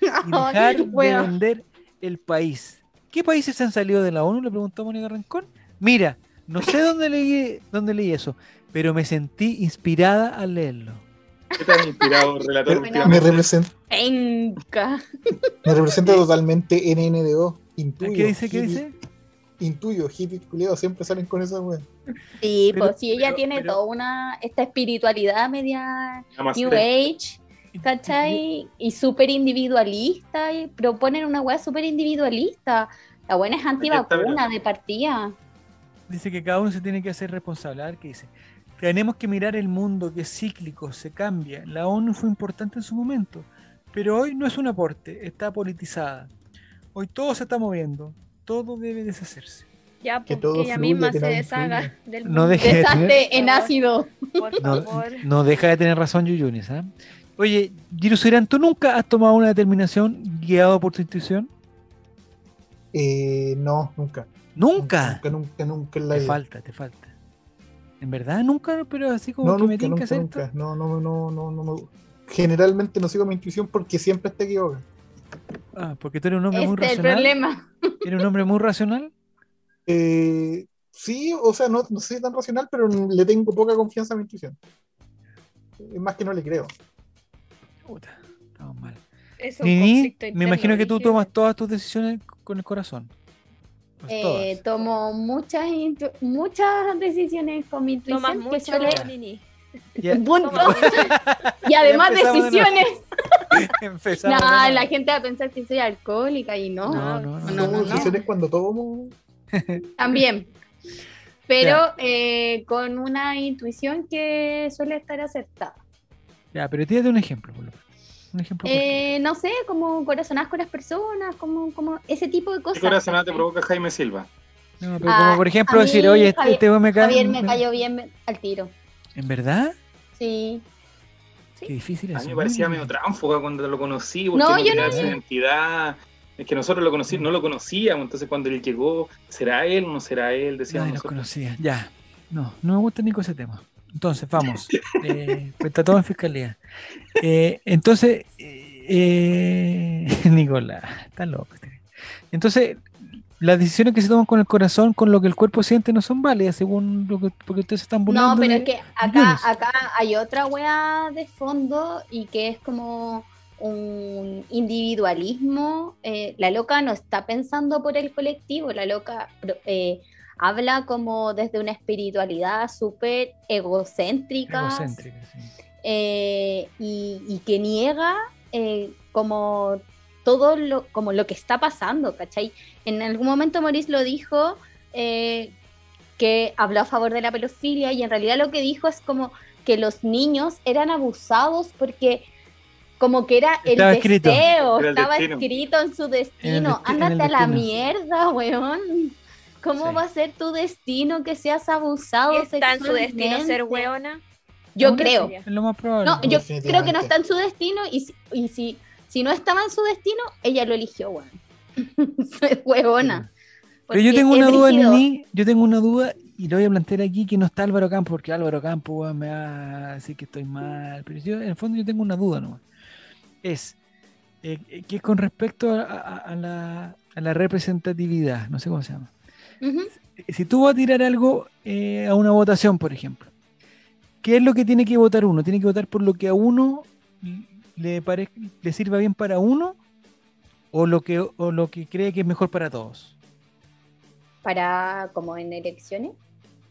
Speaker 1: y dejar de
Speaker 2: weón.
Speaker 1: vender el país. ¿Qué países han salido de la ONU? Le preguntó Mónica Rancón. Mira, no sé dónde leí, dónde leí eso, pero me sentí inspirada al leerlo.
Speaker 4: ¿Qué te has inspirado, relator?
Speaker 2: Bueno.
Speaker 5: Me
Speaker 4: últimamente?
Speaker 5: representa,
Speaker 2: Venga.
Speaker 5: me representa totalmente NNDO. Intuyo.
Speaker 1: ¿Qué dice? ¿Qué
Speaker 5: hippie-
Speaker 1: dice?
Speaker 5: Intuyo, hippie culiados siempre salen con esa wea.
Speaker 2: Sí,
Speaker 1: Pero-
Speaker 2: pues sí, ella
Speaker 1: pero-
Speaker 2: tiene
Speaker 1: pero-
Speaker 2: toda una. Esta espiritualidad media
Speaker 4: Nada más
Speaker 2: New
Speaker 4: tres.
Speaker 2: Age. ¿Cachai? Y súper individualista, y proponen una weá súper individualista. La buena es antivacuna de partida.
Speaker 1: Dice que cada uno se tiene que hacer responsable. A ver qué dice. Tenemos que mirar el mundo que es cíclico, se cambia. La ONU fue importante en su momento, pero hoy no es un aporte, está politizada. Hoy todo se está moviendo, todo debe deshacerse.
Speaker 3: Ya,
Speaker 5: Que
Speaker 3: porque
Speaker 5: todo
Speaker 3: ella
Speaker 5: fluya,
Speaker 3: misma
Speaker 5: que
Speaker 3: se
Speaker 5: nada
Speaker 3: deshaga del
Speaker 1: No
Speaker 3: mundo.
Speaker 1: deje-
Speaker 2: Desastre
Speaker 3: Ah,
Speaker 2: en ácido.
Speaker 3: Por
Speaker 1: No,
Speaker 3: favor.
Speaker 1: no deja de tener razón Yuyunis. ¿ah? Oye, Girusurán, ¿tú nunca has tomado una determinación guiado por tu institución?
Speaker 5: Eh, no, nunca.
Speaker 1: Nunca.
Speaker 5: Nunca, nunca, nunca en la
Speaker 1: Te
Speaker 5: vida.
Speaker 1: falta, te falta. En verdad, nunca, pero así como
Speaker 5: No,
Speaker 1: que me
Speaker 5: nunca,
Speaker 1: tienen que
Speaker 5: nunca,
Speaker 1: hacer
Speaker 5: nunca. No, no, no, no, no, no. Generalmente no sigo mi intuición porque siempre está equivocada.
Speaker 1: esto. Ah, porque tú eres un hombre muy
Speaker 2: Este es el
Speaker 1: racional.
Speaker 2: problema.
Speaker 1: Eres un hombre muy racional.
Speaker 5: Eh, sí, o sea, no, no soy tan racional, pero le tengo poca confianza a mi intuición. Es más que no le creo.
Speaker 1: Puta, estamos mal.
Speaker 3: Es un
Speaker 1: Nini,
Speaker 3: conflicto
Speaker 1: me
Speaker 3: interno,
Speaker 1: imagino que tú
Speaker 3: brígido.
Speaker 1: tomas todas tus decisiones con el corazón. Pues
Speaker 2: Eh,
Speaker 1: todas.
Speaker 2: tomo muchas intu- muchas decisiones con mi
Speaker 3: Tomas
Speaker 2: intuición. que
Speaker 3: mucho,
Speaker 2: suele-
Speaker 3: Nini.
Speaker 1: Ya,
Speaker 2: Punto.
Speaker 3: Tomas mucho.
Speaker 2: Y además
Speaker 1: Ya empezamos de nuevo.
Speaker 2: decisiones. No,
Speaker 1: empezamos de nuevo.
Speaker 2: la gente va a pensar que soy alcohólica y no.
Speaker 1: No, no, no.
Speaker 2: No, no, no.
Speaker 5: decisiones cuando tomo.
Speaker 2: También. Pero eh, con una intuición que suele estar acertada.
Speaker 1: Ya, pero tírate un ejemplo, por lo menos. Un ejemplo.
Speaker 2: Eh, no sé, como corazonadas con las personas, como, como ese tipo de
Speaker 4: ¿Qué
Speaker 2: cosas.
Speaker 4: corazonada te
Speaker 2: ¿cachai?
Speaker 4: provoca Jaime Silva?
Speaker 1: cortito. no, pero
Speaker 2: ah,
Speaker 1: como por ejemplo
Speaker 2: a mí
Speaker 1: decir, oye, este-
Speaker 2: Javier-
Speaker 1: este weón me cae.
Speaker 2: Javier me cayó bien me- al tiro.
Speaker 1: ¿En verdad?
Speaker 2: Sí.
Speaker 1: Qué difícil
Speaker 4: A
Speaker 1: es.
Speaker 4: mí me parecía medio tránfuga cuando lo conocí, porque
Speaker 2: No,
Speaker 4: no,
Speaker 2: yo no
Speaker 4: tenía
Speaker 2: lo-
Speaker 4: esa identidad. Es que nosotros lo conocí, no lo conocíamos, entonces cuando él llegó, ¿será él o no será él? Decíamos
Speaker 1: Nadie los
Speaker 4: nosotros.
Speaker 1: conocía. Ya. No, no me gusta ni con ese tema. Entonces, vamos. Eh, cuenta todo en fiscalía. Eh, entonces, eh, eh, Nicolás, está loco. este. Entonces, las decisiones que se toman con el corazón, con lo que el cuerpo siente, no son válidas, según lo que porque ustedes se están burlando.
Speaker 2: No, pero
Speaker 1: de-
Speaker 2: es que acá,
Speaker 1: millones.
Speaker 2: acá hay otra weá de fondo y que es como un individualismo. Eh, la loca no está pensando por el colectivo, la loca pro- eh, habla como desde una espiritualidad súper egocéntrica
Speaker 1: egocéntricas, sí.
Speaker 2: eh, y, y que niega eh, como todo lo, como lo que está pasando, ¿cachai? En algún momento Maurice lo dijo, eh, que habló a favor de la pedofilia y en realidad lo que dijo es como que los niños eran abusados porque como que era el
Speaker 1: Estaba
Speaker 2: deseo,
Speaker 1: escrito.
Speaker 4: Era el
Speaker 2: estaba
Speaker 4: destino.
Speaker 2: escrito en su destino.
Speaker 1: En el desti- en el
Speaker 2: Ándate a la
Speaker 1: destino.
Speaker 2: mierda, weón. ¿Cómo
Speaker 1: Sí.
Speaker 2: va a ser tu destino que seas abusado
Speaker 3: Está en su destino ser
Speaker 2: sexualmente?
Speaker 3: weona.
Speaker 2: Yo
Speaker 1: Hombre,
Speaker 2: creo.
Speaker 1: Es lo más probable.
Speaker 2: No, yo creo que no
Speaker 5: Definitivamente.
Speaker 2: está en su destino y si, y si, si no estaba en su destino, ella lo eligió, weón. Soy Huevona.
Speaker 1: Pero yo
Speaker 2: Porque
Speaker 1: tengo
Speaker 2: es
Speaker 1: una duda,
Speaker 2: brígido.
Speaker 1: Nini, yo tengo una duda y lo voy a plantear aquí que no está Álvaro Campo, porque Álvaro Campo weón, me va a decir que estoy mal, pero yo en el fondo yo tengo una duda nomás. Es eh, eh, que es con respecto a, a- a la, a la representatividad, no sé cómo se llama. Eh,
Speaker 2: Ujú.
Speaker 1: Si tú vas a tirar algo eh, a una votación, por ejemplo, ¿qué es lo que tiene que votar uno? ¿Tiene que votar por lo que a uno le, parez- le sirva bien para uno o lo, que, o lo que cree que es mejor para todos?
Speaker 2: Para, como en elecciones.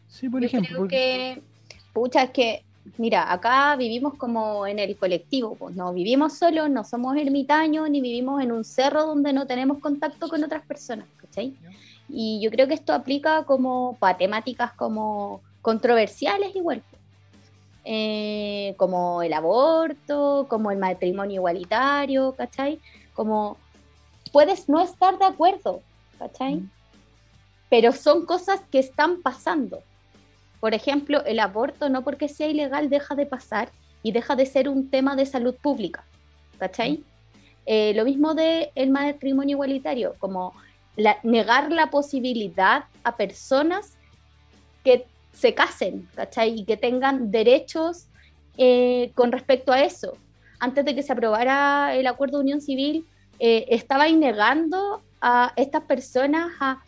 Speaker 1: Sí, por
Speaker 2: Yo
Speaker 1: ejemplo.
Speaker 2: creo
Speaker 1: porque-
Speaker 2: que, pucha, es que, mira, acá vivimos como en el colectivo, pues no vivimos solos, no somos ermitaños, ni vivimos en un cerro donde no tenemos contacto con otras personas, ¿cachai? Y yo creo que esto aplica como para temáticas como controversiales igual. pues. Eh, como el aborto, como el matrimonio igualitario, ¿cachai? Como puedes no estar de acuerdo, ¿cachai?
Speaker 1: Mm.
Speaker 2: Pero son cosas que están pasando. Por ejemplo, el aborto no porque sea ilegal deja de pasar y deja de ser un tema de salud pública, ¿cachai? Eh, lo mismo de el matrimonio igualitario, como la- negar la posibilidad a personas que se casen, ¿cachai? Y que tengan derechos eh, con respecto a eso. Antes de que se aprobara el acuerdo de unión civil, eh, estaba negando a estas personas a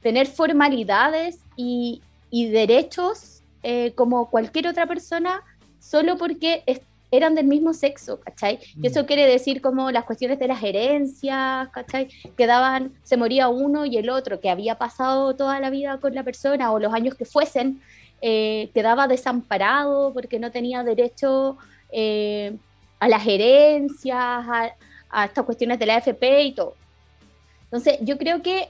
Speaker 2: tener formalidades y, y derechos eh, como cualquier otra persona solo porque es- eran del mismo sexo, ¿cachai? Y eso quiere decir como las cuestiones de las herencias, ¿cachai? Que daban, se moría uno y el otro, que había pasado toda la vida con la persona o los años que fuesen, eh, quedaba desamparado porque no tenía derecho eh, a las herencias, a, a estas cuestiones de la AFP y todo. Entonces, yo creo que,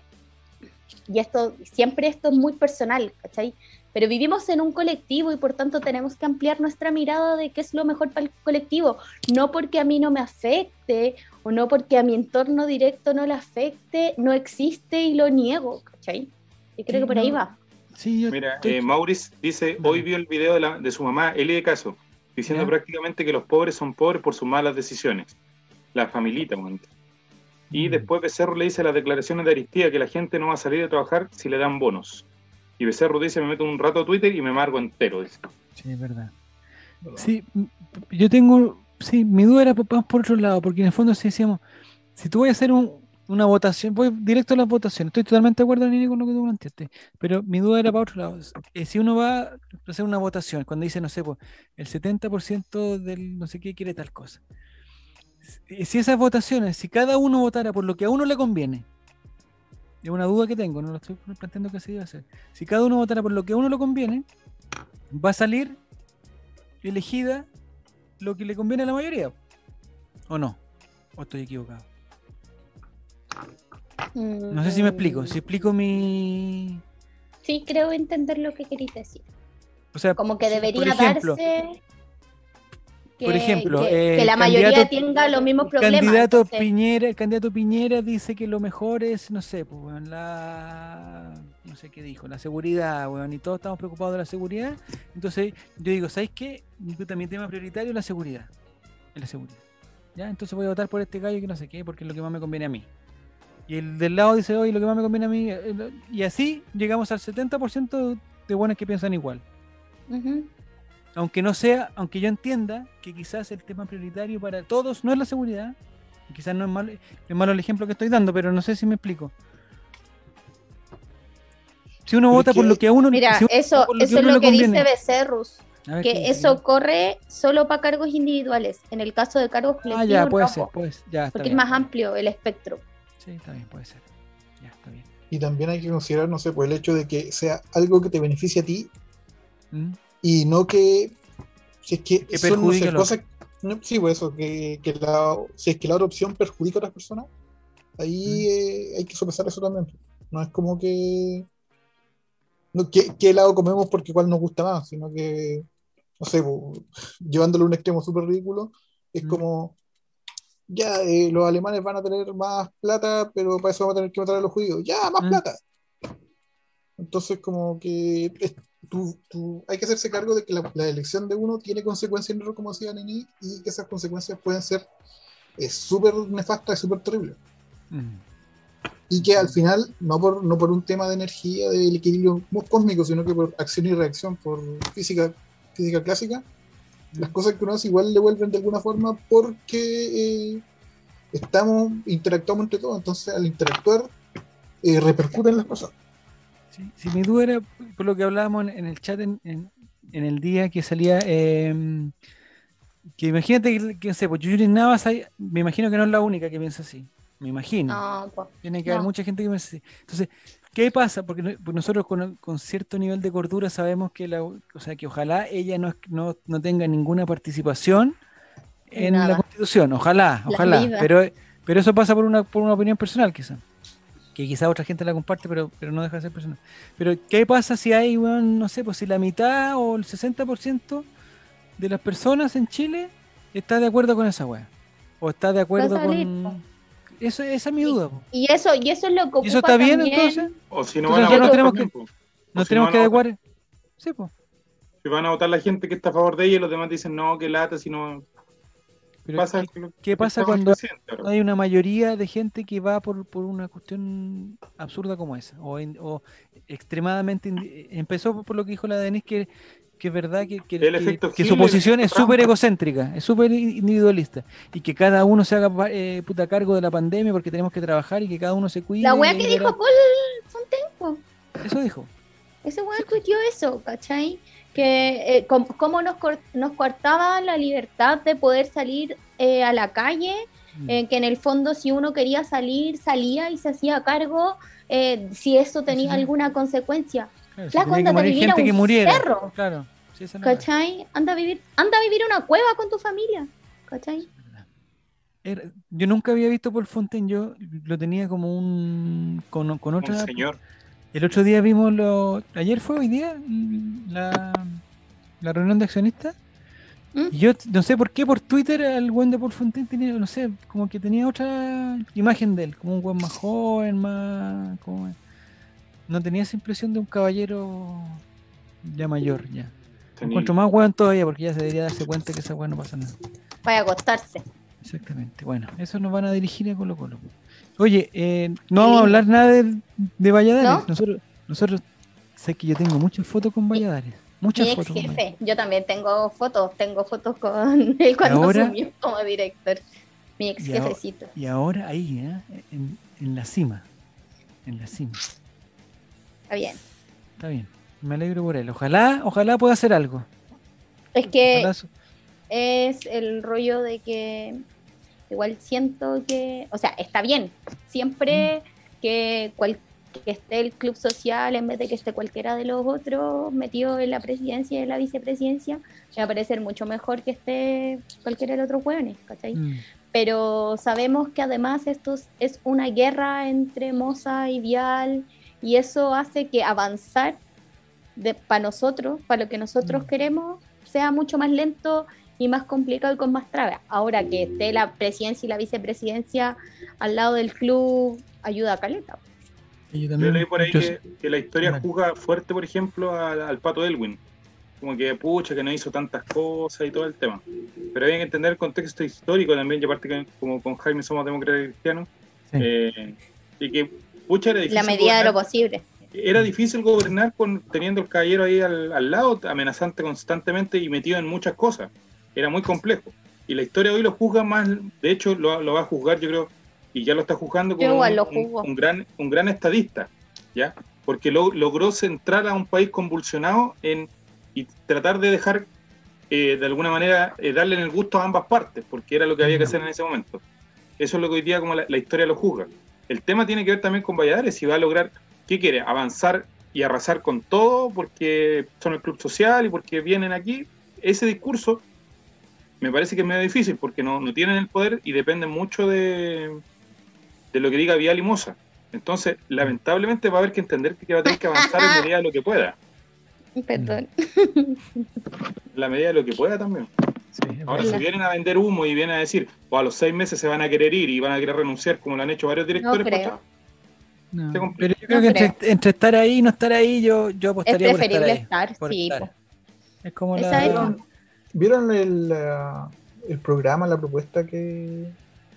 Speaker 2: y esto, siempre esto es muy personal, ¿cachai? Pero vivimos en un colectivo y por tanto tenemos que ampliar nuestra mirada de qué es lo mejor para el colectivo. No porque a mí no me afecte o no porque a mi entorno directo no le afecte, no existe y lo niego, ¿cachai? Yo creo
Speaker 1: Sí,
Speaker 2: que por ahí
Speaker 1: no.
Speaker 2: va.
Speaker 1: Sí, yo
Speaker 4: Mira,
Speaker 1: estoy-
Speaker 4: eh, Maurice dice,
Speaker 1: Dale.
Speaker 4: hoy vio el video de, la- de su mamá, Eli de Caso, diciendo
Speaker 1: Ya.
Speaker 4: prácticamente que los pobres son pobres por sus malas decisiones. La familita, weón. Y
Speaker 1: Mm.
Speaker 4: después Becerro le dice las declaraciones de Aristía que la gente no va a salir a trabajar si le dan bonos. Y Becerro dice, me meto un rato a Twitter y me marco entero. dice.
Speaker 1: Sí, es verdad. Sí, m- yo tengo, sí, mi duda era más por otro lado, porque en el fondo si decíamos, si tú voy a hacer un- una votación, voy directo a las votaciones, estoy totalmente de acuerdo, Nini, con lo que tú planteaste, pero mi duda era para otro lado. Eh, si uno va a hacer una votación, cuando dice, no sé, pues, el 70% del no sé qué quiere tal cosa. Si si esas votaciones, si cada uno votara por lo que a uno le conviene, es una duda que tengo, no lo estoy planteando que se iba a hacer. Si cada uno votara por lo que a uno le conviene, va a salir elegida lo que le conviene a la mayoría. ¿O no? ¿O estoy equivocado? No sé si me explico. Si explico mi.
Speaker 2: Mm, Sí, creo entender lo que queréis decir.
Speaker 1: O sea,
Speaker 2: Como que
Speaker 1: si- por
Speaker 2: debería
Speaker 1: ejemplo,
Speaker 2: darse. que,
Speaker 1: Por ejemplo,
Speaker 2: que-
Speaker 1: eh,
Speaker 2: que la
Speaker 1: el
Speaker 2: mayoría
Speaker 1: candidato-
Speaker 2: tenga los mismos problemas.
Speaker 1: Candidato
Speaker 2: entonces,
Speaker 1: Piñera, el candidato Piñera dice que lo mejor es, no sé, pues, weón, la no sé qué dijo, la seguridad, weón, y todos estamos preocupados de la seguridad. Entonces, yo digo, ¿sabes qué? Mi puta, mi tema prioritario es la seguridad. Es la seguridad. ¿Ya? Entonces voy a votar por este gallo que no sé qué, porque es lo que más me conviene a mí. Y el del lado dice, oye, lo que más me conviene a mí. eh, lo- Y así llegamos al 70% de buenos que piensan igual
Speaker 2: ujú,
Speaker 1: aunque no sea, aunque yo entienda que quizás el tema prioritario para todos no es la seguridad, y quizás no es malo, es malo el ejemplo que estoy dando, pero no sé si me explico. Si uno
Speaker 5: Pero
Speaker 1: vota
Speaker 5: es
Speaker 1: por
Speaker 5: que-
Speaker 1: lo que a uno
Speaker 2: Mira,
Speaker 1: si uno
Speaker 2: eso,
Speaker 1: vota por
Speaker 2: eso es
Speaker 1: uno
Speaker 2: lo
Speaker 1: le
Speaker 2: que dice
Speaker 1: conviene.
Speaker 2: Becerrus,
Speaker 1: A ver, ¿qué
Speaker 2: que
Speaker 1: dice?
Speaker 2: eso corre solo para cargos individuales. En el caso de cargos
Speaker 1: Ah,
Speaker 2: colectivos,
Speaker 1: ya, puede
Speaker 2: no,
Speaker 1: ser, pues, ya, está
Speaker 2: porque es
Speaker 1: bien.
Speaker 2: más amplio el espectro.
Speaker 1: Sí, está bien, puede ser. Ya, está bien.
Speaker 5: Y también hay que considerar, no sé, pues el hecho de que sea algo que te beneficie a ti
Speaker 1: ¿Mm?
Speaker 5: y no que si es que,
Speaker 1: Que
Speaker 5: son, no
Speaker 1: perjudique
Speaker 5: sé,
Speaker 1: al otro.
Speaker 5: cosas no, sí pues eso que, que la, si es que la otra opción perjudica a otras personas
Speaker 1: Mm.
Speaker 5: ahí eh, hay que sopesar eso también no es como que no, ¿qué, qué helado comemos porque cuál nos gusta más sino que no sé po, llevándolo a un extremo súper ridículo es
Speaker 1: Mm.
Speaker 5: como ya eh, los alemanes van a tener más plata pero para eso van a tener que matar a los judíos ya más
Speaker 1: Mm.
Speaker 5: plata entonces como que es- tú- tú- hay que hacerse cargo de que la, la elección de uno tiene consecuencias, no como decía Nini, y que esas consecuencias pueden ser eh, súper nefastas y súper terribles.
Speaker 1: Mm.
Speaker 5: Y que al final, no por, no por un tema de energía, del equilibrio mu- cósmico, sino que por acción y reacción, por física, física clásica, las cosas que uno hace igual le vuelven de alguna forma porque eh, estamos, interactuamos entre todos, entonces al interactuar eh, repercuten las cosas.
Speaker 1: Sí, sí, mi duda era por lo que hablábamos en, en el chat en, en- en el día que salía. eh, que imagínate que, que no sé, pues Yuri Navas, hay- me imagino que no es la única que piensa así. Me imagino.
Speaker 2: No, pues,
Speaker 1: Tiene que
Speaker 2: no.
Speaker 1: haber mucha gente que piensa así. Entonces, ¿qué pasa? Porque no- pues nosotros con, con cierto nivel de cordura sabemos que, la, o sea, que ojalá ella no, no, no tenga ninguna participación en la
Speaker 2: Nada.
Speaker 1: constitución. Ojalá,
Speaker 2: La
Speaker 1: ojalá.
Speaker 2: vida.
Speaker 1: Pero, pero eso pasa por una, por una opinión personal, quizá. Que quizá otra gente la comparte, pero, pero no deja de ser personal. Pero, ¿qué pasa si hay, weón, no sé, pues si la mitad o el 60% de las personas en Chile está de acuerdo con esa weá? ¿O está de acuerdo
Speaker 2: salir,
Speaker 1: con.? Eso, esa es mi duda. po.
Speaker 2: Y eso, y eso es lo que
Speaker 1: ¿Y eso
Speaker 2: ocupa
Speaker 1: está bien
Speaker 2: también- Pues
Speaker 1: entonces?
Speaker 4: O si no
Speaker 1: Entonces, ya
Speaker 4: van a votar
Speaker 1: no tenemos
Speaker 4: también,
Speaker 1: que-
Speaker 4: po.
Speaker 1: ¿Nos
Speaker 4: si
Speaker 1: tenemos
Speaker 4: no
Speaker 1: que
Speaker 4: van a votar.
Speaker 1: adecuar? Sí, pues.
Speaker 4: Si van a votar la gente que está a favor de ella y los demás dicen no, que lata, si no
Speaker 1: Pero
Speaker 4: pasa.
Speaker 1: ¿qué,
Speaker 4: lo que
Speaker 1: qué pasa
Speaker 4: está con el
Speaker 1: cuando
Speaker 4: presidente ahora.
Speaker 1: hay una mayoría de gente que va por, por una cuestión absurda como esa? O, en- o extremadamente... indi- Empezó por lo que dijo la Denise, que, que es verdad que, que,
Speaker 4: El
Speaker 1: que-
Speaker 4: efecto
Speaker 1: que su
Speaker 4: Hitler, el
Speaker 1: posición es
Speaker 4: efecto Trump.
Speaker 1: súper egocéntrica, es súper individualista. Y que cada uno se haga pa- eh, puta cargo de la pandemia porque tenemos que trabajar y que cada uno se cuide.
Speaker 2: La weá
Speaker 1: y
Speaker 2: que
Speaker 1: ahí
Speaker 2: dijo
Speaker 1: verá-
Speaker 2: Paul Fontaine, po.
Speaker 1: Eso dijo.
Speaker 2: ese weá cuitió eso, ¿cachai? Que eh, com- cómo nos, cor- nos cortaba la libertad de poder salir eh, a la calle
Speaker 1: Mm.
Speaker 2: eh, que en el fondo si uno quería salir, salía y se hacía cargo eh, si eso tenía
Speaker 1: Sí.
Speaker 2: alguna consecuencia.
Speaker 1: Claro, si
Speaker 2: Flaco,
Speaker 1: tenía que
Speaker 2: anda a
Speaker 1: morir
Speaker 2: vivir a
Speaker 1: gente
Speaker 2: un
Speaker 1: que muriera.
Speaker 2: cerro.
Speaker 1: Claro. Sí, esa es la weá.
Speaker 2: ¿Cachai? Anda a vivir, anda a vivir una cueva con tu familia. ¿Cachai?
Speaker 1: Era- yo nunca había visto Paul Fontaine, yo lo tenía como un. con, con
Speaker 4: Un
Speaker 1: otra.
Speaker 4: señor.
Speaker 1: El otro día vimos lo. Ayer fue hoy día mm, la, la reunión de accionistas.
Speaker 2: ¿Mm?
Speaker 1: Y yo t- no sé por qué por Twitter al buen de Paul Fontaine tenía, no sé, como que tenía otra imagen de él, como un buen más joven, más. como- no tenía esa impresión de un caballero ya mayor, ya.
Speaker 4: Tenía-
Speaker 1: Encuentro más hueón todavía porque ya se debería darse cuenta que esa hueá no pasa nada.
Speaker 2: Para acostarse.
Speaker 1: Exactamente. Bueno, eso nos van a dirigir a Colo Colo. Oye, eh, no vamos a hablar nada de, de Valladares.
Speaker 2: ¿No?
Speaker 1: Nosotros, nosotros, sé que yo tengo muchas fotos con Valladares.
Speaker 2: Mi
Speaker 1: Muchas
Speaker 2: ex
Speaker 1: fotos. con Valladares.
Speaker 2: jefe, yo también tengo fotos, tengo fotos con él cuando
Speaker 1: ahora?
Speaker 2: asumió como director. Mi ex
Speaker 1: Y ahora-
Speaker 2: jefecito.
Speaker 1: Y ahora ahí, ¿eh? en, en la cima. En la cima.
Speaker 2: Está bien.
Speaker 1: Está bien. Me alegro por él. Ojalá, ojalá pueda hacer algo.
Speaker 2: Es que
Speaker 1: Ojalá su-
Speaker 2: es el rollo de que igual siento que, o sea, está bien, siempre que, cual- que esté el club social en vez de que esté cualquiera de los otros metido en la presidencia y en la vicepresidencia, me va a parecer mucho mejor que esté cualquiera de los otros hueones, ¿cachai?
Speaker 1: Mm.
Speaker 2: Pero sabemos que además esto es- es una guerra entre Moza y Vial y eso hace que avanzar para nosotros, para lo que nosotros
Speaker 1: Mm.
Speaker 2: queremos, sea mucho más lento y más complicado y con más trabas. Ahora que esté la presidencia y la vicepresidencia al lado del club, ayuda a Caleta.
Speaker 1: Y yo
Speaker 4: Yo
Speaker 1: también-
Speaker 4: leí por ahí
Speaker 1: yo-
Speaker 4: que, que la historia
Speaker 1: Dale.
Speaker 4: juzga fuerte, por ejemplo, al, al Pato Elwin. Como que, pucha, que no hizo tantas cosas y todo el tema. Pero hay que entender el contexto histórico también, y aparte que como con Jaime somos demócratas cristianos.
Speaker 1: Sí.
Speaker 4: eh, y que, pucha, era difícil,
Speaker 2: La medida de lo
Speaker 4: gobernar-
Speaker 2: posible.
Speaker 4: era difícil gobernar con, teniendo el caballero ahí al, al lado, amenazante constantemente y metido en muchas cosas. Era muy complejo. Y la historia hoy lo juzga más, de hecho, lo, lo va a juzgar, yo creo, y ya lo está juzgando como
Speaker 2: Yo igual
Speaker 4: un,
Speaker 2: lo
Speaker 4: un-
Speaker 2: juzgo.
Speaker 4: un gran, un gran estadista, ¿ya? Porque lo- logró centrar a un país convulsionado en, y tratar de dejar, eh, de alguna manera, eh, darle el gusto a ambas partes, porque era lo que había que hacer en ese momento. Eso es lo que hoy día como la, la historia lo juzga. El tema tiene que ver también con Valladares, si va a lograr, ¿qué quiere? ¿Avanzar y arrasar con todo porque son el club social y porque vienen aquí? Ese discurso me parece que es medio difícil porque no, no tienen el poder y dependen mucho de, de lo que diga Vial y Moza. Entonces, lamentablemente va a haber que entender que va a tener que avanzar en medida de lo que pueda.
Speaker 1: Mm.
Speaker 2: Perdón.
Speaker 4: En la medida de lo que pueda también.
Speaker 1: sí, es
Speaker 4: Ahora,
Speaker 1: verdad.
Speaker 4: si vienen a vender humo y vienen a decir, o a los seis meses se van a querer ir y van a querer renunciar, como lo han hecho varios directores,
Speaker 2: No
Speaker 4: pues,
Speaker 2: creo.
Speaker 1: No,
Speaker 4: se complica.
Speaker 1: pero yo creo que entre, entre estar ahí y no estar ahí, yo, yo
Speaker 2: Es
Speaker 1: apostaría por estar
Speaker 2: preferible
Speaker 1: ahí.
Speaker 2: estar,
Speaker 1: por
Speaker 2: sí.
Speaker 1: estar.
Speaker 2: po.
Speaker 1: Es como
Speaker 2: Esa
Speaker 1: la...
Speaker 2: es
Speaker 1: la-
Speaker 5: ¿Vieron el, eh, el programa, la propuesta que,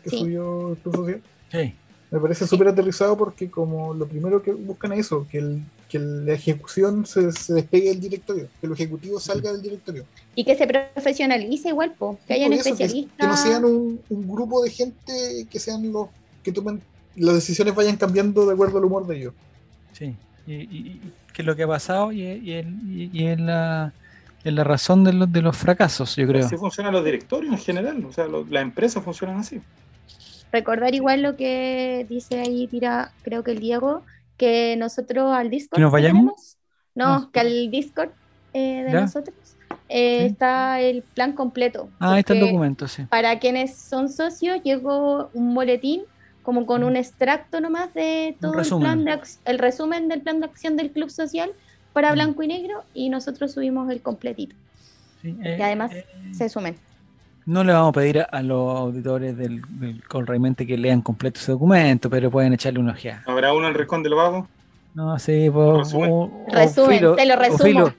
Speaker 5: que
Speaker 2: Sí.
Speaker 5: subió el Club Social?
Speaker 1: Sí.
Speaker 5: Me parece súper aterrizado porque como lo primero que buscan es eso, que, el, que la ejecución se, se despegue del directorio, que el ejecutivo salga del directorio.
Speaker 2: Y que se profesionalice igual, po. que hayan
Speaker 5: Por eso, que,
Speaker 2: especialistas.
Speaker 5: que no sean un, un grupo de gente que sean los que tomen las decisiones vayan cambiando de acuerdo al humor de ellos.
Speaker 1: Sí, y, y- y que es lo que ha pasado y, es- y es- y- y es la, es la razón de los, de los fracasos, yo creo.
Speaker 4: así funcionan los directorios en general. O sea, lo- las empresas funcionan así.
Speaker 2: Recordar igual lo que dice ahí, tira, creo que el Diego, que nosotros al Discord.
Speaker 1: ¿Que nos
Speaker 2: que
Speaker 1: vayamos?
Speaker 2: tenemos- No,
Speaker 1: No.
Speaker 2: que al Discord eh, de
Speaker 1: ¿Ya?
Speaker 2: nosotros eh,
Speaker 1: Sí.
Speaker 2: está el plan completo.
Speaker 1: Ah, ahí está el
Speaker 2: porque-
Speaker 1: documento, sí.
Speaker 2: para quienes son socios, llegó un boletín como con un extracto nomás de todo el
Speaker 1: resumen.
Speaker 2: plan de ac- el resumen del plan de acción del club social para
Speaker 1: Mm.
Speaker 2: blanco y negro y nosotros subimos el completito.
Speaker 1: sí,
Speaker 2: que
Speaker 1: eh,
Speaker 2: además
Speaker 1: eh,
Speaker 2: Se sumen.
Speaker 1: No le vamos a pedir a, a los auditores del, del Colraimente que lean completo ese documento, pero pueden echarle una ojeada.
Speaker 4: Habrá uno en el rincón del vago.
Speaker 1: No, sí, po-
Speaker 4: Resumen.
Speaker 1: o- o
Speaker 2: Resumen,
Speaker 1: filo-
Speaker 2: te lo
Speaker 1: o
Speaker 2: resumo.
Speaker 1: filo-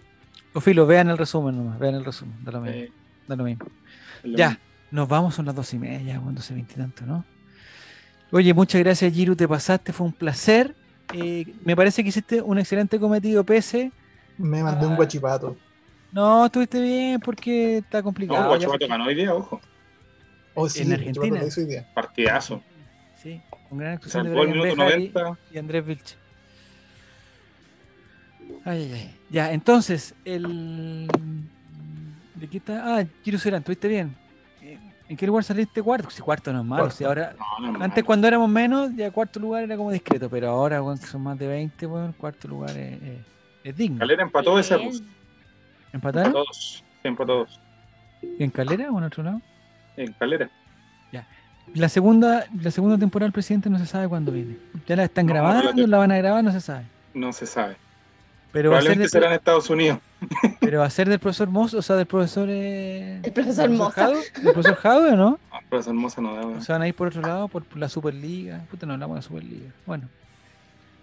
Speaker 1: o filo, vean el resumen nomás, vean el resumen, da lo mismo.
Speaker 4: eh,
Speaker 1: da lo mismo.
Speaker 4: lo-
Speaker 1: Ya, nos vamos, son las dos y media, cuando se y tanto, ¿no? Oye, muchas gracias, Giru, te pasaste, fue un placer. Eh, me parece que hiciste un excelente cometido, pese.
Speaker 5: Me mandé
Speaker 1: Ah.
Speaker 5: un guachipato.
Speaker 1: No, estuviste bien porque está complicado.
Speaker 4: No,
Speaker 1: ya
Speaker 4: Guachipato
Speaker 1: porque-
Speaker 4: ganó hoy día, ojo.
Speaker 5: Oh, sí,
Speaker 1: En
Speaker 5: el
Speaker 1: Argentina.
Speaker 5: guachipato lo hizo hoy día.
Speaker 4: Partidazo.
Speaker 1: Sí, con gran actuación de
Speaker 4: Salvó el
Speaker 1: Brian
Speaker 4: minuto
Speaker 1: Bejar y-
Speaker 4: 90.
Speaker 1: y Andrés Vilche. Ay, ay, ay. Ya, entonces, el. ¿De qué está? Ah, Giru Serán, estuviste bien. Eh, ¿En qué lugar saliste cuarto? Si cuarto no es malo,
Speaker 5: Cuarto.
Speaker 1: si ahora
Speaker 4: No, no, no,
Speaker 1: Antes
Speaker 4: no.
Speaker 1: cuando éramos menos, ya cuarto lugar era como discreto, pero ahora weón, que son más de 20, weón, cuarto lugar es, es- es digno.
Speaker 4: Calera empató esa.
Speaker 3: Bien.
Speaker 4: pues.
Speaker 1: ¿Empataron?
Speaker 4: Empató dos. Empató dos.
Speaker 1: ¿En Calera o en otro lado?
Speaker 4: En Calera.
Speaker 1: La segunda, la segunda temporada del presidente no se sabe cuándo viene. Ya la están
Speaker 4: No,
Speaker 1: grabando,
Speaker 4: pero te-
Speaker 1: la van a grabar, no se sabe.
Speaker 4: No se sabe.
Speaker 1: Pero va, a ser
Speaker 4: Probablemente
Speaker 1: del,
Speaker 4: será en Estados Unidos.
Speaker 1: pero va a ser del profesor Moss, o sea, del profesor... eh,
Speaker 2: El profesor
Speaker 1: ¿del
Speaker 2: Moza.
Speaker 1: Jadwe? ¿Del profesor Jadwe o no?
Speaker 4: Ah, pero esa hermosa no da.
Speaker 1: O
Speaker 4: weón.
Speaker 1: se van a ir por otro lado, por, por la Superliga. Puta, no hablamos de la Superliga. Bueno,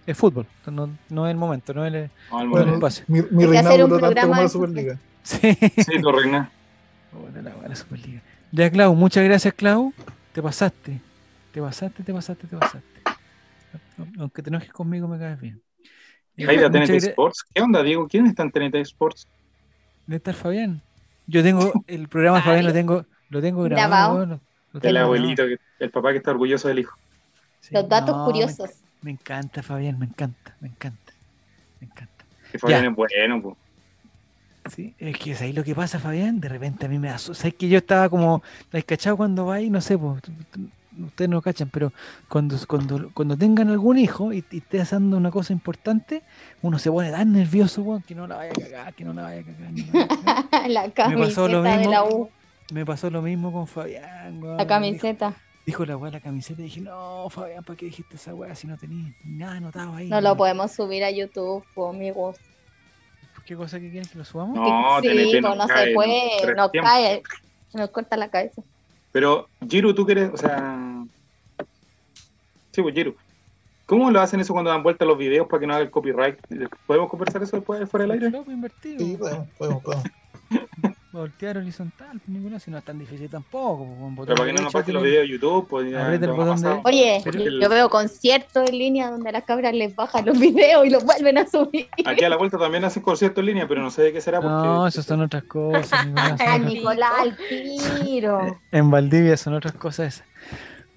Speaker 1: es fútbol, no, no es el momento, no es el,
Speaker 4: No, al
Speaker 1: no es el
Speaker 5: Bueno.
Speaker 4: momento.
Speaker 1: espacio.
Speaker 5: Mi, mi
Speaker 2: Hay que
Speaker 5: reinado
Speaker 2: hacer un
Speaker 5: duró tanto
Speaker 2: programa
Speaker 5: como
Speaker 2: de
Speaker 5: la Superliga.
Speaker 1: Sí.
Speaker 4: Sí, lo reina.
Speaker 1: Puta Oh, la weá, la Superliga. Ya, Clau, muchas gracias, Clau. Te pasaste. Te pasaste, te pasaste, te pasaste. Aunque te enojes conmigo, me caes bien. Eh,
Speaker 4: Jaira,
Speaker 1: muchas
Speaker 4: TNT
Speaker 1: gra-
Speaker 4: Sports. ¿Qué onda, Diego? ¿Quién está en TNT Sports?
Speaker 1: ¿Dónde está el Fabián? Yo tengo el programa de Fabián, lo tengo, lo tengo grabado.
Speaker 2: Grabado.
Speaker 1: weón, lo- lo tengo
Speaker 4: El
Speaker 1: grabado.
Speaker 4: abuelito, que- el papá que está orgulloso del hijo.
Speaker 1: Sí.
Speaker 2: Los datos
Speaker 1: No, me-
Speaker 2: curiosos.
Speaker 1: Me, encanta, Fabián, me encanta, me encanta. Me encanta.
Speaker 4: Que Fabián es bueno, pues. po.
Speaker 1: Sí, es que es ahí lo que pasa, Fabián. De repente a mí me da su- ¿Sabes que yo estaba como descachado cuando va y no sé, pues, tú- tú- ustedes no cachan, pero cuando, cuando, cuando tengan algún hijo y, y esté haciendo una cosa importante, uno se pone tan nervioso, weón, que no la vaya a cagar, que no la vaya a cagar. no la vaya a cagar.
Speaker 2: la
Speaker 1: pasó lo
Speaker 2: camiseta de
Speaker 1: mismo.
Speaker 2: la U,
Speaker 1: me pasó lo mismo con Fabián, weón.
Speaker 2: la camiseta.
Speaker 1: Dijo, dijo la weá la camiseta y dije, no, Fabián, ¿para qué dijiste esa weá si no tenías nada anotado ahí?
Speaker 2: No lo
Speaker 1: weón?".
Speaker 2: podemos subir a YouTube, po, amigos.
Speaker 1: ¿Qué cosa que quieren que lo subamos?
Speaker 4: No,
Speaker 2: sí, po,
Speaker 4: TNT no
Speaker 2: pues, no
Speaker 4: cae
Speaker 2: se
Speaker 4: en
Speaker 2: puede,
Speaker 4: tres
Speaker 2: no
Speaker 4: tiempos.
Speaker 2: cae. Nos corta la cabeza.
Speaker 4: Pero, Giru, tú quieres, o sea. Sí, pues Giru. ¿Cómo lo hacen eso cuando dan vuelta los videos para que no haga el copyright? ¿Podemos conversar eso después fuera del aire?
Speaker 1: Loco invertido.
Speaker 5: Sí, podemos, podemos, podemos.
Speaker 1: Voltear horizontal, pues, Nicolás, si no es tan difícil tampoco. pues, con botón
Speaker 4: Pero para que no nos
Speaker 1: derecho
Speaker 4: pasen los
Speaker 1: tiene-
Speaker 4: videos de YouTube, pues ya
Speaker 1: Aprieta el
Speaker 4: lo hemos
Speaker 1: botón de-
Speaker 4: pasado.
Speaker 2: Oye,
Speaker 1: Pero
Speaker 4: el-
Speaker 2: yo veo conciertos en línea donde a las cabras les bajan los videos y los vuelven a subir.
Speaker 4: Aquí a la vuelta también hacen conciertos en línea, pero no sé de qué será porque.
Speaker 1: No, esas son otras cosas, Nicolás. son
Speaker 2: Ay,
Speaker 1: otras-
Speaker 2: Nicolás, al tiro.
Speaker 1: En Valdivia son otras cosas esas.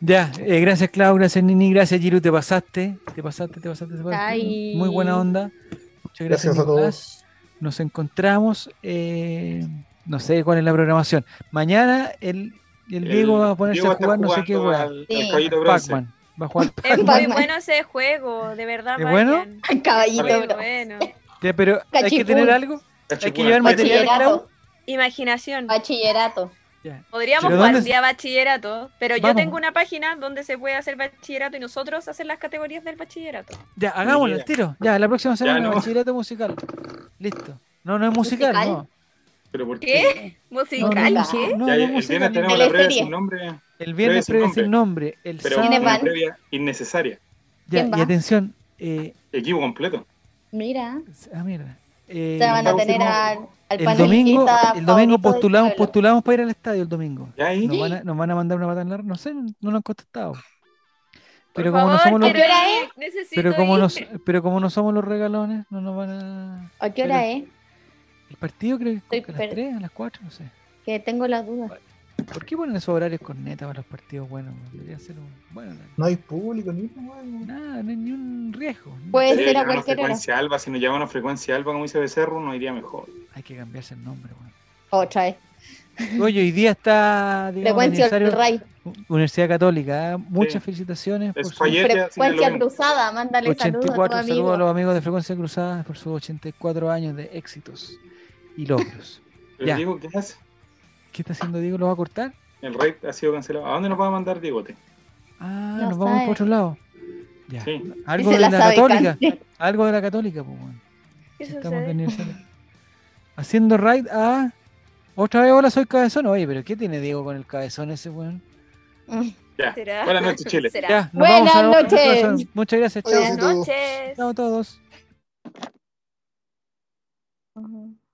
Speaker 1: Ya, eh, gracias Clau, gracias Nini, gracias Giru, te pasaste, te pasaste, te pasaste, te pasaste.
Speaker 2: Ay.
Speaker 1: Muy buena onda. Muchas gracias,
Speaker 5: Gracias a
Speaker 1: Nicolás.
Speaker 5: todos.
Speaker 1: Nos encontramos, eh, no sé cuál es la programación. Mañana el, el
Speaker 4: el
Speaker 1: Diego va a ponerse
Speaker 4: Diego
Speaker 1: a
Speaker 4: está
Speaker 1: jugar no sé qué
Speaker 4: jugando
Speaker 1: hueá.
Speaker 4: al-
Speaker 2: Sí.
Speaker 4: al caballito bronce.
Speaker 1: Pac-Man. Va a jugar
Speaker 3: Es muy
Speaker 2: Batman.
Speaker 3: bueno ese juego, de verdad.
Speaker 1: ¿Es bueno?
Speaker 3: vayan.
Speaker 2: Al
Speaker 3: Muy
Speaker 2: caballito, bro.
Speaker 3: bueno.
Speaker 1: Ya, pero hay que
Speaker 2: Cachipún.
Speaker 1: tener algo. Hay que llevar material, Clau.
Speaker 2: Bachillerato,
Speaker 3: Imaginación.
Speaker 2: bachillerato.
Speaker 1: Ya.
Speaker 3: Podríamos
Speaker 1: ¿Pero
Speaker 3: jugar
Speaker 1: dónde-
Speaker 3: día bachillerato, pero yo
Speaker 1: Vamos.
Speaker 3: tengo una página donde se puede hacer bachillerato y nosotros hacer las categorías del bachillerato.
Speaker 1: Ya, hagámoslo
Speaker 4: idea.
Speaker 1: al tiro. Ya, la próxima semana,
Speaker 4: no.
Speaker 1: bachillerato musical. Listo. No, no es musical,
Speaker 2: ¿Musical?
Speaker 1: no.
Speaker 4: Pero ¿por qué?
Speaker 3: ¿Qué?
Speaker 1: No, no,
Speaker 3: ¿Musical?
Speaker 1: no,
Speaker 2: Musical.
Speaker 1: sí, no, no
Speaker 4: Ya, el-
Speaker 1: es
Speaker 4: el
Speaker 1: musical.
Speaker 4: viernes tenemos la breve
Speaker 2: Teleserie.
Speaker 4: sin nombre,
Speaker 1: El viernes
Speaker 4: Breve sin
Speaker 1: predecir nombre. El
Speaker 4: pero
Speaker 1: sábado.
Speaker 2: ¿Quiénes
Speaker 4: una
Speaker 2: van?
Speaker 4: previa innecesaria.
Speaker 1: Ya,
Speaker 2: ¿Quién
Speaker 1: y
Speaker 2: va?
Speaker 1: atención. eh,
Speaker 4: Equipo completo.
Speaker 2: Mira,
Speaker 1: ah, mierda. Eh,
Speaker 2: se van a
Speaker 4: Último.
Speaker 2: tener al, al
Speaker 1: el domingo,
Speaker 2: panelista
Speaker 1: el domingo
Speaker 2: favorito del
Speaker 1: postulamos,
Speaker 2: pueblo.
Speaker 1: postulamos para ir al estadio el domingo.
Speaker 4: Ya ahí.
Speaker 1: Nos van a, nos van a mandar una patada en la- No sé, no nos han contestado.
Speaker 3: Por
Speaker 1: Pero como, no
Speaker 3: favor,
Speaker 1: somos los,
Speaker 3: quiero
Speaker 2: ¿A qué hora
Speaker 3: ir, Necesito
Speaker 1: pero, como
Speaker 3: ir.
Speaker 1: no, pero como no somos los regalones, no nos van a...
Speaker 2: ¿A qué hora es?
Speaker 1: El partido creo que
Speaker 2: Estoy
Speaker 1: es como a las
Speaker 2: per-
Speaker 1: 3, a las 4, no sé.
Speaker 2: Que tengo la duda.
Speaker 1: ¿Por qué ponen esos horarios cornetas para los partidos buenos? weón? Debería ser un... Bueno,
Speaker 5: No hay público ni nada.
Speaker 1: nada, no hay ni un riesgo.
Speaker 2: Pues- ser
Speaker 4: Debería
Speaker 2: a
Speaker 4: llevar una
Speaker 2: cualquier hora.
Speaker 4: frecuencia alba, si nos llevan una frecuencia alba, como dice Becerro, no iría mejor.
Speaker 1: Hay que cambiarse el nombre, weón.
Speaker 2: Otra vez.
Speaker 1: Oye, hoy día está... digamos,
Speaker 2: Frecuencia
Speaker 1: aniversario-
Speaker 2: del Rey.
Speaker 1: Universidad Católica, ¿eh? muchas
Speaker 4: Sí.
Speaker 1: felicitaciones por
Speaker 4: Es
Speaker 1: su
Speaker 4: Fayette, así que lo
Speaker 2: Frecuencia
Speaker 4: mismo.
Speaker 2: cruzada. Mándale saludos a tu
Speaker 1: 84. Saludos a
Speaker 2: amigo.
Speaker 1: los amigos de Frecuencia Cruzada por sus 84 años de éxitos y logros.
Speaker 4: Pero
Speaker 1: Ya.
Speaker 4: Diego, ¿qué hace?
Speaker 1: ¿Qué está haciendo Diego? ¿Lo va a cortar?
Speaker 4: El rey ha sido cancelado. ¿A dónde nos va a mandar Diegote?
Speaker 1: Ah,
Speaker 2: No
Speaker 1: nos vamos
Speaker 2: sabe.
Speaker 1: por otro lado. Ya.
Speaker 4: Sí.
Speaker 1: Algo
Speaker 2: Se
Speaker 1: de
Speaker 2: la
Speaker 1: la,
Speaker 2: sabe
Speaker 1: católica.
Speaker 2: cante.
Speaker 1: Algo de la católica, pues, weón. Si
Speaker 3: ¿Qué sucede?
Speaker 1: estamos de aniversario. Haciendo raid a. Otra vez, hola, soy cabezón. Oye, pero ¿qué tiene Diego con el cabezón ese, weón?
Speaker 4: Ya.
Speaker 3: ¿Será?
Speaker 4: Buenas noches, Chile.
Speaker 3: ¿Será?
Speaker 1: Ya, nos vamos
Speaker 2: Buenas
Speaker 1: a la-
Speaker 2: noches.
Speaker 1: Muchas gracias, chao.
Speaker 5: Buenas
Speaker 3: Buenas noches.
Speaker 1: Chao a todos.
Speaker 2: Ujú.